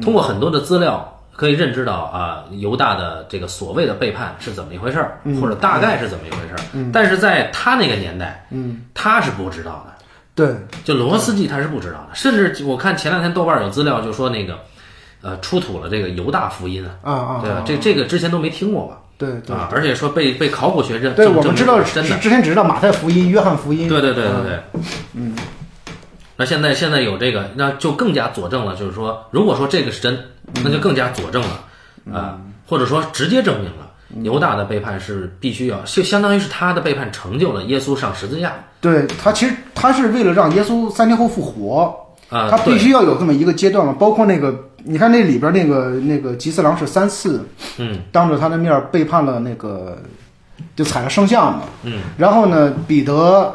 Speaker 1: 通过很多的资料可以认知到啊，犹大的这个所谓的背叛是怎么一回事儿，
Speaker 2: 嗯
Speaker 1: 或者大概是怎么一回事儿。但是在他那个年代，嗯，他是不知道的。
Speaker 2: 对，
Speaker 1: 就罗斯基他是不知道
Speaker 2: 嗯
Speaker 1: 的，甚至我看前两天豆瓣有资料就说那个，呃，出土了这个犹大福音啊，
Speaker 2: 啊啊，
Speaker 1: 对吧
Speaker 2: 啊？
Speaker 1: 这这个之前都没听过吧？
Speaker 2: 对对
Speaker 1: 啊，而且说被被考古学认
Speaker 2: 对，
Speaker 1: 证
Speaker 2: 我们
Speaker 1: 啊证
Speaker 2: 知
Speaker 1: 明
Speaker 2: 道
Speaker 1: 是真的
Speaker 2: 之，之前只知道马太福音、约翰福音。
Speaker 1: 对对对对
Speaker 2: 嗯
Speaker 1: 对，嗯。那现在现在有这个，那就更加佐证了，就是说，如果说这个是真，
Speaker 2: 嗯
Speaker 1: 那就更加佐证了，啊、或者说直接证明了
Speaker 2: 嗯
Speaker 1: 犹大的背叛是必须要，就相当于是他的背叛成就了耶稣上十字架
Speaker 2: 对他其实他是为了让耶稣三天后复活，
Speaker 1: 啊、
Speaker 2: 他必
Speaker 1: 对，
Speaker 2: 须要有这么一个阶段嘛。包括那个，你看那里边那个那个吉次郎是三次
Speaker 1: 嗯
Speaker 2: 当着他的面背叛了那个，就踩了圣像嘛。
Speaker 1: 嗯，
Speaker 2: 然后呢，彼得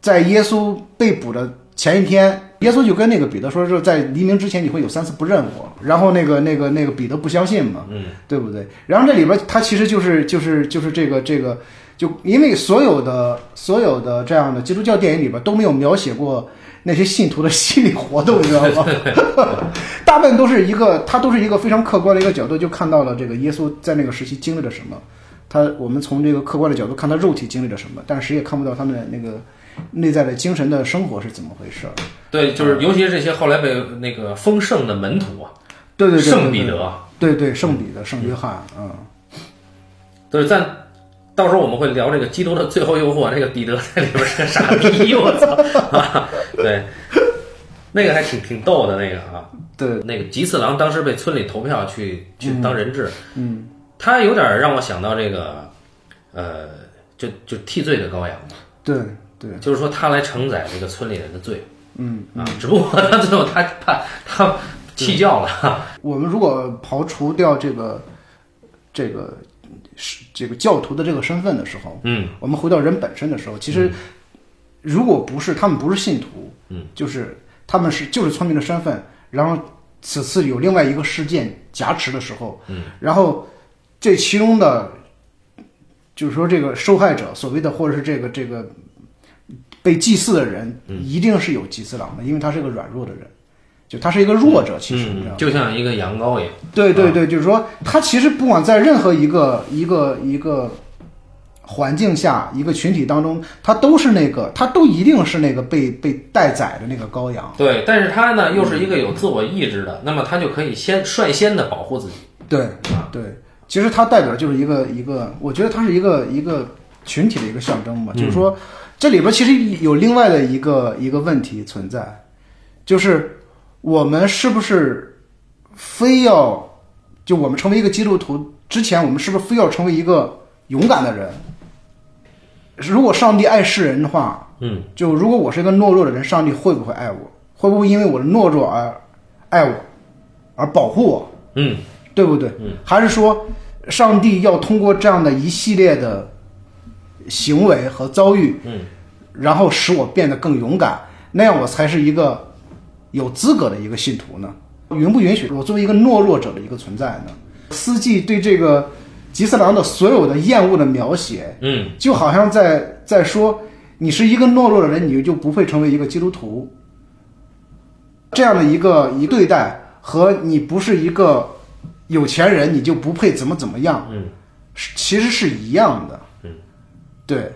Speaker 2: 在耶稣被捕的前一天，耶稣就跟那个彼得说，说在黎明之前你会有三次不认我。然后那个那个那个彼得不相信嘛，
Speaker 1: 嗯，
Speaker 2: 对不对？然后这里边他其实就是就是就是这个这个，就因为所有的所有的这样的基督教电影里边都没有描写过。那些信徒的心理活动，你知道吗？大部分都是一个，他都是一个非常客观的一个角度，就看到了这个耶稣在那个时期经历了什么。他我们从这个客观的角度看他肉体经历了什么，但是谁也看不到他们的那个内在的精神的生活是怎么回事儿。
Speaker 1: 对，就是尤其是这些后来被那个封圣的门徒啊，
Speaker 2: 对对对，
Speaker 1: 圣彼
Speaker 2: 对
Speaker 1: 得，
Speaker 2: 对对圣彼得、圣约翰，嗯，
Speaker 1: 对，在到时候我们会聊这个《基督的最后诱惑》，这个彼得在里边是个傻逼，我操！啊对，那个还挺挺逗的那个啊，
Speaker 2: 对，
Speaker 1: 那个吉次郎当时被村里投票去去当人质，嗯，他有点让我想到这个，呃，就就替罪的羔羊嘛，
Speaker 2: 对对
Speaker 1: 就是说他来承载这个村里人的罪，
Speaker 2: 嗯
Speaker 1: 啊，只不过他最后他他他弃教了，
Speaker 2: 我们如果刨除掉这个这个是这个教徒的这个身份的时候，
Speaker 1: 嗯，
Speaker 2: 我们回到人本身的时候，其实如果不是他们不是信徒，
Speaker 1: 嗯，
Speaker 2: 就是他们是就是村民的身份，然后此次有另外一个事件挟持的时候，嗯，然后这其中的就是说这个受害者所谓的或者是这个这个被祭祀的人，
Speaker 1: 嗯
Speaker 2: 一定是有祭祀郎的，因为他是个软弱的人。就他是一个弱者，其实、你知道吗
Speaker 1: 嗯，就像一个羊羔一样，
Speaker 2: 对对对，就是说，他其实不管在任何一个一个一个环境下，一个群体当中，他都是那个，他都一定是那个被被待宰的那个羔羊。
Speaker 1: 对，但是他呢又是一个有自我意志的，那么他就可以先率先的保护自己。
Speaker 2: 对对，其实它代表就是一个一个，我觉得它是一个一个群体的一个象征吧，就是说这里边其实有另外的一个一个问题存在，就是我们是不是非要就我们成为一个基督徒之前，我们是不是非要成为一个勇敢的人？如果上帝爱世人的话，
Speaker 1: 嗯，
Speaker 2: 就如果我是一个懦弱的人，上帝会不会爱我？会不会因为我的懦弱而爱我，而保护我？
Speaker 1: 嗯，
Speaker 2: 对不对？还是说，上帝要通过这样的一系列的行为和遭遇，
Speaker 1: 嗯，
Speaker 2: 然后使我变得更勇敢，那样我才是一个有资格的一个信徒呢？允不允许我作为一个懦弱者的一个存在呢？司机对这个吉次郎的所有的厌恶的描写，
Speaker 1: 嗯，
Speaker 2: 就好像在在说，你是一个懦弱的人，你就不会成为一个基督徒。这样的一个一对待和你不是一个有钱人，你就不配怎么怎么样，
Speaker 1: 嗯，
Speaker 2: 是其实是一样的。嗯，对，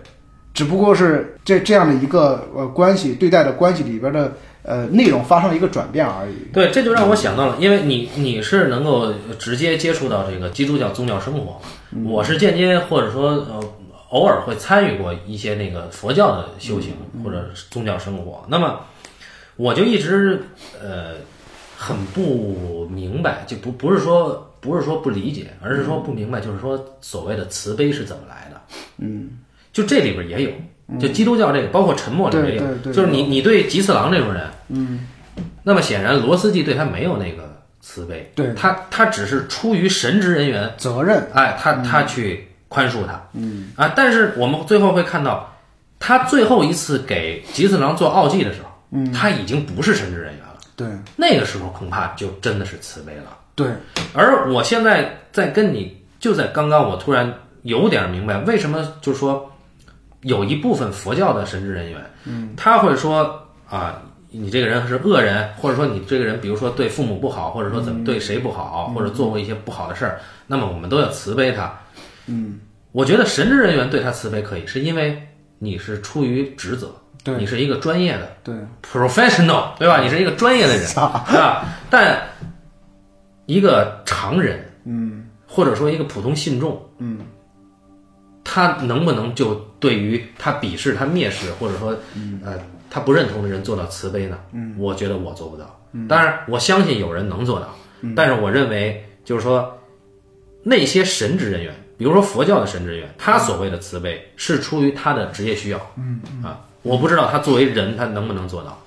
Speaker 2: 只不过是这这样的一个呃关系对待的关系里边的呃内容发生了一个转变而已。
Speaker 1: 对，这就让我想到了，因为你你是能够直接接触到这个基督教宗教生活，
Speaker 2: 嗯
Speaker 1: 我是间接或者说呃偶尔会参与过一些那个佛教的修行
Speaker 2: 嗯
Speaker 1: 或者是宗教生活，那么我就一直呃很不明白，就不不是说不是说不理解，而是说不明白，就是说所谓的慈悲是怎么来的，嗯，就这里边也有。就基督教这个，包括沉默里面也有
Speaker 2: 嗯对对，对
Speaker 1: 就是你你对吉次郎这种人，那么显然，罗斯季对他没有那个慈悲，
Speaker 2: 对
Speaker 1: 他，他只是出于神职人员，
Speaker 2: 责任，
Speaker 1: 哎，他他去宽恕他，嗯啊，但是我们最后会看到，他最后一次给吉次郎做奥祭的时候，嗯，他已经不是神职人员了，
Speaker 2: 对
Speaker 1: 那个时候恐怕就真的是慈悲了。
Speaker 2: 对，
Speaker 1: 而我现在在跟你，就在刚刚，我突然有点明白为什么，就是说有一部分佛教的神职人员，嗯，他会说啊，你这个人是恶人，或者说你这个人，比如说对父母不好，或者说怎么对谁不好，或者做过一些不好的事儿，那么我们都要慈悲他。
Speaker 2: 嗯，
Speaker 1: 我觉得神职人员对他慈悲可以，是因为你是出于职责，
Speaker 2: 对
Speaker 1: 你是一个专业的，
Speaker 2: 对
Speaker 1: professional，对吧？你是一个专业的 人啊，但一个常人，嗯，或者说一个普通信众，嗯，他能不能就对于他鄙视、他蔑视，或者说，呃，他不认同的人做到慈悲呢？嗯，我觉得我做不到。当然，我相信有人能做到，但是我认为就是说，那些神职人员，比如说佛教的神职人员，他所谓的慈悲是出于他的职业需要。嗯啊，我不知道他作为人他能不能做到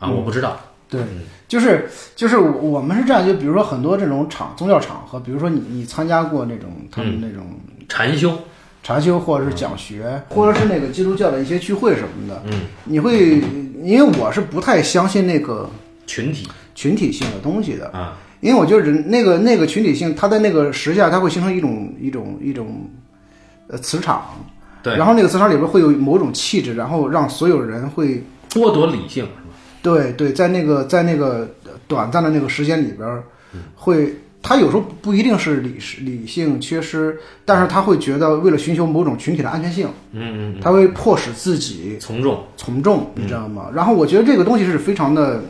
Speaker 2: 嗯
Speaker 1: 啊，我不知道。
Speaker 2: 对，就是就是我我们是这样，就比如说很多这种场宗教场合，比如说你你参加过那种他们那种
Speaker 1: 禅修，
Speaker 2: 禅修或者是讲学，或者是那个基督教的一些聚会什么的，嗯，你会因为我是不太相信那个
Speaker 1: 群体
Speaker 2: 群体性的东西的，
Speaker 1: 啊，
Speaker 2: 因为我觉得人那个那个群体性，它在那个时下，它会形成一种一种一种呃磁场，
Speaker 1: 对，
Speaker 2: 然后那个磁场里边会有某种气质，然后让所有人会
Speaker 1: 剥夺理性是吧？
Speaker 2: 对对，在那个在那个短暂的那个时间里边儿，会他有时候不一定是理理性缺失，但是他会觉得为了寻求某种群体的安全性，
Speaker 1: 嗯
Speaker 2: 他会迫使自己
Speaker 1: 嗯，从众，
Speaker 2: 从众，你知道吗？然后我觉得这个东西是非常的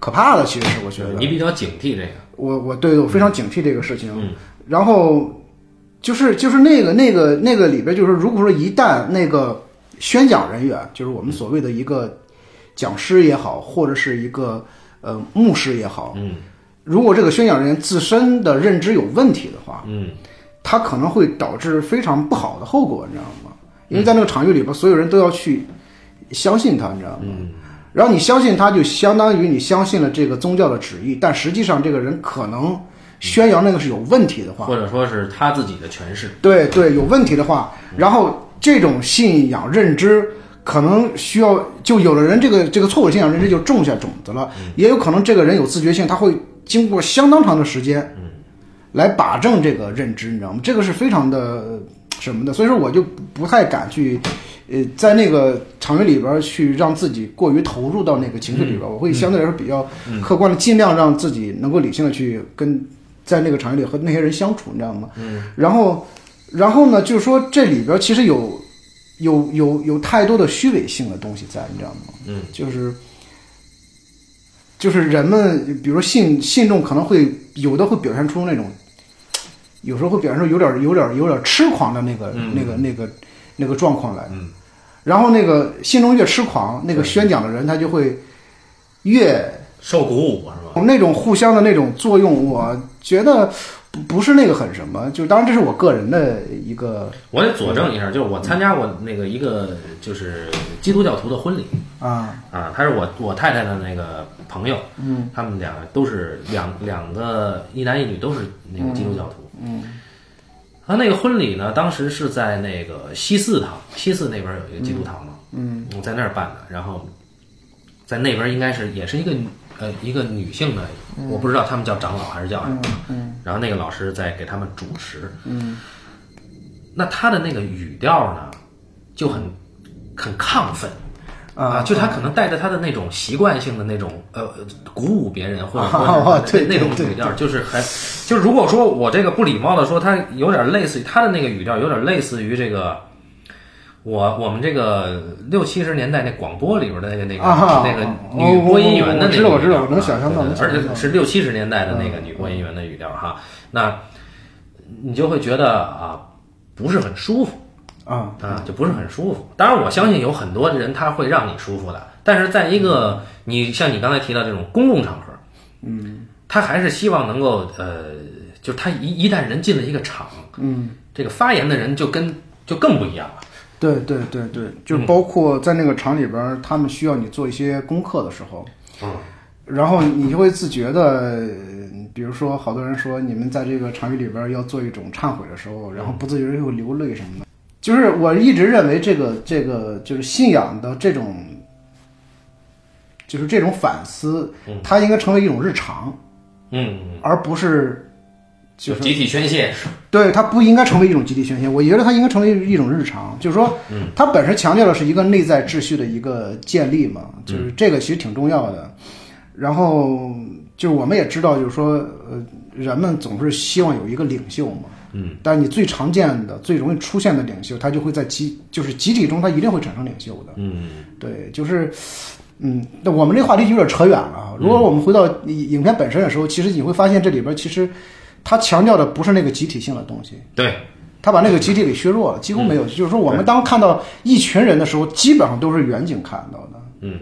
Speaker 2: 可怕的，其实是我觉得
Speaker 1: 你比较警惕这个，
Speaker 2: 我我对我非常警惕这个事情。然后就是就是那个那个那个里边，就是如果说一旦那个宣讲人员，就是我们所谓的一个讲师也好，或者是一个呃牧师也好，
Speaker 1: 嗯
Speaker 2: 如果这个宣讲人员自身的认知有问题的话，
Speaker 1: 嗯，
Speaker 2: 他可能会导致非常不好的后果，你知道吗？因为在那个场域里边，所有人都要去相信他，你知道吗？然后你相信他，就相当于你相信了这个宗教的旨意，但实际上这个人可能宣扬那个是有问题的话，
Speaker 1: 或者说是他自己的诠释，
Speaker 2: 对对，有问题的话，然后这种信仰认知可能需要，就有的人这个这个错误信仰认知就种下种子了，也有可能这个人有自觉性，他会经过相当长的时间，来把正这个认知，你知道吗？这个是非常的呃什么的，所以说我就不不太敢去。呃，在那个场域里边儿去让自己过于投入到那个情绪里边儿，我会相对来说比较客观的，尽量让自己能够理性的去跟在那个场域里和那些人相处，你知道吗？嗯。然后，然后呢，就是说这里边儿其实有有有有太多的虚伪性的东西在，你知道吗？嗯，就是就是人们，比如说信信众可能会有的会表现出那种，有时候会表现出有点儿有点儿有点儿痴狂的那个、那个那个那个状况来。嗯，然后那个信众越痴狂，那个宣讲的人他就会越
Speaker 1: 受鼓舞是吧？
Speaker 2: 那种互相的那种作用，我觉得不不是那个很什么。就当然这是我个人的一个
Speaker 1: 我得佐证一下，就是我参加过那个一个就是基督教徒的婚礼，
Speaker 2: 啊，
Speaker 1: 啊，他是我我太太的那个朋友，嗯，他们俩都是两两个一男一女都是那个基督教徒，嗯，他那个婚礼呢，当时是在那个西四堂，西四那边有一个基督堂嘛，嗯，我在那儿办的，然后在那边应该是也是一个女呃一个女性的，我不知道他们叫长老还是叫什么，嗯，然后那个老师在给他们主持，嗯，那他的那个语调呢就很很亢奋。啊，就他可能带着他的那种习惯性的那种呃鼓舞别人， 或者说是
Speaker 2: 啊对
Speaker 1: 那那种
Speaker 2: 对
Speaker 1: 语调，就是很就是如果说我这个不礼貌的说，他有点类似于他的那个语调，有点类似于这个我我们这个六七十年代那广播里边的那个那个、
Speaker 2: 啊
Speaker 1: 那个
Speaker 2: 我
Speaker 1: 女播音员的那个
Speaker 2: 我知道我知道
Speaker 1: 语调
Speaker 2: 我能想象到
Speaker 1: 啊对
Speaker 2: 能
Speaker 1: 对
Speaker 2: 想
Speaker 1: 而
Speaker 2: 象
Speaker 1: 且
Speaker 2: 到
Speaker 1: 是六七十年代的那个女播音员的语调哈，那你就会觉得啊，不是很舒服
Speaker 2: 啊，
Speaker 1: 啊，就不是很舒服。当然，我相信有很多人他会让你舒服的，但是在一
Speaker 2: 嗯
Speaker 1: 个你像你刚才提到这种公共场合，嗯，他还是希望能够呃，就是他一一旦人进了一个场，
Speaker 2: 嗯，
Speaker 1: 这个发言的人就跟就更不一样了。
Speaker 2: 对对对对，就
Speaker 1: 嗯
Speaker 2: 包括在那个厂里边儿，他们需要你做一些功课的时候，嗯，然后你就会自觉的，呃比如说好多人说你们在这个场域里边儿要做一种忏悔的时候，
Speaker 1: 嗯
Speaker 2: 然后不自觉又流泪什么的，就是我一直认为这个这个就是信仰的这种，就是这种反思，它应该成为一种日常，
Speaker 1: 嗯，
Speaker 2: 而不是
Speaker 1: 就集体宣泄是
Speaker 2: 对，它不应该成为一种集体宣泄，我觉得它应该成为一种日常。就是说，它本身强调的是一个内在秩序的一个建立嘛，就是这个其实挺重要的。然后就是我们也知道，就是说，呃，人们总是希望有一个领袖嘛，嗯，但你最常见的、最容易出现的领袖，他就会在集就是集体中，他一定会产生领袖的。
Speaker 1: 嗯
Speaker 2: 对，就是，嗯，那我们这话题就有点扯远了啊。如果我们回到影影片本身的时候，其实你会发现这里边其实它强调的不是那个集体性的东西，，
Speaker 1: 对，
Speaker 2: 它把那个集体给削弱了，几乎没有。就是说，我们当看到一群人的时候，基本上都是远景看到的，
Speaker 1: 嗯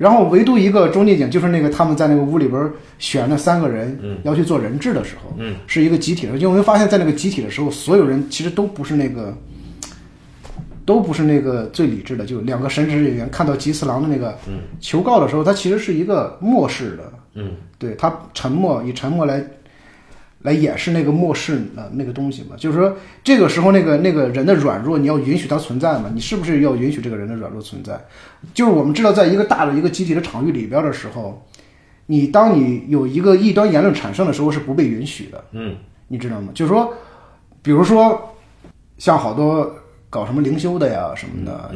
Speaker 2: 然后唯独一个中近景，就是那个他们在那个屋里边选那三个人要去做人质的时候，
Speaker 1: 嗯
Speaker 2: 是一个集体的，因为我们发现，在那个集体的时候，所有人其实都不是那个，都不是那个最理智的。就两个神职人员看到吉次郎的那个求告的时候，他其实是一个漠视的，
Speaker 1: 嗯，
Speaker 2: 对他沉默以沉默来来掩饰那个漠视的那个东西嘛。就是说，这个时候那个那个人的软弱，你要允许他存在嘛？你是不是要允许这个人的软弱存在？就是我们知道，在一个大的一个集体的场域里边的时候，你当你有一个异端言论产生的时候是不被允许的，
Speaker 1: 嗯
Speaker 2: 你知道吗？就是说，比如说像好多搞什么灵修的呀什么的，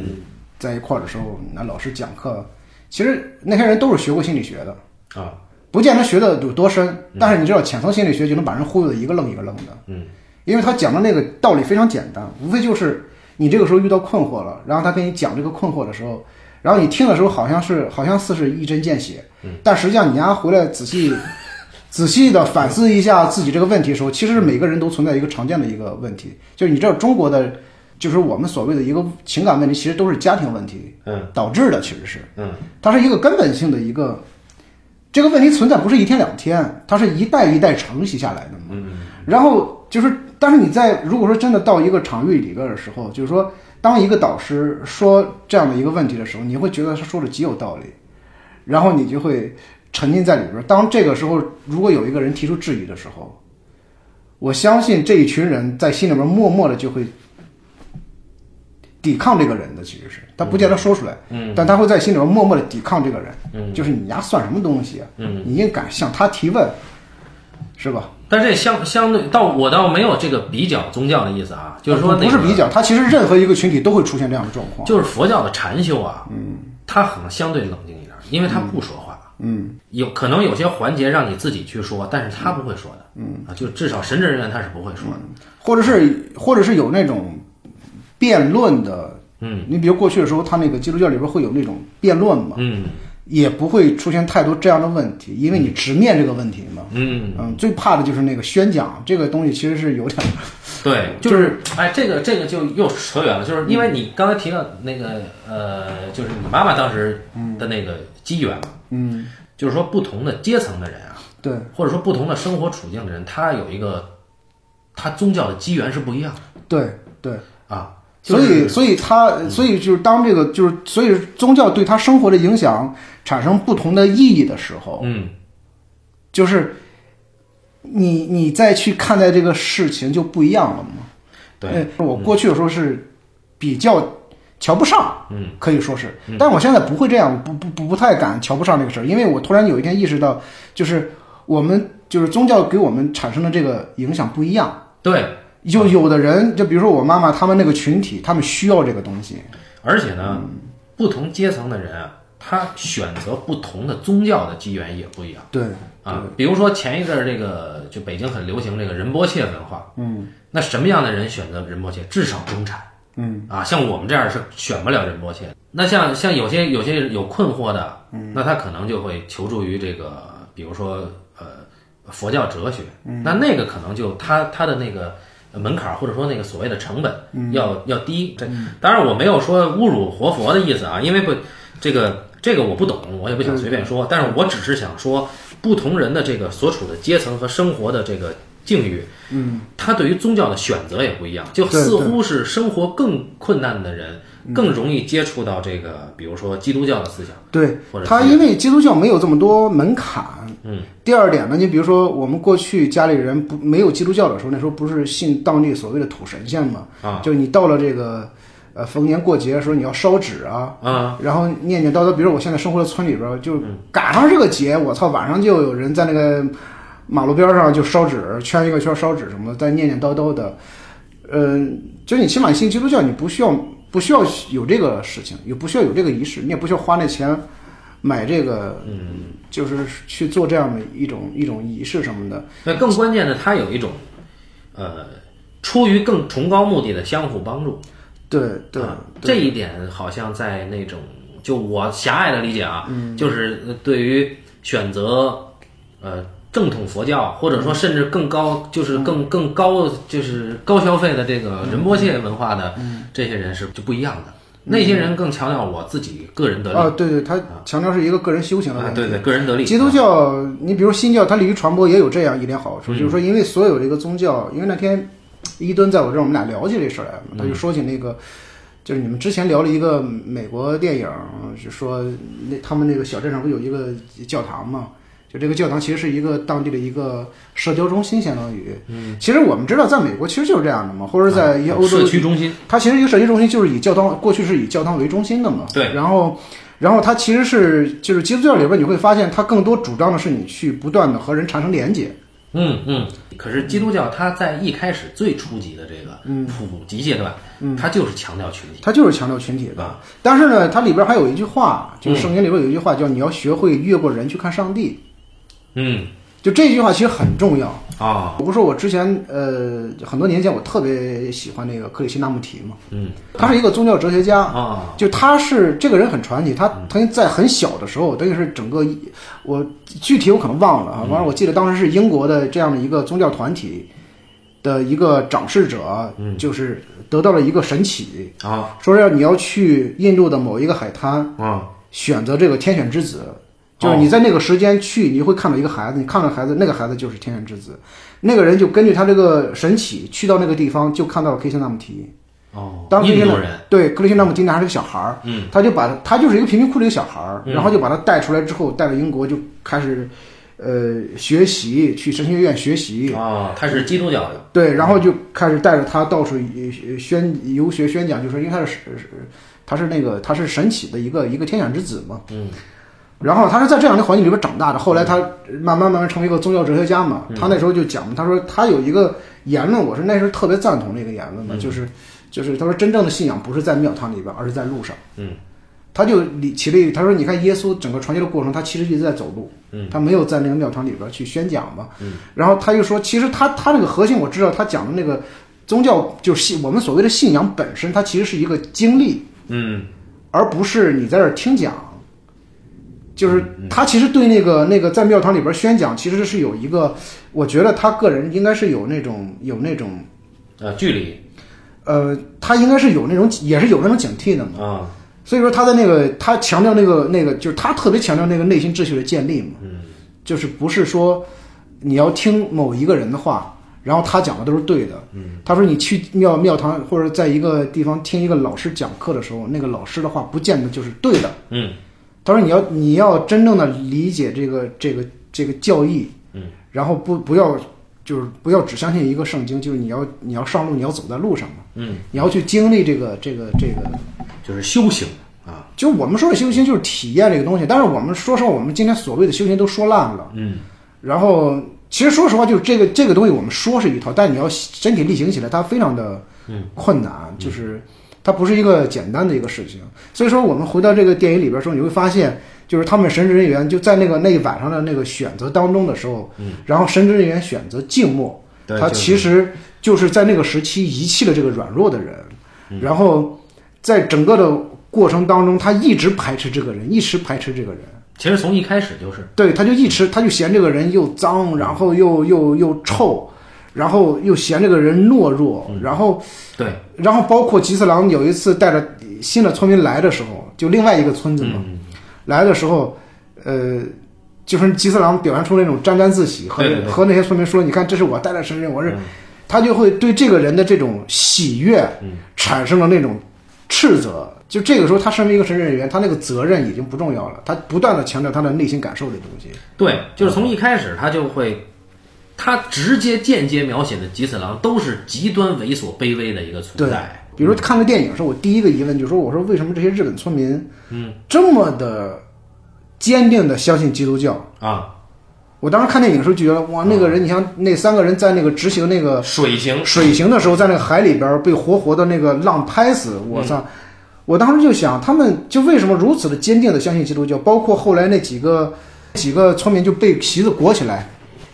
Speaker 2: 在一块儿的时候，那老师讲课，其实那些人都是学过心理学的。
Speaker 1: 啊，
Speaker 2: 不见得学的有多深，但是你知道浅层心理学就能把人忽悠的一个愣一个愣的，
Speaker 1: 嗯，
Speaker 2: 因为他讲的那个道理非常简单，无非就是你这个时候遇到困惑了，然后他跟你讲这个困惑的时候，然后你听的时候好像是好像似是一针见血，
Speaker 1: 嗯
Speaker 2: 但实际上你丫回来仔细 仔细的反思一下自己这个问题的时候，其实每个人都存在一个常见的一个问题，就是你知道中国的，就是我们所谓的一个情感问题，其实都是家庭问题
Speaker 1: 嗯
Speaker 2: 导致的，其实是。
Speaker 1: 嗯
Speaker 2: 它是一个根本性的一个这个问题存在，不是一天两天，它是一代一代承袭下来的嘛。然后就是，但是你在如果说真的到一个场域里边的时候，就是说，当一个导师说这样的一个问题的时候，你会觉得他说的极有道理，然后你就会沉浸在里边。当这个时候，如果有一个人提出质疑的时候，我相信这一群人在心里边默默的就会抵抗这个人的，其实是他不见得说出来，
Speaker 1: 嗯
Speaker 2: 但他会在心里边默默的抵抗这个人，
Speaker 1: 嗯
Speaker 2: 就是你丫算什么东西啊？
Speaker 1: 嗯，
Speaker 2: 你也敢向他提问，是吧？
Speaker 1: 但这相相对到我倒没有这个比较宗教的意思啊，就是说
Speaker 2: 不
Speaker 1: 那
Speaker 2: 不是
Speaker 1: 个嗯
Speaker 2: 比较，啊他其实任何一个群体都会出现这样的状况。
Speaker 1: 就是佛教的禅修啊，嗯，它可能相对冷静一点，因为它不说话，
Speaker 2: 嗯，
Speaker 1: 有可能有些环节让你自己去说，但是他不会说的，嗯啊，就至少神职人员他是不会说的，
Speaker 2: 或者是或者是有那种辩论的，
Speaker 1: 嗯，
Speaker 2: 你比如过去的时候，他那个基督教里边会有那种辩论嘛，
Speaker 1: 嗯
Speaker 2: 也不会出现太多这样的问题，因为你直面这个问题嘛。
Speaker 1: 嗯，
Speaker 2: 嗯，最怕的就是那个宣讲这个东西，其实是有点
Speaker 1: 对，就
Speaker 2: 就是嗯
Speaker 1: 哎，这个这个就又扯远了，就是因为你刚才提到那个呃，就是你妈妈当时的那个机缘嘛，
Speaker 2: 嗯，
Speaker 1: 就是说不同的阶层的人啊，
Speaker 2: 对
Speaker 1: 或者说不同的生活处境的人，他有一个他宗教的机缘是不一样的
Speaker 2: 对对，
Speaker 1: 啊，就
Speaker 2: 所
Speaker 1: 是嗯
Speaker 2: 以所以他所以就是当这个就是所以宗教对他生活的影响产生不同的意义的时候，
Speaker 1: 嗯
Speaker 2: 就是你你再去看待这个事情就不一样了嘛。
Speaker 1: 对
Speaker 2: 呃，我过去有时候是比较瞧不上，
Speaker 1: 嗯，
Speaker 2: 可以说是，但我现在不会这样，不不不不太敢瞧不上这个事儿，因为我突然有一天意识到，就是我们就是宗教给我们产生的这个影响不一样。
Speaker 1: 对，
Speaker 2: 就有的人，就比如说我妈妈他们那个群体，他们需要这个东西，
Speaker 1: 而且呢，
Speaker 2: 嗯
Speaker 1: 不同阶层的人啊，他选择不同的宗教的机缘也不一样。
Speaker 2: 对，
Speaker 1: 啊，比如说前一阵儿这个就北京很流行这个仁波切文化，嗯，那什么样的人选择仁波切？至少中产，嗯啊，像我们这样是选不了仁波切。那像像有些有些有困惑的，那他可能就会求助于这个，比如说呃佛教哲学，那那个可能就他他的那个呃门槛儿或者说那个所谓的成本要要低。这当然我没有说侮辱活佛的意思啊，因为不这个这个我不懂，我也不
Speaker 2: 嗯
Speaker 1: 想随便说，但是我只是想说不同人的这个所处的阶层和生活的这个境遇，嗯，他对于宗教的选择也不一样，就
Speaker 2: 对嗯
Speaker 1: 似乎是生活更困难的人更容易接触到这个，比如说基督教的思想，
Speaker 2: 对
Speaker 1: 或者
Speaker 2: 他，
Speaker 1: 是
Speaker 2: 因为基督教没有这么多门槛。
Speaker 1: 嗯，
Speaker 2: 第二点呢，你比如说我们过去家里人不没有基督教的时候，那时候不是信当地所谓的土神仙嘛，
Speaker 1: 啊
Speaker 2: 就你到了这个呃逢年过节的时候，你要烧纸啊。
Speaker 1: 啊，
Speaker 2: 然后念念叨叨，比如我现在生活的村里边儿，就赶上这个节，我操，晚上就有人在那个马路边儿上就烧纸，圈一个圈儿烧纸什么的，再念念叨叨的。嗯，就你起码信基督教，你不需要不需要有这个事情，也不需要有这个仪式，你也不需要花那钱买这个，嗯，就是去做这样的一种一种仪式什么的。
Speaker 1: 那更关键的，它有一种，呃，出于更崇高目的的相互帮助。
Speaker 2: 对对
Speaker 1: 啊
Speaker 2: 对
Speaker 1: 这一点好像在那种就我狭隘的理解啊，
Speaker 2: 嗯
Speaker 1: 就是呃对于选择呃正统佛教，或者说甚至更
Speaker 2: 嗯
Speaker 1: 高，就是更更高，就是高消费的这个仁波切文化的
Speaker 2: 嗯
Speaker 1: 这些人是就不一样的。那些人更强调我自己个人得利
Speaker 2: 啊，对对，他强调是一个个人修行的
Speaker 1: 啊
Speaker 2: 问，题。
Speaker 1: 对对，个人得利。
Speaker 2: 基督教，你比如新教，它利于传播也有这样一点好
Speaker 1: 嗯
Speaker 2: 处，就是说，因为所有这个宗教，因为那天伊敦在我这儿，我们俩聊起这事儿来了
Speaker 1: 嗯
Speaker 2: 嘛，他就说起那个，就是你们之前聊了一个美国电影，就说那他们那个小镇上不有一个教堂嘛。就这个教堂其实是一个当地的一个社交中心，相当于。嗯，其实我们知道，在美国其实就是这样的嘛，或者在一些
Speaker 1: 啊
Speaker 2: 欧洲
Speaker 1: 社区中心，
Speaker 2: 它其实一个社区中心就是以教堂，过去是以教堂为中心的嘛。
Speaker 1: 对。
Speaker 2: 然后，然后它其实是就是基督教里边你会发现，它更多主张的是你去不断的和人产生连接。
Speaker 1: 嗯嗯，可是基督教它在一开始最初级的这个
Speaker 2: 嗯
Speaker 1: 普及阶段，它就是强调群体，
Speaker 2: 它就是强调群体的
Speaker 1: 啊。
Speaker 2: 但是呢，它里边还有一句话，就是圣经里边有一句话叫“你要学会越过人去看上帝
Speaker 1: 嗯”，
Speaker 2: 就这句话其实很重要。
Speaker 1: 啊、
Speaker 2: 我不是说我之前呃很多年前我特别喜欢那个克里希那穆提嘛，
Speaker 1: 嗯
Speaker 2: 他是一个宗教哲学家，
Speaker 1: 啊，
Speaker 2: 就他是这个人很传奇，他曾经在很小的时候，等于是整个我具体我可能忘了啊，反正我记得当时是英国的这样的一个宗教团体的一个掌事者，就是得到了一个神启，
Speaker 1: 啊
Speaker 2: 说要你要去印度的某一个海滩
Speaker 1: 啊
Speaker 2: 选择这个天选之子，就是你在那个时间去，你会看到一个孩子，你看到孩子，那个孩子就是天选之子，那个人就根据他这个神启去到那个地方，就看到了 K 线纳姆提。
Speaker 1: 哦，
Speaker 2: 当时
Speaker 1: 印
Speaker 2: 那
Speaker 1: 度
Speaker 2: 个
Speaker 1: 人，
Speaker 2: 对克里希那穆提那还是个小孩儿，
Speaker 1: 嗯，
Speaker 2: 他就把他就是一个贫民窟里的小孩儿，
Speaker 1: 嗯
Speaker 2: 然后就把他带出来之后，带到英国就开始，呃，学习去神学院学习，
Speaker 1: 啊，他是基督教的，
Speaker 2: 对，然后就开始带着他到处呃宣游学宣讲，就是因为他是是是他是那个他是神启的一个一个天选之子嘛，
Speaker 1: 嗯
Speaker 2: 然后他是在这样的环境里边长大的，后来他慢慢慢慢成为一个宗教哲学家
Speaker 1: 嗯
Speaker 2: 嘛。他那时候就讲嘛，他说他有一个言论，我是那时候特别赞同这个言论
Speaker 1: 嗯
Speaker 2: 嘛，就是就是他说真正的信仰不是在庙堂里边，而是在路上。
Speaker 1: 嗯
Speaker 2: 他就理起了一，他说你看耶稣整个传教的过程，他其实一直在走路，
Speaker 1: 嗯，
Speaker 2: 他没有在那个庙堂里边去宣讲嘛。
Speaker 1: 嗯，
Speaker 2: 然后他就说，其实他他那个核心我知道，他讲的那个宗教就是信我们所谓的信仰本身，它其实是一个经历，
Speaker 1: 嗯
Speaker 2: 而不是你在这儿听讲。就是他其实对那个那个在庙堂里边宣讲，其实是有一个，我觉得他个人应该是有那种有那种，
Speaker 1: 呃，距离
Speaker 2: 呃，他应该是有那种也是有那种警惕的嘛。
Speaker 1: 啊，
Speaker 2: 所以说他在那个他强调那个那个就是他特别强调那个内心秩序的建立嘛，就是不是说你要听某一个人的话，然后他讲的都是对的，他说你去庙庙堂或者在一个地方听一个老师讲课的时候，那个老师的话不见得就是对的，
Speaker 1: 嗯
Speaker 2: 他说你要你要真正的理解这个这个这个教义，
Speaker 1: 嗯，
Speaker 2: 然后不不要就是不要只相信一个圣经，就是你要你要上路，你要走在路上嘛，
Speaker 1: 嗯，
Speaker 2: 你要去经历这个这个这个
Speaker 1: 就是修行啊，
Speaker 2: 就我们说的修行就是体验这个东西，但是我们说实话，我们今天所谓的修行都说烂了。
Speaker 1: 嗯
Speaker 2: 然后其实说实话，就是这个这个东西我们说是一套，但你要身体力行起来，它非常的
Speaker 1: 嗯
Speaker 2: 困难，就是它不是一个简单的一个事情。所以说，我们回到这个电影里边的时候，你会发现，就是他们神职人员就在那个那一晚上的那个选择当中的时候，然后神职人员选择静默，
Speaker 1: 嗯对
Speaker 2: 他
Speaker 1: 就是嗯
Speaker 2: 其实就是在那个时期遗弃了这个软弱的人。然后在整个的过程当中，他一直排斥这个人，一直排斥这个人。
Speaker 1: 其实从一开始就是，
Speaker 2: 对，他就一直他就嫌这个人又脏，然后又又又臭，然后又嫌这个人懦弱，
Speaker 1: 嗯
Speaker 2: 然后
Speaker 1: 对，
Speaker 2: 然后包括吉次郎有一次带着新的村民来的时候，就另外一个村子嘛，
Speaker 1: 嗯
Speaker 2: 来的时候，呃，就是吉次郎表现出那种沾沾自喜，和
Speaker 1: 对对对嗯
Speaker 2: 和那些村民说：“你看，这是我带来的神人，我是。他就会对这个人的这种喜悦
Speaker 1: 嗯
Speaker 2: 产生了那种斥责。就这个时候，他身为一个神职人员，他那个责任已经不重要了，他不断的强调他的内心感受的东西。
Speaker 1: 对，就是从一开始他就会，他直接间接描写的吉次郎都是极端猥琐卑微的一个存在。
Speaker 2: 比如说看个电影的时候，我第一个疑问就是说，我说为什么这些日本村民，嗯，这么的坚定的相信基督教？
Speaker 1: 啊，
Speaker 2: 我当时看电影的时候就觉得，哇，那个人，你像那三个人在那个执行那个
Speaker 1: 水行
Speaker 2: 水行的时候，在那个海里边儿被活活的那个浪拍死，我操！我当时就想，他们就为什么如此的坚定的相信基督教？包括后来那几个几个村民就被旗子裹起来。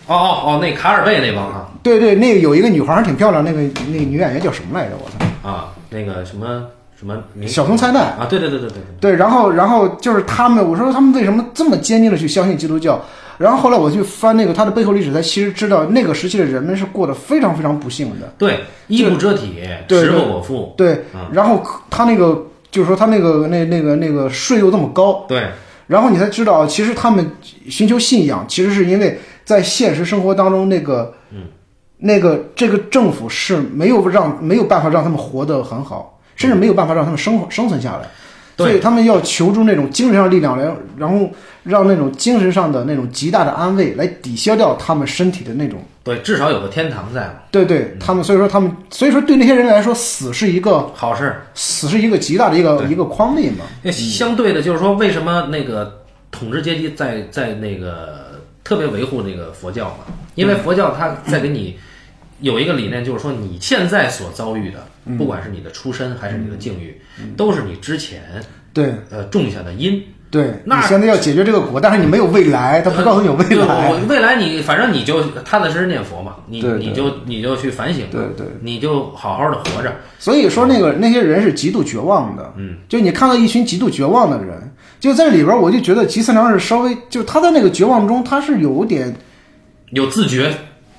Speaker 1: 哦哦哦，那卡尔贝那帮啊
Speaker 2: 对对，那个有一个女孩儿挺漂亮，那个那个女演员叫什么来着？我操！
Speaker 1: 啊，那个什么什么名
Speaker 2: 小松菜奈。
Speaker 1: 啊，对对对对对对，
Speaker 2: 对，然后然后就是他们，我说他们为什么这么坚定的去相信基督教？然后后来我去翻那个他的背后历史，才其实知道那个时期的人们是过得非常非常不幸的。
Speaker 1: 对衣不遮体，
Speaker 2: 对
Speaker 1: 食不果腹，
Speaker 2: 对，然后他那个就是说他那个那那个那个税又这么高，
Speaker 1: 对
Speaker 2: 然后你才知道，其实他们寻求信仰，其实是因为在现实生活当中那个，那个这个政府是没有让没有办法让他们活得很好，甚至没有办法让他们生活生存下来，
Speaker 1: 对
Speaker 2: 所以他们要求助那种精神上的力量来，然后让那种精神上的那种极大的安慰来抵消掉他们身体的那种，
Speaker 1: 对，至少有个天堂在嘛，
Speaker 2: 对对，他们所以说他们所以说对那些人来说，死是一个
Speaker 1: 好事。
Speaker 2: 死是一个极大的一个一个框内嘛，
Speaker 1: 那相对的，就是说，为什么那个统治阶级在在那个特别维护那个佛教嘛？因为佛教它在给你有一个理念，就是说你现在所遭遇的，
Speaker 2: 嗯
Speaker 1: 不管是你的出身还是你的境遇，都是你之前
Speaker 2: 对。
Speaker 1: 呃种下的因。
Speaker 2: 对，
Speaker 1: 那
Speaker 2: 你现在要解决这个果，但是你没有未来，他不告诉你有未
Speaker 1: 对
Speaker 2: 来。
Speaker 1: 我未来你反正你就踏踏实实念佛嘛，你
Speaker 2: 对对
Speaker 1: 你就你就去反省，
Speaker 2: 对对，
Speaker 1: 你就好好的活着。
Speaker 2: 所以说那个那些人是极度绝望的，嗯，就你看到一群极度绝望的人，就在里边，我就觉得吉次郎是稍微，就他在那个绝望中，他是有点，
Speaker 1: 有自觉，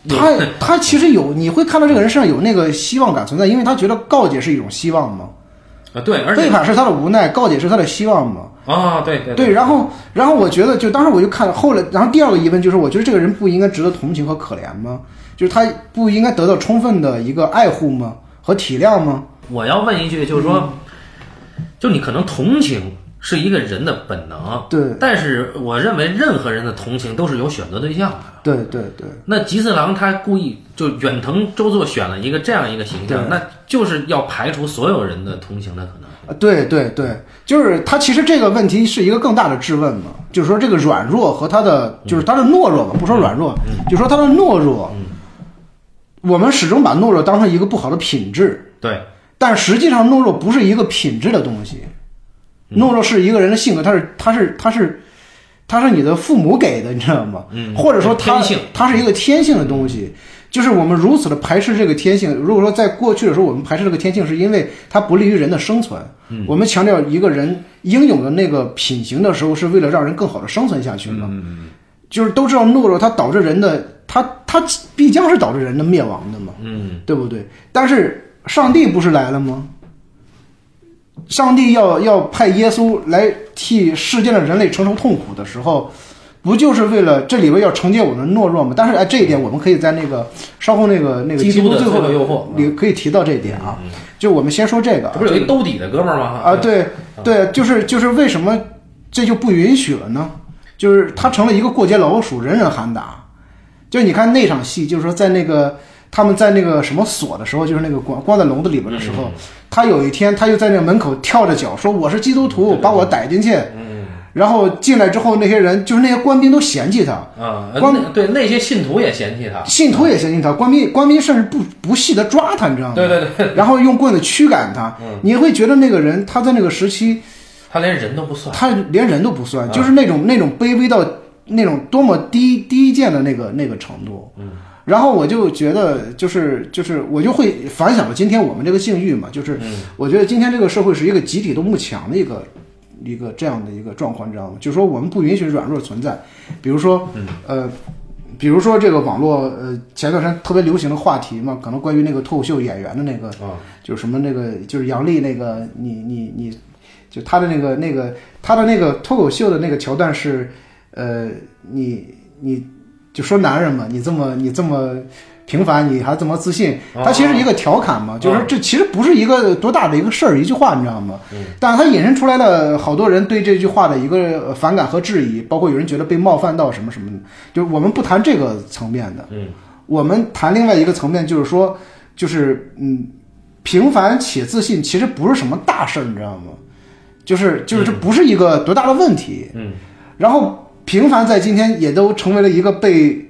Speaker 1: 有
Speaker 2: 他他其实有，你会看到这个人身上有那个希望感存在，因为他觉得告解是一种希望嘛，
Speaker 1: 啊对，而且
Speaker 2: 背叛是他的无奈，告解是他的希望嘛，
Speaker 1: 啊对对
Speaker 2: 对，然后然后我觉得就当时我就看后来，然后第二个疑问就是，我觉得这个人不应该值得同情和可怜吗？就是他不应该得到充分的一个爱护吗？和体谅吗？
Speaker 1: 我要问一句，就是
Speaker 2: 嗯
Speaker 1: 说，就你可能同情是一个人的本能，
Speaker 2: 对
Speaker 1: 但是我认为任何人的同情都是有选择对象的。
Speaker 2: 对对对
Speaker 1: 那吉次郎他故意就远藤周作选了一个这样一个形象，
Speaker 2: 对
Speaker 1: 那就是要排除所有人的同情的可能。
Speaker 2: 啊，对对对，就是他其实这个问题是一个更大的质问嘛，就是说这个软弱和他的就是他的懦弱吧，不说软弱，
Speaker 1: 嗯
Speaker 2: 就说他的懦弱，我们始终把懦弱当成一个不好的品质，
Speaker 1: 对，
Speaker 2: 但实际上，懦弱不是一个品质的东西，
Speaker 1: 嗯
Speaker 2: 懦弱是一个人的性格，它是它是它是它是你的父母给的，你知道吗？
Speaker 1: 嗯
Speaker 2: 或者说它
Speaker 1: 天性
Speaker 2: 它是一个天性的东西。就是我们如此的排斥这个天性。如果说在过去的时候，我们排斥这个天性，是因为它不利于人的生存。
Speaker 1: 嗯
Speaker 2: 我们强调一个人英勇的那个品行的时候，是为了让人更好的生存下去嘛。
Speaker 1: 嗯
Speaker 2: 就是都知道懦弱，它导致人的，它它必将是导致人的灭亡的嘛。
Speaker 1: 嗯，
Speaker 2: 对不对？但是上帝不是来了吗？上帝要要派耶稣来替世界的人类承受痛苦的时候，不就是为了这里边要惩戒我们的懦弱吗？但是哎，这一点我们可以在那个稍后那个那个
Speaker 1: 嗯基督的
Speaker 2: 最后
Speaker 1: 罪恶诱惑嗯
Speaker 2: 里可以提到这一点啊。就我们先说这个
Speaker 1: 这
Speaker 2: 啊
Speaker 1: 不是有一兜底的哥们儿吗？
Speaker 2: 啊，对对，就是就是为什么这就不允许了呢？就是他成了一个过街老鼠，人人喊打。就你看那场戏，就是说在那个他们在那个什么锁的时候，就是那个关关在笼子里边的时候，
Speaker 1: 嗯
Speaker 2: 他有一天他又在那个门口跳着脚说我是基督徒，把我逮进去。
Speaker 1: 嗯
Speaker 2: 然后进来之后，那些人就是那些官兵都嫌弃他，
Speaker 1: 啊，
Speaker 2: 光
Speaker 1: 那对那些信徒也嫌弃他。
Speaker 2: 信徒也嫌弃他，官兵官兵甚至不不惜的抓他，你知道吗？
Speaker 1: 对对嗯
Speaker 2: 对。然后用棍子驱赶他，你会觉得那个人他在那个时期，
Speaker 1: 他连人都不算，
Speaker 2: 他连人都不算，就是那种那种卑微到那种多么低低贱的那个那个程度。嗯，然后我就觉得，就是就是，我就会反想到今天我们这个境遇嘛，就是我觉得今天这个社会是一个集体都慕强的一个一个这样的一个状况，你知道吗？就是说我们不允许软弱存在，比如说，呃，比如说这个网络，呃，前段时间特别流行的话题嘛，可能关于那个脱口秀演员的那个，
Speaker 1: 啊
Speaker 2: 就是什么那个，就是杨笠那个，你你你，就他的那个那个他的那个脱口秀的那个桥段是，呃，你你就说男人嘛，你这么你这么平凡，你还这么自信，
Speaker 1: 啊
Speaker 2: 他其实一个调侃嘛，
Speaker 1: 啊
Speaker 2: 就是这其实不是一个多大的一个事儿，一句话你知道吗？但是他引申出来了好多人对这句话的一个呃反感和质疑，包括有人觉得被冒犯到什么什么的，就是我们不谈这个层面的，
Speaker 1: 嗯，
Speaker 2: 我们谈另外一个层面，就是说，就是嗯，平凡且自信其实不是什么大事儿，你知道吗？就是就是这不是一个多大的问题，
Speaker 1: 嗯，
Speaker 2: 然后平凡在今天也都成为了一个被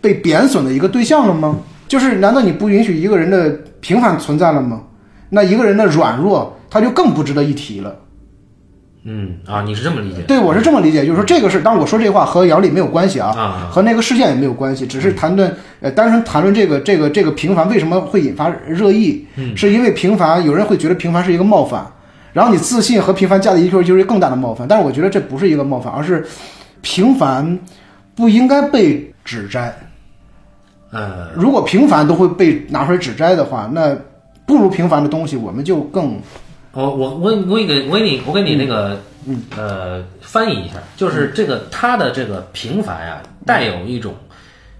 Speaker 2: 被贬损的一个对象了吗？就是难道你不允许一个人的平凡存在了吗？那一个人的软弱，他就更不值得一提了。
Speaker 1: 嗯啊，你是这么理解？
Speaker 2: 对，我是这么理解，就是说这个是，当然我说这话和杨笠没有关系啊，
Speaker 1: 啊嗯
Speaker 2: 和那个事件也没有关系，只是谈论呃，单纯谈论这个这个这个平凡为什么会引发热议，
Speaker 1: 嗯
Speaker 2: 是因为平凡有人会觉得平凡是一个冒犯，然后你自信和平凡加在一块儿就是一个更大的冒犯，但是我觉得这不是一个冒犯，而是平凡不应该被指摘。
Speaker 1: 呃，
Speaker 2: 如果平凡都会被拿出来指摘的话，那不如平凡的东西我们就更
Speaker 1: 我哦我我我给你我给你我给你
Speaker 2: 嗯
Speaker 1: 那个呃翻译一下，就是这个他的这个平凡呀，带有一种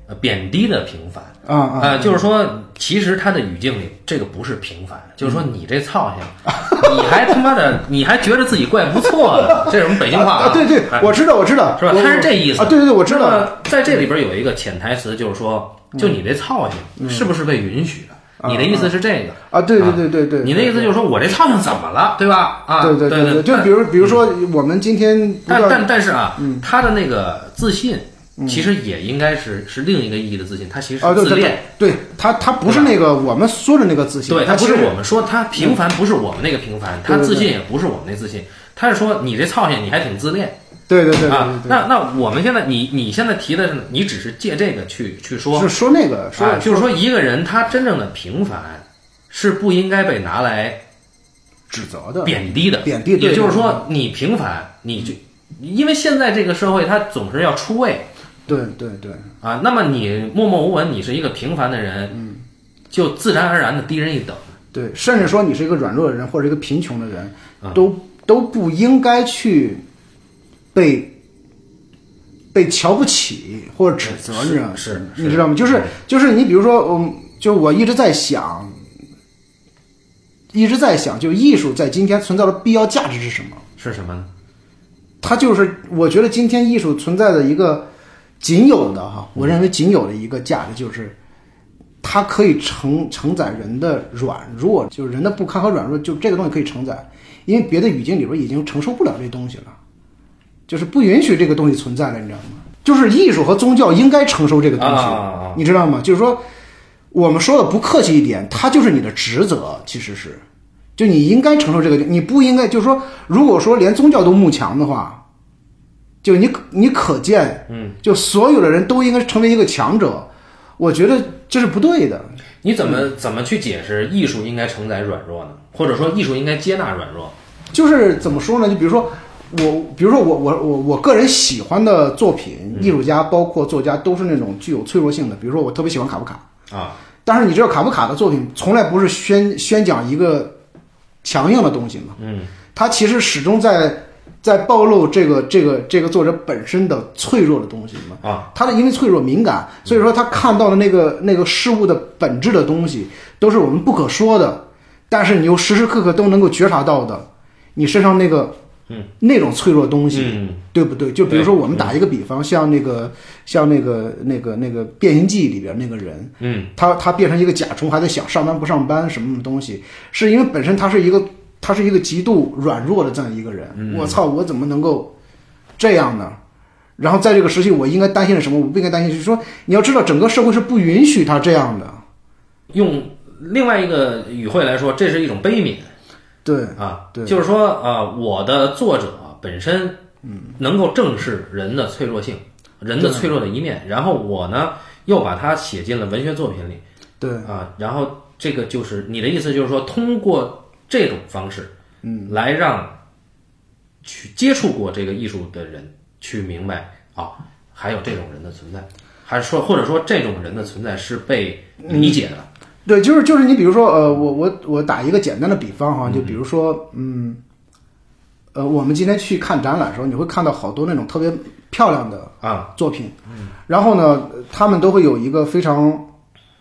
Speaker 1: 呃贬低的平凡。
Speaker 2: 啊啊、
Speaker 1: 呃，就是说，其实他的语境里，这个不是平凡，就是
Speaker 2: 嗯
Speaker 1: 说你这操性，你还他妈的，你还觉得自己怪不错的，这是我们北京话
Speaker 2: 啊，对对，
Speaker 1: 哎
Speaker 2: 我知道我知道，
Speaker 1: 是吧？
Speaker 2: 我
Speaker 1: 他是这意思
Speaker 2: 啊，对对对，我知道。嗯
Speaker 1: 那么在这里边有一个潜台词，就是说，就你这操性是不是被允许的？你的意思是这个？
Speaker 2: 啊，对对对对对，
Speaker 1: 你的意思就是说我这操性怎么了，对吧？啊，
Speaker 2: 对
Speaker 1: 对
Speaker 2: 对对，就比如比如说我们今天不嗯
Speaker 1: 但
Speaker 2: 断
Speaker 1: 但但是啊，他的那个自信，其实也应该是是另一个意义的自信，他其实是
Speaker 2: 啊，嗯对
Speaker 1: 自
Speaker 2: 对
Speaker 1: 恋
Speaker 2: 对。，对他他不是那个我们说的那个自信，
Speaker 1: 对，
Speaker 2: 他
Speaker 1: 他不
Speaker 2: 其
Speaker 1: 是
Speaker 2: 实
Speaker 1: 我们说他平凡，不是我们那个平凡，
Speaker 2: 对
Speaker 1: 他
Speaker 2: 对
Speaker 1: 自
Speaker 2: 对
Speaker 1: 信也不是我们那自信，他是说你这操性你还挺自恋
Speaker 2: 对对对对
Speaker 1: 啊
Speaker 2: 对。对
Speaker 1: 那那我们现在你你现在提的是，你只是借这个去去说，
Speaker 2: 是说那个说
Speaker 1: 啊，就是说一个人他真正的平凡是不应该被拿来
Speaker 2: 指责的，
Speaker 1: 贬低的，
Speaker 2: 贬低对
Speaker 1: 也就是
Speaker 2: 对
Speaker 1: 说你平凡，你就因为现在这个社会它总是要出位
Speaker 2: 对对对
Speaker 1: 啊，那么你默默无闻，你是一个平凡的人，
Speaker 2: 嗯
Speaker 1: 就自然而然的低人一等。
Speaker 2: 对，甚至说你是一个软弱的人或者一个贫穷的人，
Speaker 1: 啊
Speaker 2: 都都不应该去被。被瞧不起或者指责，你知道吗？
Speaker 1: 是是是
Speaker 2: 你知道吗？就是就是你比如说，嗯，就我一直在想，一直在想，就艺术在今天存在的必要价值是什么？
Speaker 1: 是什么呢？
Speaker 2: 它就是我觉得今天艺术存在的一个仅有的哈，我认为仅有的一个价值
Speaker 1: 嗯
Speaker 2: 就是，它可以承承载人的软弱，就是人的不堪和软弱，就这个东西可以承载，因为别的语境里边已经承受不了这东西了，就是不允许这个东西存在了，你知道吗？就是艺术和宗教应该承受这个东西，
Speaker 1: 啊
Speaker 2: 你知道吗？就是说，我们说的不客气一点，它就是你的职责，其实是。就你应该承受这个，你不应该就是说，如果说连宗教都慕强的话，就你可你可见，嗯，就所有的人都应该成为一个强者，我觉得这是不对的。
Speaker 1: 你怎
Speaker 2: 嗯
Speaker 1: 么怎么去解释艺术应该承载软弱呢？或者说艺术应该接纳软弱？
Speaker 2: 就是怎么说呢？就比如说我，比如说我我我我个人喜欢的作品，艺术家包括作家都是那种具有脆弱性的。比如说我特别喜欢卡夫卡，
Speaker 1: 啊，
Speaker 2: 但是你知道卡夫卡的作品从来不是宣宣讲一个强硬的东西嘛，
Speaker 1: 嗯，
Speaker 2: 他其实始终在在暴露这个这个这个作者本身的脆弱的东西嘛。
Speaker 1: 啊，
Speaker 2: 他的因为脆弱敏感，所以说他看到的那个那个事物的本质的东西，都是我们不可说的，但是你又时时刻刻都能够觉察到的，你身上那个嗯那种脆弱东西，
Speaker 1: 嗯，
Speaker 2: 对不对？就比如说我们打一个比方，像那个像那个那个那个《变形记》里边那个人，
Speaker 1: 嗯，
Speaker 2: 他他变成一个甲虫，还在想上班不上班什么什么东西，是因为本身他是一个他是一个极度软弱的这样一个人。我操，我怎么能够这样呢？然后在这个时期，我应该担心的什么？我不应该担心，就是说你要知道，整个社会是不允许他这样的。
Speaker 1: 用另外一个语汇来说，这是一种悲悯
Speaker 2: 对
Speaker 1: 啊，
Speaker 2: 对
Speaker 1: 就是说啊，我的作者本身，嗯，能够正视人的脆弱性，人的脆弱的一面，然后我呢又把它写进了文学作品里
Speaker 2: 对，
Speaker 1: 啊。然后这个就是你的意思，就是说通过这种方式，嗯，来让去接触过这个艺术的人去明白啊，还有这种人的存在，还是说或者说这种人的存在是被理解的，
Speaker 2: 对，就是就是你比如说，呃，我我我打一个简单的比方哈，就比如说，嗯，呃，我们今天去看展览的时候，你会看到好多那种特别漂亮的
Speaker 1: 啊
Speaker 2: 作品，然后呢，他们都会有一个非常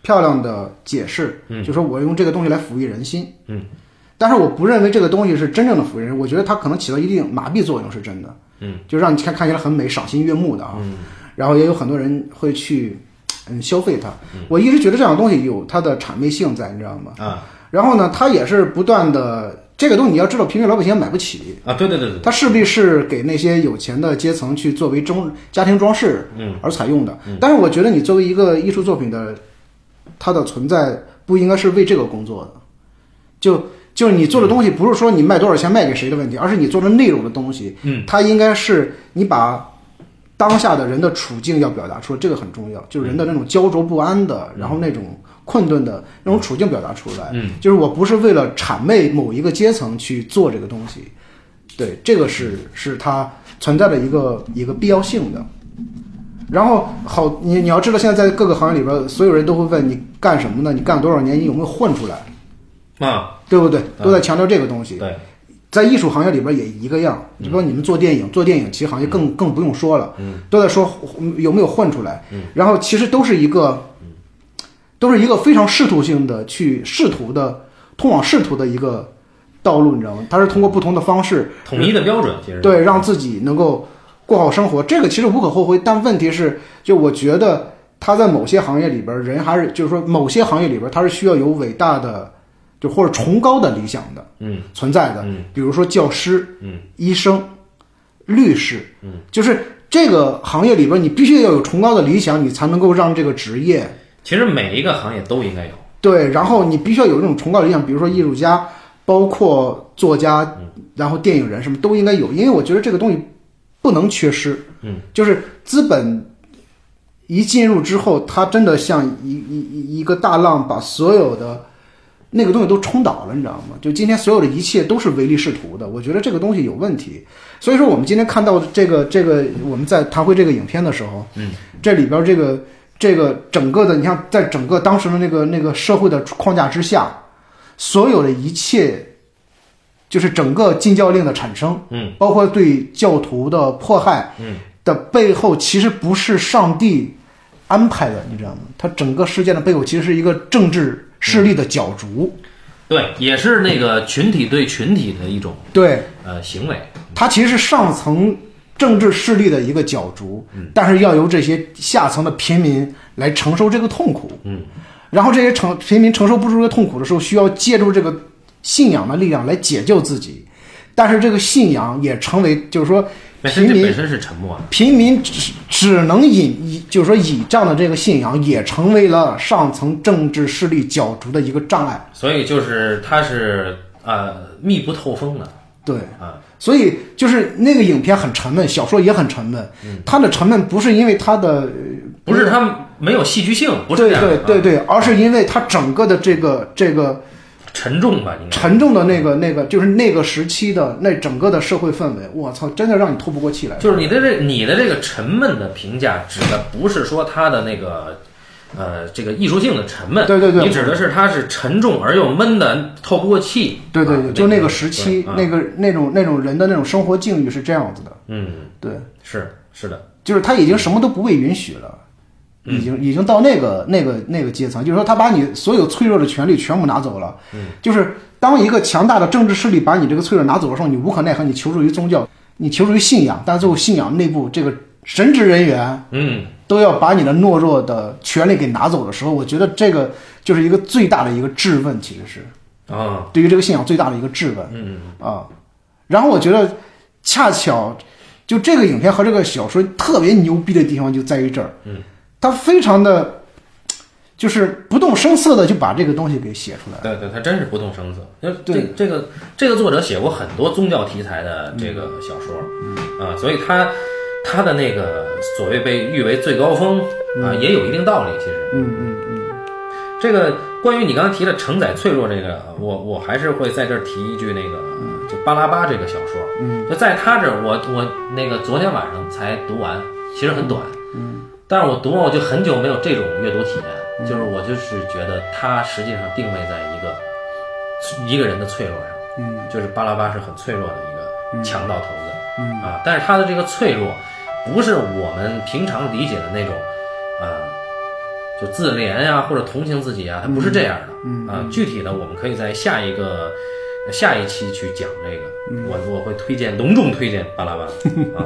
Speaker 2: 漂亮的解释，就说我用这个东西来抚育人心，嗯，但是我不认为这个东西是真正的抚育人心，我觉得它可能起到一定麻痹作用是真的，嗯，就让你看看起来很美、赏心悦目的啊，然后也有很多人会去嗯消费它，我一直觉得这样的东西有它的谄媚性在，你知道吗？
Speaker 1: 啊
Speaker 2: 然后呢，它也是不断的这个东西，你要知道，平民老百姓买不起，
Speaker 1: 啊，对对对对，
Speaker 2: 它势必是给那些有钱的阶层去作为中家庭装饰，嗯，而采用的。但是我觉得你作为一个艺术作品的，它的存在不应该是为这个工作的，就就是你做的东西不是说你卖多少钱卖给谁的问题，而是你做的内容的东西，嗯，它应该是你把当下的人的处境要表达出来，这个很重要，就是人的那种焦灼不安的，然后那种。困顿的那种处境表达出来，嗯，就是我不是为了谄媚某一个阶层去做这个东西，对，这个是是它存在的一个一个必要性的。然后好，你你要知道，现在在各个行业里边，所有人都会问你干什么呢？你干多少年？你有没有混出来？
Speaker 1: 啊
Speaker 2: 对不对？
Speaker 1: 嗯
Speaker 2: 都在强调这个东西。
Speaker 1: 对，
Speaker 2: 在艺术行业里边也一个样，你说你们做电影，做电影其实行业更更不用说了，都在说嗯有没有混出来，然后其实都是一个，都是一个非常试图性的去试图的通往仕途的一个道路，你知道吗？它是通过不同的方式
Speaker 1: 统一的标准其实
Speaker 2: 对，让自己能够过好生活，这个其实无可厚非。但问题是，就我觉得他在某些行业里边儿，人还是就是说某些行业里边儿，他是需要有伟大的，就或者崇高的理想的
Speaker 1: 嗯
Speaker 2: 存在的。比如说教师、
Speaker 1: 嗯
Speaker 2: 医生、律师，就是这个行业里边儿，你必须要有崇高的理想，你才能够让这个职业
Speaker 1: 其实每一个行业都应该有，
Speaker 2: 对，然后你必须要有这种崇高理想，比如说艺术家，包括作家，然后电影人什么都应该有，因为我觉得这个东西不能缺失。
Speaker 1: 嗯，
Speaker 2: 就是资本一进入之后，它真的像一一一一个大浪，把所有的那个东西都冲倒了，你知道吗？就今天所有的一切都是唯利是图的，我觉得这个东西有问题。所以说，我们今天看到的这个这个，我们在谈回这个影片的时候，嗯，这里边这个这个整个的，你像在整个当时的那个那个社会的框架之下，所有的一切，就是整个禁教令的产生，
Speaker 1: 嗯，
Speaker 2: 包括对教徒的迫害，
Speaker 1: 嗯，
Speaker 2: 的背后其实不是上帝安排的，你知道吗？它整个事件的背后其实是一个政治势力的角逐，
Speaker 1: 对，也是那个群体对群体的一种
Speaker 2: 对，
Speaker 1: 呃行为，
Speaker 2: 它其实是上层政治势力的一个角逐，
Speaker 1: 嗯
Speaker 2: 但是要由这些下层的平民来承受这个痛苦。
Speaker 1: 嗯，
Speaker 2: 然后这些承平民承受不住这个痛苦的时候，需要借助这个信仰的力量来解救自己，但是这个信仰也成为就是说
Speaker 1: 本身
Speaker 2: 平
Speaker 1: 这本
Speaker 2: 民。
Speaker 1: 身是沉默的，
Speaker 2: 平民只只能倚倚，就是说倚仗的这个信仰，也成为了上层政治势力角逐的一个障碍。
Speaker 1: 所以就是它是呃密不透风的
Speaker 2: 对，
Speaker 1: 啊，
Speaker 2: 所以就是那个影片很沉闷，小说也很沉闷。
Speaker 1: 嗯
Speaker 2: 它的沉闷不是因为它的呃
Speaker 1: 不是它没有戏剧性，不是这
Speaker 2: 对
Speaker 1: 样
Speaker 2: 对
Speaker 1: 的
Speaker 2: 对
Speaker 1: 啊
Speaker 2: 对，而是因为它整个的这个这个
Speaker 1: 沉重吧，应该
Speaker 2: 沉重的那个那个，就是那个时期的那整个的社会氛围，我操，真的让你透不过气来。
Speaker 1: 就是你的这你的这个沉闷的评价，指的不是说它的那个。呃，这个艺术性的沉闷，
Speaker 2: 对对对
Speaker 1: 你指的是它是沉重而又闷的，透不过气。
Speaker 2: 对对
Speaker 1: 啊
Speaker 2: 对，就那
Speaker 1: 那
Speaker 2: 个时期，
Speaker 1: 对啊
Speaker 2: 那个那种那种人的那种生活境遇是这样子的。
Speaker 1: 嗯，
Speaker 2: 对，
Speaker 1: 是是的，
Speaker 2: 就是他已经什么都不被允许了。已经已经到那个那个那个阶层，就是说他把你所有脆弱的权利全部拿走了。就是当一个强大的政治势力把你这个脆弱拿走的时候，你无可奈何，你求助于宗教，你求助于信仰，但最后信仰内部这个神职人员
Speaker 1: 嗯，
Speaker 2: 都要把你的懦弱的权利给拿走的时候，我觉得这个就是一个最大的一个质问，其实是。
Speaker 1: 啊、
Speaker 2: 对于这个信仰最大的一个质问。嗯啊，然后我觉得恰巧就这个影片和这个小说特别牛逼的地方就在于这儿，嗯，它非常的就是不动声色的就把这个东西给写出来了。
Speaker 1: 对对，他真是不动声色。那这
Speaker 2: 对
Speaker 1: 这个嗯这个作者写过很多宗教题材的这个小说，啊，所以他他的那个所谓被誉为最高峰啊，也有一定道理。其实
Speaker 2: 嗯嗯嗯，
Speaker 1: 这个关于你刚才提的承载脆弱这个，我我还是会在这儿提一句那个，就巴拉巴这个小说，嗯，就在他这儿，我我那个昨天晚上才读完，其实很短，嗯，但是我读完我就很久没有这种阅读体验，就是我就是觉得他实际上定位在一个一个人的脆弱上，嗯，就是巴拉巴是很脆弱的一个强盗头子，嗯啊，但是他的这个脆弱，不是我们平常理解的那种，啊、就自怜呀、或者同情自己啊，它不是这样的。嗯啊，具体的我们可以在下一个呃下一期去讲这个。我我会推荐，隆重推荐《巴拉 巴》啊。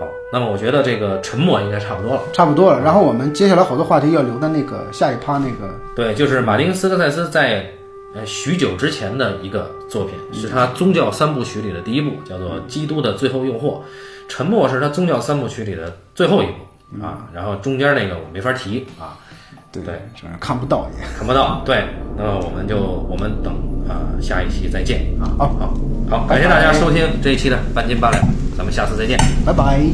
Speaker 1: 好，那么我觉得这个沉默应该差不多了。
Speaker 2: 差不多了。然后我们接下来好多话题要留在那个下一趴那个，
Speaker 1: 对，就是马丁斯科塞斯在呃许久之前的一个作品，是他宗教三部曲里的第一部，叫做《基督的最后诱惑》。沉默是他宗教三部曲里的最后一部啊，然后中间那个我没法提啊。
Speaker 2: 对
Speaker 1: 对，
Speaker 2: 这样看不到也。
Speaker 1: 看不到。对，那么我们就我们等呃下一期再见啊！
Speaker 2: 好
Speaker 1: 好好，感谢大家收听这一期的半斤八两，咱们下次再见。
Speaker 2: 拜拜。